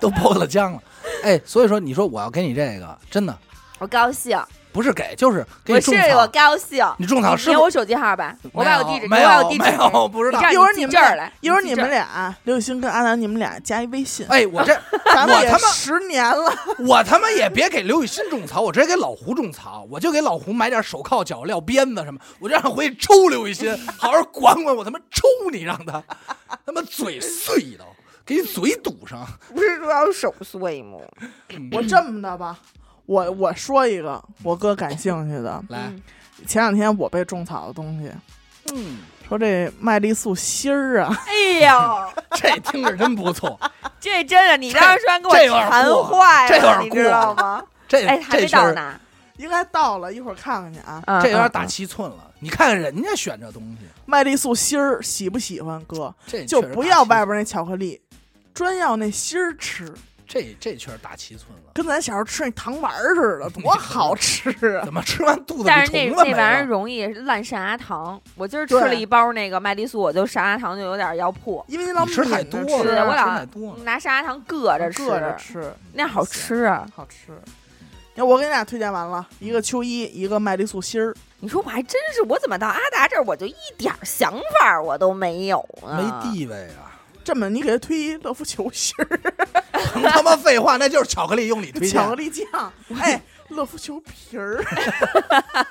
Speaker 3: 都爆了浆了。哎，所以说你说我要给你这个，真的
Speaker 1: 我高兴，
Speaker 3: 不是给，就是给
Speaker 1: 我
Speaker 3: 你
Speaker 1: 是
Speaker 3: 种
Speaker 1: 我
Speaker 3: 草。
Speaker 1: 高兴。
Speaker 3: 你种草
Speaker 1: 你
Speaker 3: 是
Speaker 1: 有
Speaker 3: 不
Speaker 1: 我手机号吧？我把我地址，
Speaker 4: 没
Speaker 1: 我
Speaker 4: 有
Speaker 1: 把我地址
Speaker 4: 没
Speaker 1: 给
Speaker 4: 有，不知
Speaker 1: 你
Speaker 4: 道
Speaker 1: 这。样
Speaker 2: 一会儿
Speaker 1: 记
Speaker 2: 你们
Speaker 1: 这儿
Speaker 2: 俩
Speaker 1: 来，
Speaker 2: 一会儿你
Speaker 1: 记这
Speaker 2: 们
Speaker 1: 儿
Speaker 2: 俩，刘雨欣跟阿南，你们俩加一微信。
Speaker 3: 哎，我这
Speaker 2: 咱们
Speaker 3: 我
Speaker 2: 也
Speaker 3: 他妈
Speaker 2: 十年了，
Speaker 3: 我他妈也别给刘雨欣种草，我直接给老胡种草，我就给老胡买点手铐、脚镣、鞭子什么，我就让他回去抽刘雨欣，好好管管我，他妈抽你，让他他妈嘴碎都给你嘴堵上。
Speaker 1: 不是说要手碎吗？
Speaker 2: 我这么的吧，我我说一个我哥感兴趣的，
Speaker 3: 来，
Speaker 1: 嗯
Speaker 2: 前两天我被种草的东西，
Speaker 3: 嗯，
Speaker 2: 说这麦丽素芯儿啊， *laughs*
Speaker 1: 哎呦，
Speaker 3: *laughs* 这听着真不错，
Speaker 1: 这真的，你当时然给我
Speaker 3: 这有点
Speaker 1: 馋
Speaker 3: 过
Speaker 1: 坏
Speaker 3: 这有
Speaker 1: 了，
Speaker 3: 点
Speaker 1: 你知
Speaker 3: 过
Speaker 1: 道吗？
Speaker 3: 这
Speaker 1: 哎，还
Speaker 3: 这
Speaker 1: 没
Speaker 3: 确
Speaker 1: 到
Speaker 3: 实
Speaker 1: 呢，
Speaker 2: 应该到了，一会儿看看去啊。
Speaker 1: 嗯
Speaker 3: 这有点
Speaker 1: 嗯
Speaker 3: 打七寸了。你看看人家选这东西，
Speaker 2: 麦丽素芯儿喜不喜欢哥？
Speaker 3: 这
Speaker 2: 就
Speaker 3: 确实
Speaker 2: 不
Speaker 3: 打
Speaker 2: 要
Speaker 3: 七
Speaker 2: 外边那巧克力，专要那芯儿吃，
Speaker 3: 这这确实打七寸了。
Speaker 2: 跟咱小时候吃那糖丸儿似的，多好吃
Speaker 3: *laughs*
Speaker 2: 啊！
Speaker 3: 怎么吃完肚子
Speaker 1: 但
Speaker 3: 里
Speaker 1: 是那
Speaker 3: 虫子
Speaker 1: 那
Speaker 3: 没
Speaker 1: 玩意儿
Speaker 3: 了？
Speaker 1: 容易烂上牙糖。我今儿吃了
Speaker 2: 对
Speaker 1: 一包那个麦丽素，我就上牙糖就有点要破，
Speaker 2: 因为你老
Speaker 3: 你吃太
Speaker 2: 抿着
Speaker 3: 多
Speaker 1: 是
Speaker 3: 了，
Speaker 1: 我
Speaker 3: 吃
Speaker 1: 老
Speaker 3: 太多了。
Speaker 1: 拿上牙糖硌着吃，
Speaker 2: 硌着吃，
Speaker 1: 那好吃啊！
Speaker 2: 好吃。那我给你俩推荐完了，一个秋衣，一个麦丽素芯儿。
Speaker 1: 你说我还真是，我怎么到阿达这儿我就一点儿想法儿我都没有啊？
Speaker 3: 没地位啊！
Speaker 2: 这么你给他推一乐福球芯儿，
Speaker 3: *laughs* 他妈废话，那就是巧克力用你推荐
Speaker 2: 巧克。力
Speaker 3: *laughs*
Speaker 2: 酱，哎，乐福球皮儿， *laughs*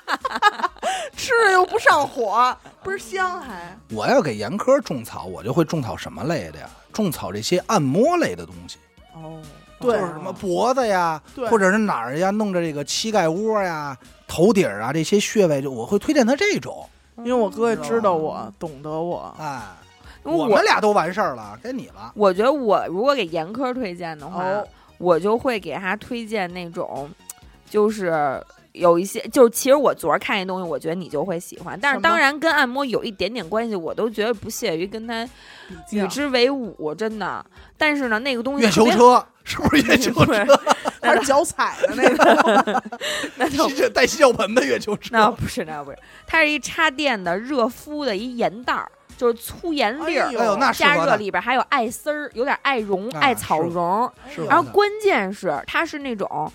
Speaker 2: 吃着又不上火，倍儿香还。
Speaker 3: 我要给严科种草，我就会种草什么类的呀？种草这些按摩类的东西，
Speaker 2: 哦，
Speaker 3: 就
Speaker 2: 对，
Speaker 3: 是什么脖子呀
Speaker 2: 对，
Speaker 3: 或者是哪儿呀，弄着这个膝盖窝呀、头顶儿啊这些穴位，就我会推荐他这种。
Speaker 2: 因为我哥也知道
Speaker 3: 啊
Speaker 2: 我，懂得我，
Speaker 3: 哎，
Speaker 1: 因为
Speaker 3: 我
Speaker 1: 我
Speaker 3: 们俩都完事儿了，该你了。
Speaker 1: 我觉得我如果给严科推荐的话，
Speaker 2: 哦
Speaker 1: 我就会给他推荐那种，就是有一些，就是其实我昨儿看一东西，我觉得你就会喜欢，但
Speaker 2: 什
Speaker 1: 是
Speaker 2: 么
Speaker 1: 当然跟按摩有一点点关系，我都觉得不屑于跟他与之为伍，真的。但是呢，那个东西
Speaker 3: 月球
Speaker 1: 特别
Speaker 3: 车是不
Speaker 1: *laughs*
Speaker 3: 是月球
Speaker 1: 不是
Speaker 3: 车？
Speaker 2: 还是脚踩的那个，
Speaker 1: 那倒
Speaker 3: 吸着带吸脚盆的月球车？
Speaker 1: 那不是那不是，它是一插电的热敷的一盐袋儿，就是粗盐粒儿。
Speaker 2: 哎
Speaker 3: 哎呦，那适
Speaker 1: 加
Speaker 3: 合
Speaker 1: 热
Speaker 3: 他，
Speaker 1: 里边还有艾丝儿，有点艾绒、
Speaker 3: 啊
Speaker 1: 艾草
Speaker 3: 是
Speaker 1: 绒，
Speaker 3: 适合
Speaker 1: 然后
Speaker 3: 他
Speaker 1: 关键是它是那种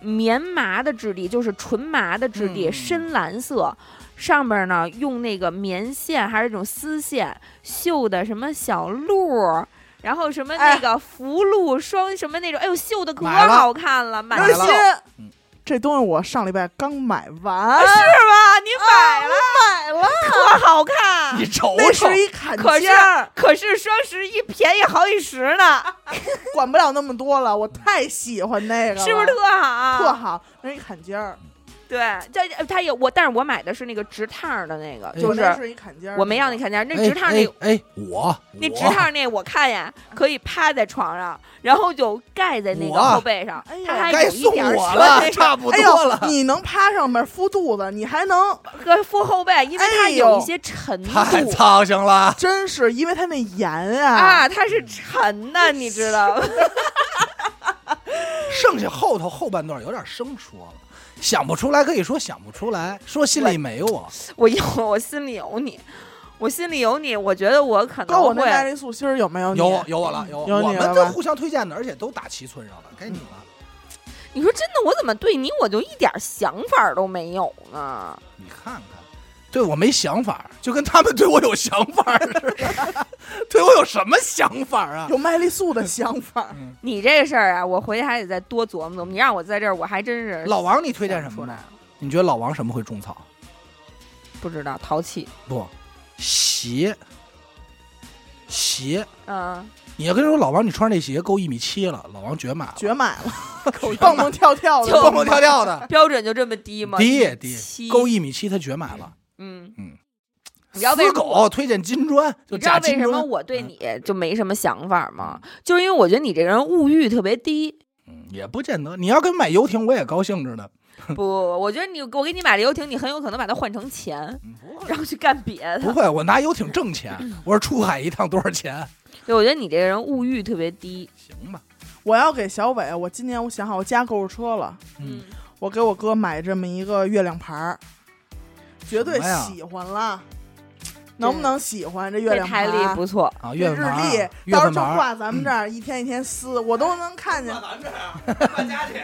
Speaker 1: 棉麻的质地，就是纯麻的质地，
Speaker 3: 嗯
Speaker 1: 深蓝色，上边呢用那个棉线还是那种丝线绣的什么小鹿儿。然后什么那
Speaker 2: 哎
Speaker 1: 个福禄双什么那种，哎呦，绣的可
Speaker 3: 买了
Speaker 1: 好看了，买了
Speaker 3: 买
Speaker 2: 刘
Speaker 1: 是
Speaker 3: 了
Speaker 1: 吧？
Speaker 2: 鑫
Speaker 3: 嗯，
Speaker 2: 这东西我上礼拜刚买完，
Speaker 1: 你买了，
Speaker 2: 买了，
Speaker 1: 可好看。
Speaker 3: 你瞅
Speaker 2: 那
Speaker 3: 瞅，
Speaker 2: 是一砍
Speaker 1: 可啊是
Speaker 2: 价，
Speaker 1: 可是双十一便宜好几十呢，
Speaker 2: 管不了那么多了，我太喜欢那个了，
Speaker 1: 是不是特好？
Speaker 2: 特好？那是一砍尖儿，
Speaker 1: 对，它它有我，但是我买的是那个直趟儿的那个，
Speaker 3: 哎
Speaker 1: 就
Speaker 2: 我那
Speaker 1: 是
Speaker 2: 是一砍尖儿，
Speaker 1: 我没要那。砍价，那
Speaker 3: 哎
Speaker 1: 直趟那、
Speaker 3: 哎哎，我
Speaker 1: 那
Speaker 3: 我
Speaker 1: 直趟那我看呀，可以趴在床上，然后就盖在那
Speaker 3: 我
Speaker 1: 个后背上
Speaker 2: 哎，呦
Speaker 1: 它还
Speaker 3: 该
Speaker 1: 有一
Speaker 3: 送
Speaker 1: 点儿
Speaker 3: 我
Speaker 1: 说
Speaker 3: 了，
Speaker 1: 那个
Speaker 3: 差不
Speaker 2: 哎
Speaker 3: 多了。
Speaker 2: 呦，你能趴上面敷肚子，你还能
Speaker 3: *laughs*
Speaker 1: 和敷后背，因为它
Speaker 2: 哎
Speaker 1: 有
Speaker 2: 呦
Speaker 1: 一些沉度
Speaker 3: 太操心啊了，
Speaker 2: 真是因为它那盐啊，
Speaker 1: 啊，它是沉的，你知道吗？ *laughs*
Speaker 3: 剩下后头后半段有点生疏了，想不出来可以说想不出来，说心里没我。
Speaker 1: 我有，我心里有你，我心里有你，我觉得我可
Speaker 2: 哥，我
Speaker 1: 能
Speaker 2: 那麦
Speaker 1: 会。
Speaker 2: 丽素芯儿有没有你？
Speaker 3: 有我有我了，有我
Speaker 2: 有你
Speaker 3: 我们
Speaker 2: 了
Speaker 3: 就
Speaker 2: 吧
Speaker 3: 互相推荐的，而且都打七寸上了，该你了。
Speaker 1: 你说真的，我怎么对你我就一点想法儿都没有呢？
Speaker 3: 你看看，对我没想法，就跟他们对我有想法似的， *laughs* 对我有什么想法啊？
Speaker 2: 有麦丽素的想法，
Speaker 1: 你这个事儿啊，我回去还得再多琢磨琢磨。你让我在这儿，我还真是
Speaker 3: 老王，你推荐
Speaker 1: 想
Speaker 3: 什
Speaker 1: 不出
Speaker 3: 么
Speaker 1: 来
Speaker 3: 呢？你觉得老王什么会种草？
Speaker 1: 不知道淘气，
Speaker 3: 不，鞋，鞋。
Speaker 1: 嗯，
Speaker 3: 你要跟说老王，你穿那鞋够一米七了，老王绝买了，
Speaker 2: 绝买了，蹦蹦跳跳的，
Speaker 1: 就
Speaker 3: 蹦蹦跳跳的，
Speaker 1: 标准就这么低吗？
Speaker 3: 低
Speaker 1: 七
Speaker 3: 低，够一米七，他绝买了。
Speaker 1: 嗯
Speaker 3: 嗯，
Speaker 1: 你知道为
Speaker 3: 死
Speaker 1: 什么我
Speaker 3: 狗推荐金砖，就
Speaker 1: 你知道
Speaker 3: 假
Speaker 1: 为
Speaker 3: 金嗯
Speaker 1: 什么
Speaker 3: 砖。
Speaker 1: 我对你就没什么想法吗？就是因为我觉得你这个人物欲特别低
Speaker 3: *laughs* 嗯，嗯，也不见得。你要给买游艇，我也高兴着呢。
Speaker 1: 不不不，我觉得你我给你买了游艇，你很有可能把它换成钱，
Speaker 3: 嗯不会，
Speaker 1: 然后去干别
Speaker 3: 不
Speaker 1: 的。
Speaker 3: 会，我拿游艇挣钱。
Speaker 1: *laughs*
Speaker 3: 我说出海一趟多少钱？
Speaker 1: 对，我觉得你这个人物欲特别低。
Speaker 3: 行吧，
Speaker 2: 我要给小伟，我今年我想好我加购物车了，
Speaker 3: 嗯，
Speaker 2: 我给我哥买这么一个月亮牌儿，绝对
Speaker 3: 什么呀
Speaker 2: 喜欢了。能不能喜欢这月
Speaker 1: 这
Speaker 2: 亮牌
Speaker 1: 台
Speaker 2: 儿？
Speaker 1: 历不错，
Speaker 3: 啊，
Speaker 2: 这
Speaker 3: 月
Speaker 2: 日
Speaker 3: 份牌儿，
Speaker 2: 历，
Speaker 3: 月
Speaker 2: 到时候
Speaker 3: 份
Speaker 2: 就
Speaker 3: 牌儿，
Speaker 2: 挂咱们这儿，一天一天撕，我都能看见。
Speaker 4: 咱这儿，搬家去。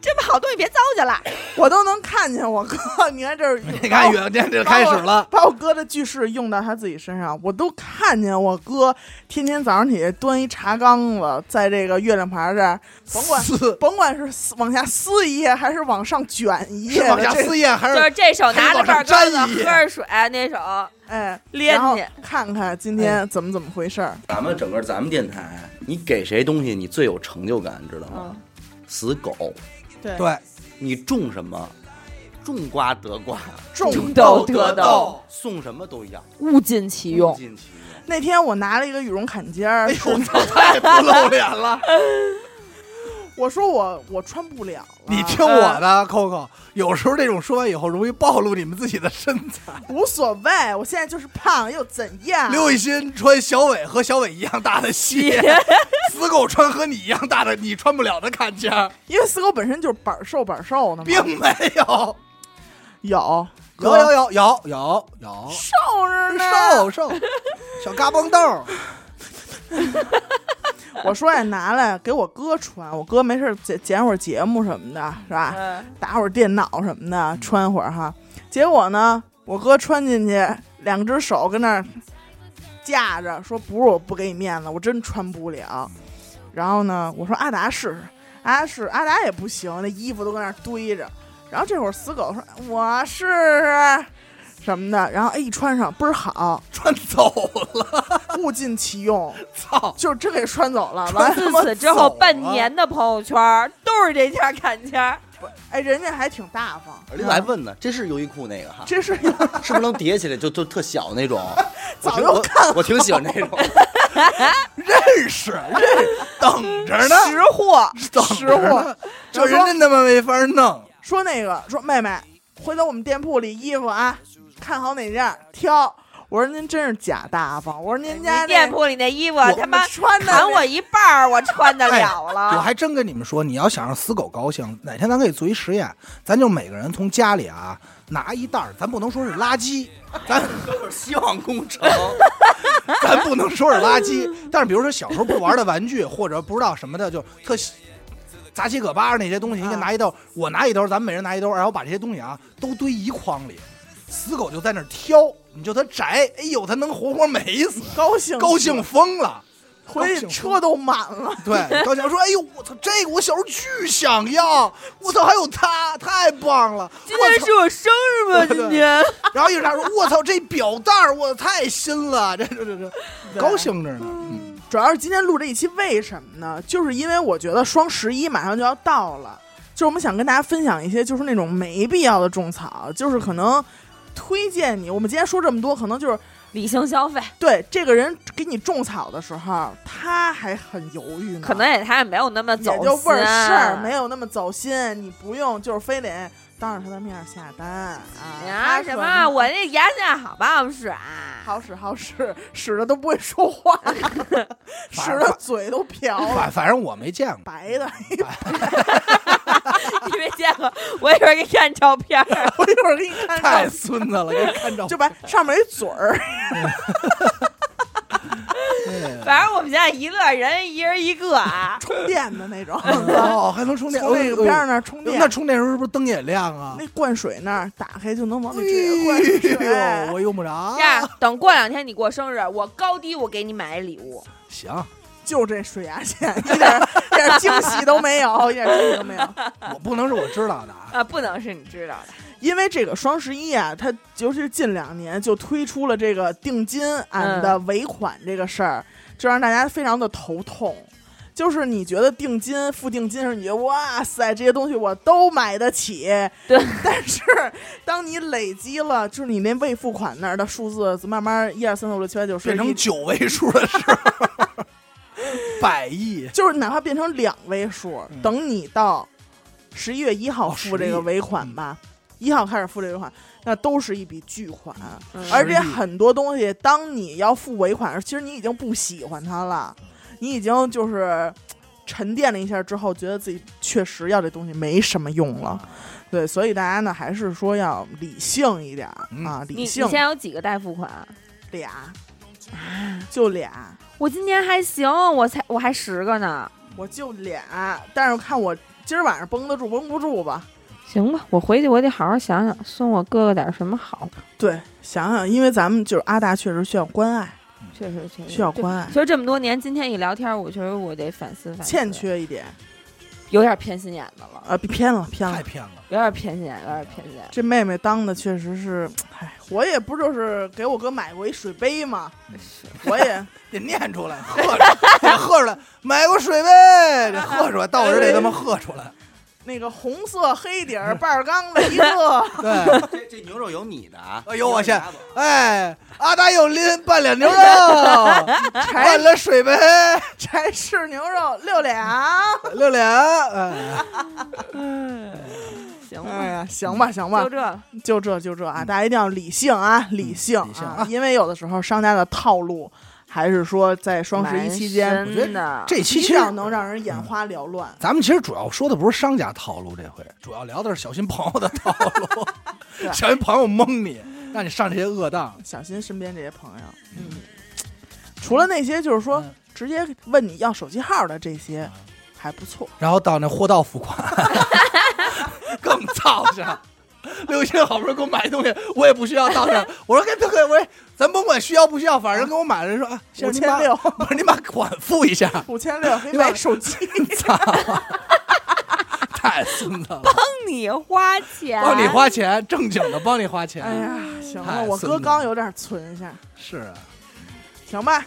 Speaker 1: 这么好东西别糟践了。
Speaker 2: 我都能看见我哥，你看
Speaker 3: *laughs*
Speaker 2: 这是
Speaker 3: 你看远见就开始了。
Speaker 2: 把我哥的句式用到他自己身上，我都看见我哥天天早上起来端一茶缸子，在这个月亮牌这儿，甭管
Speaker 3: 撕
Speaker 2: 甭管是撕往下撕一页还是往上卷一
Speaker 3: 是
Speaker 2: 页
Speaker 3: 往
Speaker 2: 的
Speaker 3: 下
Speaker 2: 这个，
Speaker 3: 撕页还
Speaker 1: 就是是这手拿着半
Speaker 3: 还
Speaker 1: 缸
Speaker 3: 是
Speaker 1: 子
Speaker 3: 往上
Speaker 1: 喝
Speaker 3: 粘一
Speaker 1: 着水，那手
Speaker 2: 哎，
Speaker 1: 连
Speaker 2: 然后
Speaker 1: 去
Speaker 2: 看看今天怎么怎么回事儿。
Speaker 4: 咱们整个咱们电台，你给谁东西你最有成就感，知道吗？死狗，
Speaker 1: *laughs*
Speaker 2: 对，
Speaker 3: 对，
Speaker 4: 你种什么，种瓜得瓜，
Speaker 2: 种
Speaker 1: 种豆得
Speaker 4: 豆
Speaker 1: 豆，
Speaker 4: 送什么都一样，
Speaker 1: 物尽其
Speaker 4: 物
Speaker 1: 用。
Speaker 4: 尽其用。
Speaker 2: 那天我拿了一个羽绒坎肩
Speaker 3: 哎
Speaker 1: 哎
Speaker 2: 儿，是
Speaker 4: 操，太不露脸 *laughs* 了！
Speaker 2: 我说我我穿不了了，
Speaker 3: 你听我
Speaker 1: 啊
Speaker 3: 的，Coco，有时候这种说完以后，容易暴露你们自己的身
Speaker 1: 啊
Speaker 3: 材。
Speaker 2: 无所谓，我现在就是胖又怎样？
Speaker 3: 刘雨欣穿小伟和小伟一样大的鞋，死狗穿和你一样大的你穿不了的坎肩儿，
Speaker 2: 因为死狗本身就是板儿瘦板儿瘦的嘛，
Speaker 3: 并没有。
Speaker 2: 有
Speaker 3: 有有有有有有
Speaker 2: 瘦着呢，
Speaker 3: 瘦瘦小嘎嘣豆儿，
Speaker 2: 我说呀，拿来给我哥穿，我哥没事儿剪剪会儿节目什么的，是吧？
Speaker 1: 嗯，
Speaker 2: 打会儿电脑什么的，穿会儿哈。结果呢，我哥穿进去，两只手跟那儿架着，说不是我不给你面子，我真穿不了。然后呢，我说阿达试试，阿达试，阿达也不行，那衣服都跟那儿堆着。然后这会儿死狗说我试试什么的，然后哎一穿上倍儿好，
Speaker 3: 穿走了，
Speaker 2: 物尽其用，
Speaker 3: 操！
Speaker 2: 就真给穿走了。完了
Speaker 1: 自此之
Speaker 3: 走
Speaker 1: 后
Speaker 3: 了
Speaker 1: 半年的朋友圈都是这件坎 *laughs* 肩。
Speaker 2: 哎，人家还挺大方，
Speaker 3: 哎
Speaker 4: 而且还问呢，这是优衣库那个哈，
Speaker 2: 这是
Speaker 3: *laughs*
Speaker 4: 是不是能叠起来就就特小那 *laughs* 种？我
Speaker 2: 早
Speaker 4: 挺
Speaker 2: 就
Speaker 4: 我
Speaker 2: 看
Speaker 4: 我挺喜欢这种。
Speaker 3: *laughs* 认识认识，等着呢，
Speaker 2: 识货，
Speaker 3: 等
Speaker 2: 识
Speaker 3: 着呢
Speaker 2: 货。
Speaker 3: 这人真他妈没法弄。
Speaker 2: 说那个说妹妹，回头我们店铺里衣服啊，看好哪件挑。我说您真是假大方，我说您家
Speaker 1: 你
Speaker 2: 这
Speaker 1: 哎店铺里那衣服啊
Speaker 2: 我
Speaker 1: 他妈
Speaker 2: 穿的
Speaker 1: 砍我
Speaker 2: 那
Speaker 1: 一半儿，我穿得了
Speaker 3: 啊我
Speaker 1: 了。
Speaker 3: 还真跟你们说，你要想让死狗高兴，哪天咱可以做一实验，咱就每个人从家里啊拿一袋儿，咱不能说是垃圾，咱
Speaker 4: *laughs* 希望工程，
Speaker 3: 咱不能说是垃
Speaker 1: 嗯
Speaker 3: 圾，但是比如说小时候不玩的玩具或者不知道什么的，就特喜杂七可八那些东西，
Speaker 2: 啊
Speaker 3: 应该
Speaker 1: 嗯
Speaker 3: 拿一兜，我拿一兜，咱们每人拿一兜，然后把这些东西啊都堆一筐里，死狗就在那儿挑，你就它摘，哎呦，它能活活美死，
Speaker 2: 高兴
Speaker 3: 高兴疯了。
Speaker 2: 回去
Speaker 3: 高兴
Speaker 2: 车都满了。
Speaker 3: 对，高强说：“哎呦，我操，这个我小时候巨想要，我操，还有它，太棒了！
Speaker 1: 今天
Speaker 3: 我操。
Speaker 1: 是我生日吗？
Speaker 3: 对
Speaker 1: 今 *laughs* 天
Speaker 3: 然后一啥说：“我操，这表带儿，我太新了，这这这这，
Speaker 2: 对
Speaker 3: 高兴着呢。嗯
Speaker 2: 主要是今天录这一期为什么呢？就是因为我觉得双十一马上就要到了，就是我们想跟大家分享一些就是那种没必要的种草，就是可能推荐你。我们今天说这么多，可能就是
Speaker 1: 理性消费，
Speaker 2: 对这个人给你种草的时候，他还很犹豫呢，
Speaker 1: 可能也他也没有那么
Speaker 2: 也
Speaker 1: 走心，
Speaker 2: 就味儿事儿，没有那么走心。你不用就是非得当着他的面儿下单啊
Speaker 1: 啊
Speaker 2: 他
Speaker 1: 什
Speaker 2: 可
Speaker 1: 么？
Speaker 2: 能
Speaker 1: 我那牙现在好啊吧，我耍。
Speaker 2: 好使好使，使的都不会说
Speaker 1: *laughs*
Speaker 2: 话，使的嘴都瓢了
Speaker 3: 反，反正我没见过，
Speaker 2: 白的。 *laughs*
Speaker 1: *laughs* 你没见过，我一会儿给你看照片儿。
Speaker 2: *laughs* 我一会儿给你看
Speaker 3: *laughs* 太
Speaker 2: 看，
Speaker 3: 孙子了，给你看着
Speaker 2: 就把上面一嘴儿，，
Speaker 1: 反正我们家一乐人一人一个啊
Speaker 2: 充电的那种，
Speaker 3: 哦，还能充电，
Speaker 2: 从那个边上
Speaker 3: 呢。
Speaker 2: 那儿充电
Speaker 3: 那。充电时候是不是灯也亮啊？
Speaker 2: 那灌水那儿打开就能往里直接灌
Speaker 3: 哎呦，
Speaker 2: 水，
Speaker 3: 我用不
Speaker 2: 哦
Speaker 3: 着
Speaker 1: 这。样等过两天你过生日，我高低我给你买一礼物。
Speaker 3: 行，
Speaker 2: 就这水牙线，一点儿一点儿惊喜都没有，一点儿惊喜都没有。
Speaker 3: 我不能是我知道的啊。
Speaker 1: 啊，不能是你知道的，
Speaker 2: 因为这个双十一啊，它尤其是近两年就推出了这个定金 and 尾款这个事儿，就让大家非常的头痛。就是你觉得定金付定金的时，候，你觉得哇塞这些东西我都买得起，
Speaker 1: 对。
Speaker 2: *laughs* 但是当你累积了，就是你那未付款那儿的数字慢慢一二三四五六七八九十
Speaker 3: 变成
Speaker 2: 一
Speaker 3: 九位数的事， *laughs* 百亿，
Speaker 2: 就是哪怕变成两位数，
Speaker 3: 嗯
Speaker 2: 等你到十一月一号
Speaker 3: 哦
Speaker 2: 付这
Speaker 3: 11
Speaker 2: 个尾款吧，一、号开始付这个尾款，那都是一笔巨款。
Speaker 1: 嗯
Speaker 2: 而且
Speaker 3: 11
Speaker 2: 很多东西，当你要付尾款时，其实你已经不喜欢它了，你已经就是沉淀了一下之后，觉得自己确实要这东西没什么用了。对，所以大家呢，还是说要理性一点儿
Speaker 3: 嗯
Speaker 2: 啊，
Speaker 1: 你
Speaker 2: 理
Speaker 1: 你
Speaker 2: 性
Speaker 1: 现在有几个代付款啊？
Speaker 2: 俩，
Speaker 1: 啊
Speaker 2: 就俩。
Speaker 1: 我今年还行，我才我还十个呢。
Speaker 2: 我就俩，但是看我今儿晚上绷得住绷不住吧。
Speaker 1: 行吧，我回去我得好好想想，送我哥哥点什么好。
Speaker 2: 对，想想，因为咱们就是阿大确实需要关爱，
Speaker 1: 确实确实
Speaker 2: 需要关爱
Speaker 1: 其，实这么多年，今天一聊天，我觉得我得反思反思，
Speaker 2: 欠缺一点，
Speaker 1: 有点偏心眼子了，
Speaker 2: 呃，偏了偏
Speaker 3: 太
Speaker 2: 了。
Speaker 3: 骗了。
Speaker 1: 有点偏心眼，有点偏心眼。
Speaker 2: 这妹妹当的确实是，哎，我也不就是给我哥买过一水杯 *laughs* 嘛，我也
Speaker 4: 得念出来，喝出来，得喝出来，买过水呗，得喝出来，到时得他妈喝出来。
Speaker 2: 那个红色黑底 *laughs* 儿半儿钢的一个，
Speaker 3: 对，
Speaker 4: 这这牛肉有你的啊！哎
Speaker 3: 有
Speaker 4: 呦，
Speaker 3: 我
Speaker 4: 我
Speaker 3: 先
Speaker 4: 先，
Speaker 3: 哎，阿达有拎半两 *laughs* 牛肉，半两水杯，
Speaker 2: 柴氏牛肉六两。
Speaker 3: 六两。哎，
Speaker 1: 行
Speaker 2: 哎
Speaker 1: 吧，
Speaker 2: 呀，行吧，行吧
Speaker 1: 就，这了。
Speaker 2: 就这就这啊，大家一定要理性啊，理性
Speaker 4: 理性
Speaker 2: 啊
Speaker 4: 啊，
Speaker 2: 因为有的时候商家的套路还是说在双十一期间
Speaker 1: 蛮
Speaker 3: 我觉
Speaker 1: 深的
Speaker 3: 这期
Speaker 2: 比
Speaker 3: 其实
Speaker 2: 较能让人眼花缭乱。
Speaker 3: 咱们其实主要说的不是商家套路，这回主要聊的是小心朋友的套路，小心朋友蒙你，让你上这些恶当。
Speaker 2: 小心身边这些朋友，嗯，除了那些就是说
Speaker 3: 嗯
Speaker 2: 直接问你要手机号的这些，还不错。
Speaker 3: 然后到那货到付款， *laughs* 更操心。刘鑫好不容易给我买东西，我也不需要到那儿。我说给大哥，我说咱甭管需要不需要，反正给我买了。人说啊，先
Speaker 2: 五千六，
Speaker 3: 我说你把款付一下，
Speaker 2: 五千六给
Speaker 3: *laughs* 你把
Speaker 2: 买手机，
Speaker 3: 操， *laughs* 太孙子了，
Speaker 1: 帮你花钱，
Speaker 3: 帮你。花钱，正经的帮你花钱。
Speaker 2: 哎呀，行了，
Speaker 3: 太
Speaker 2: 我
Speaker 3: 孙
Speaker 2: 哥
Speaker 3: 子
Speaker 2: 刚
Speaker 3: 了
Speaker 2: 有点存一下，
Speaker 3: 是啊，
Speaker 2: 行吧。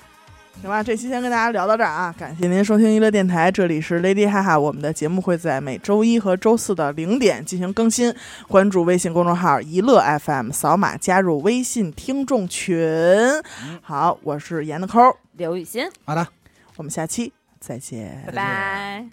Speaker 2: 行吧，这期先跟大家聊到这儿啊！感谢您收听娱乐电台，这里是 Lady 哈哈，我们的节目会在每周一和周四的零点进行更新。关注微信公众号“一乐 FM”，扫码加入微信听众群。好，我是严的抠儿，
Speaker 1: 刘雨欣，
Speaker 3: 好的。
Speaker 2: 我们下期再见。
Speaker 1: 拜拜。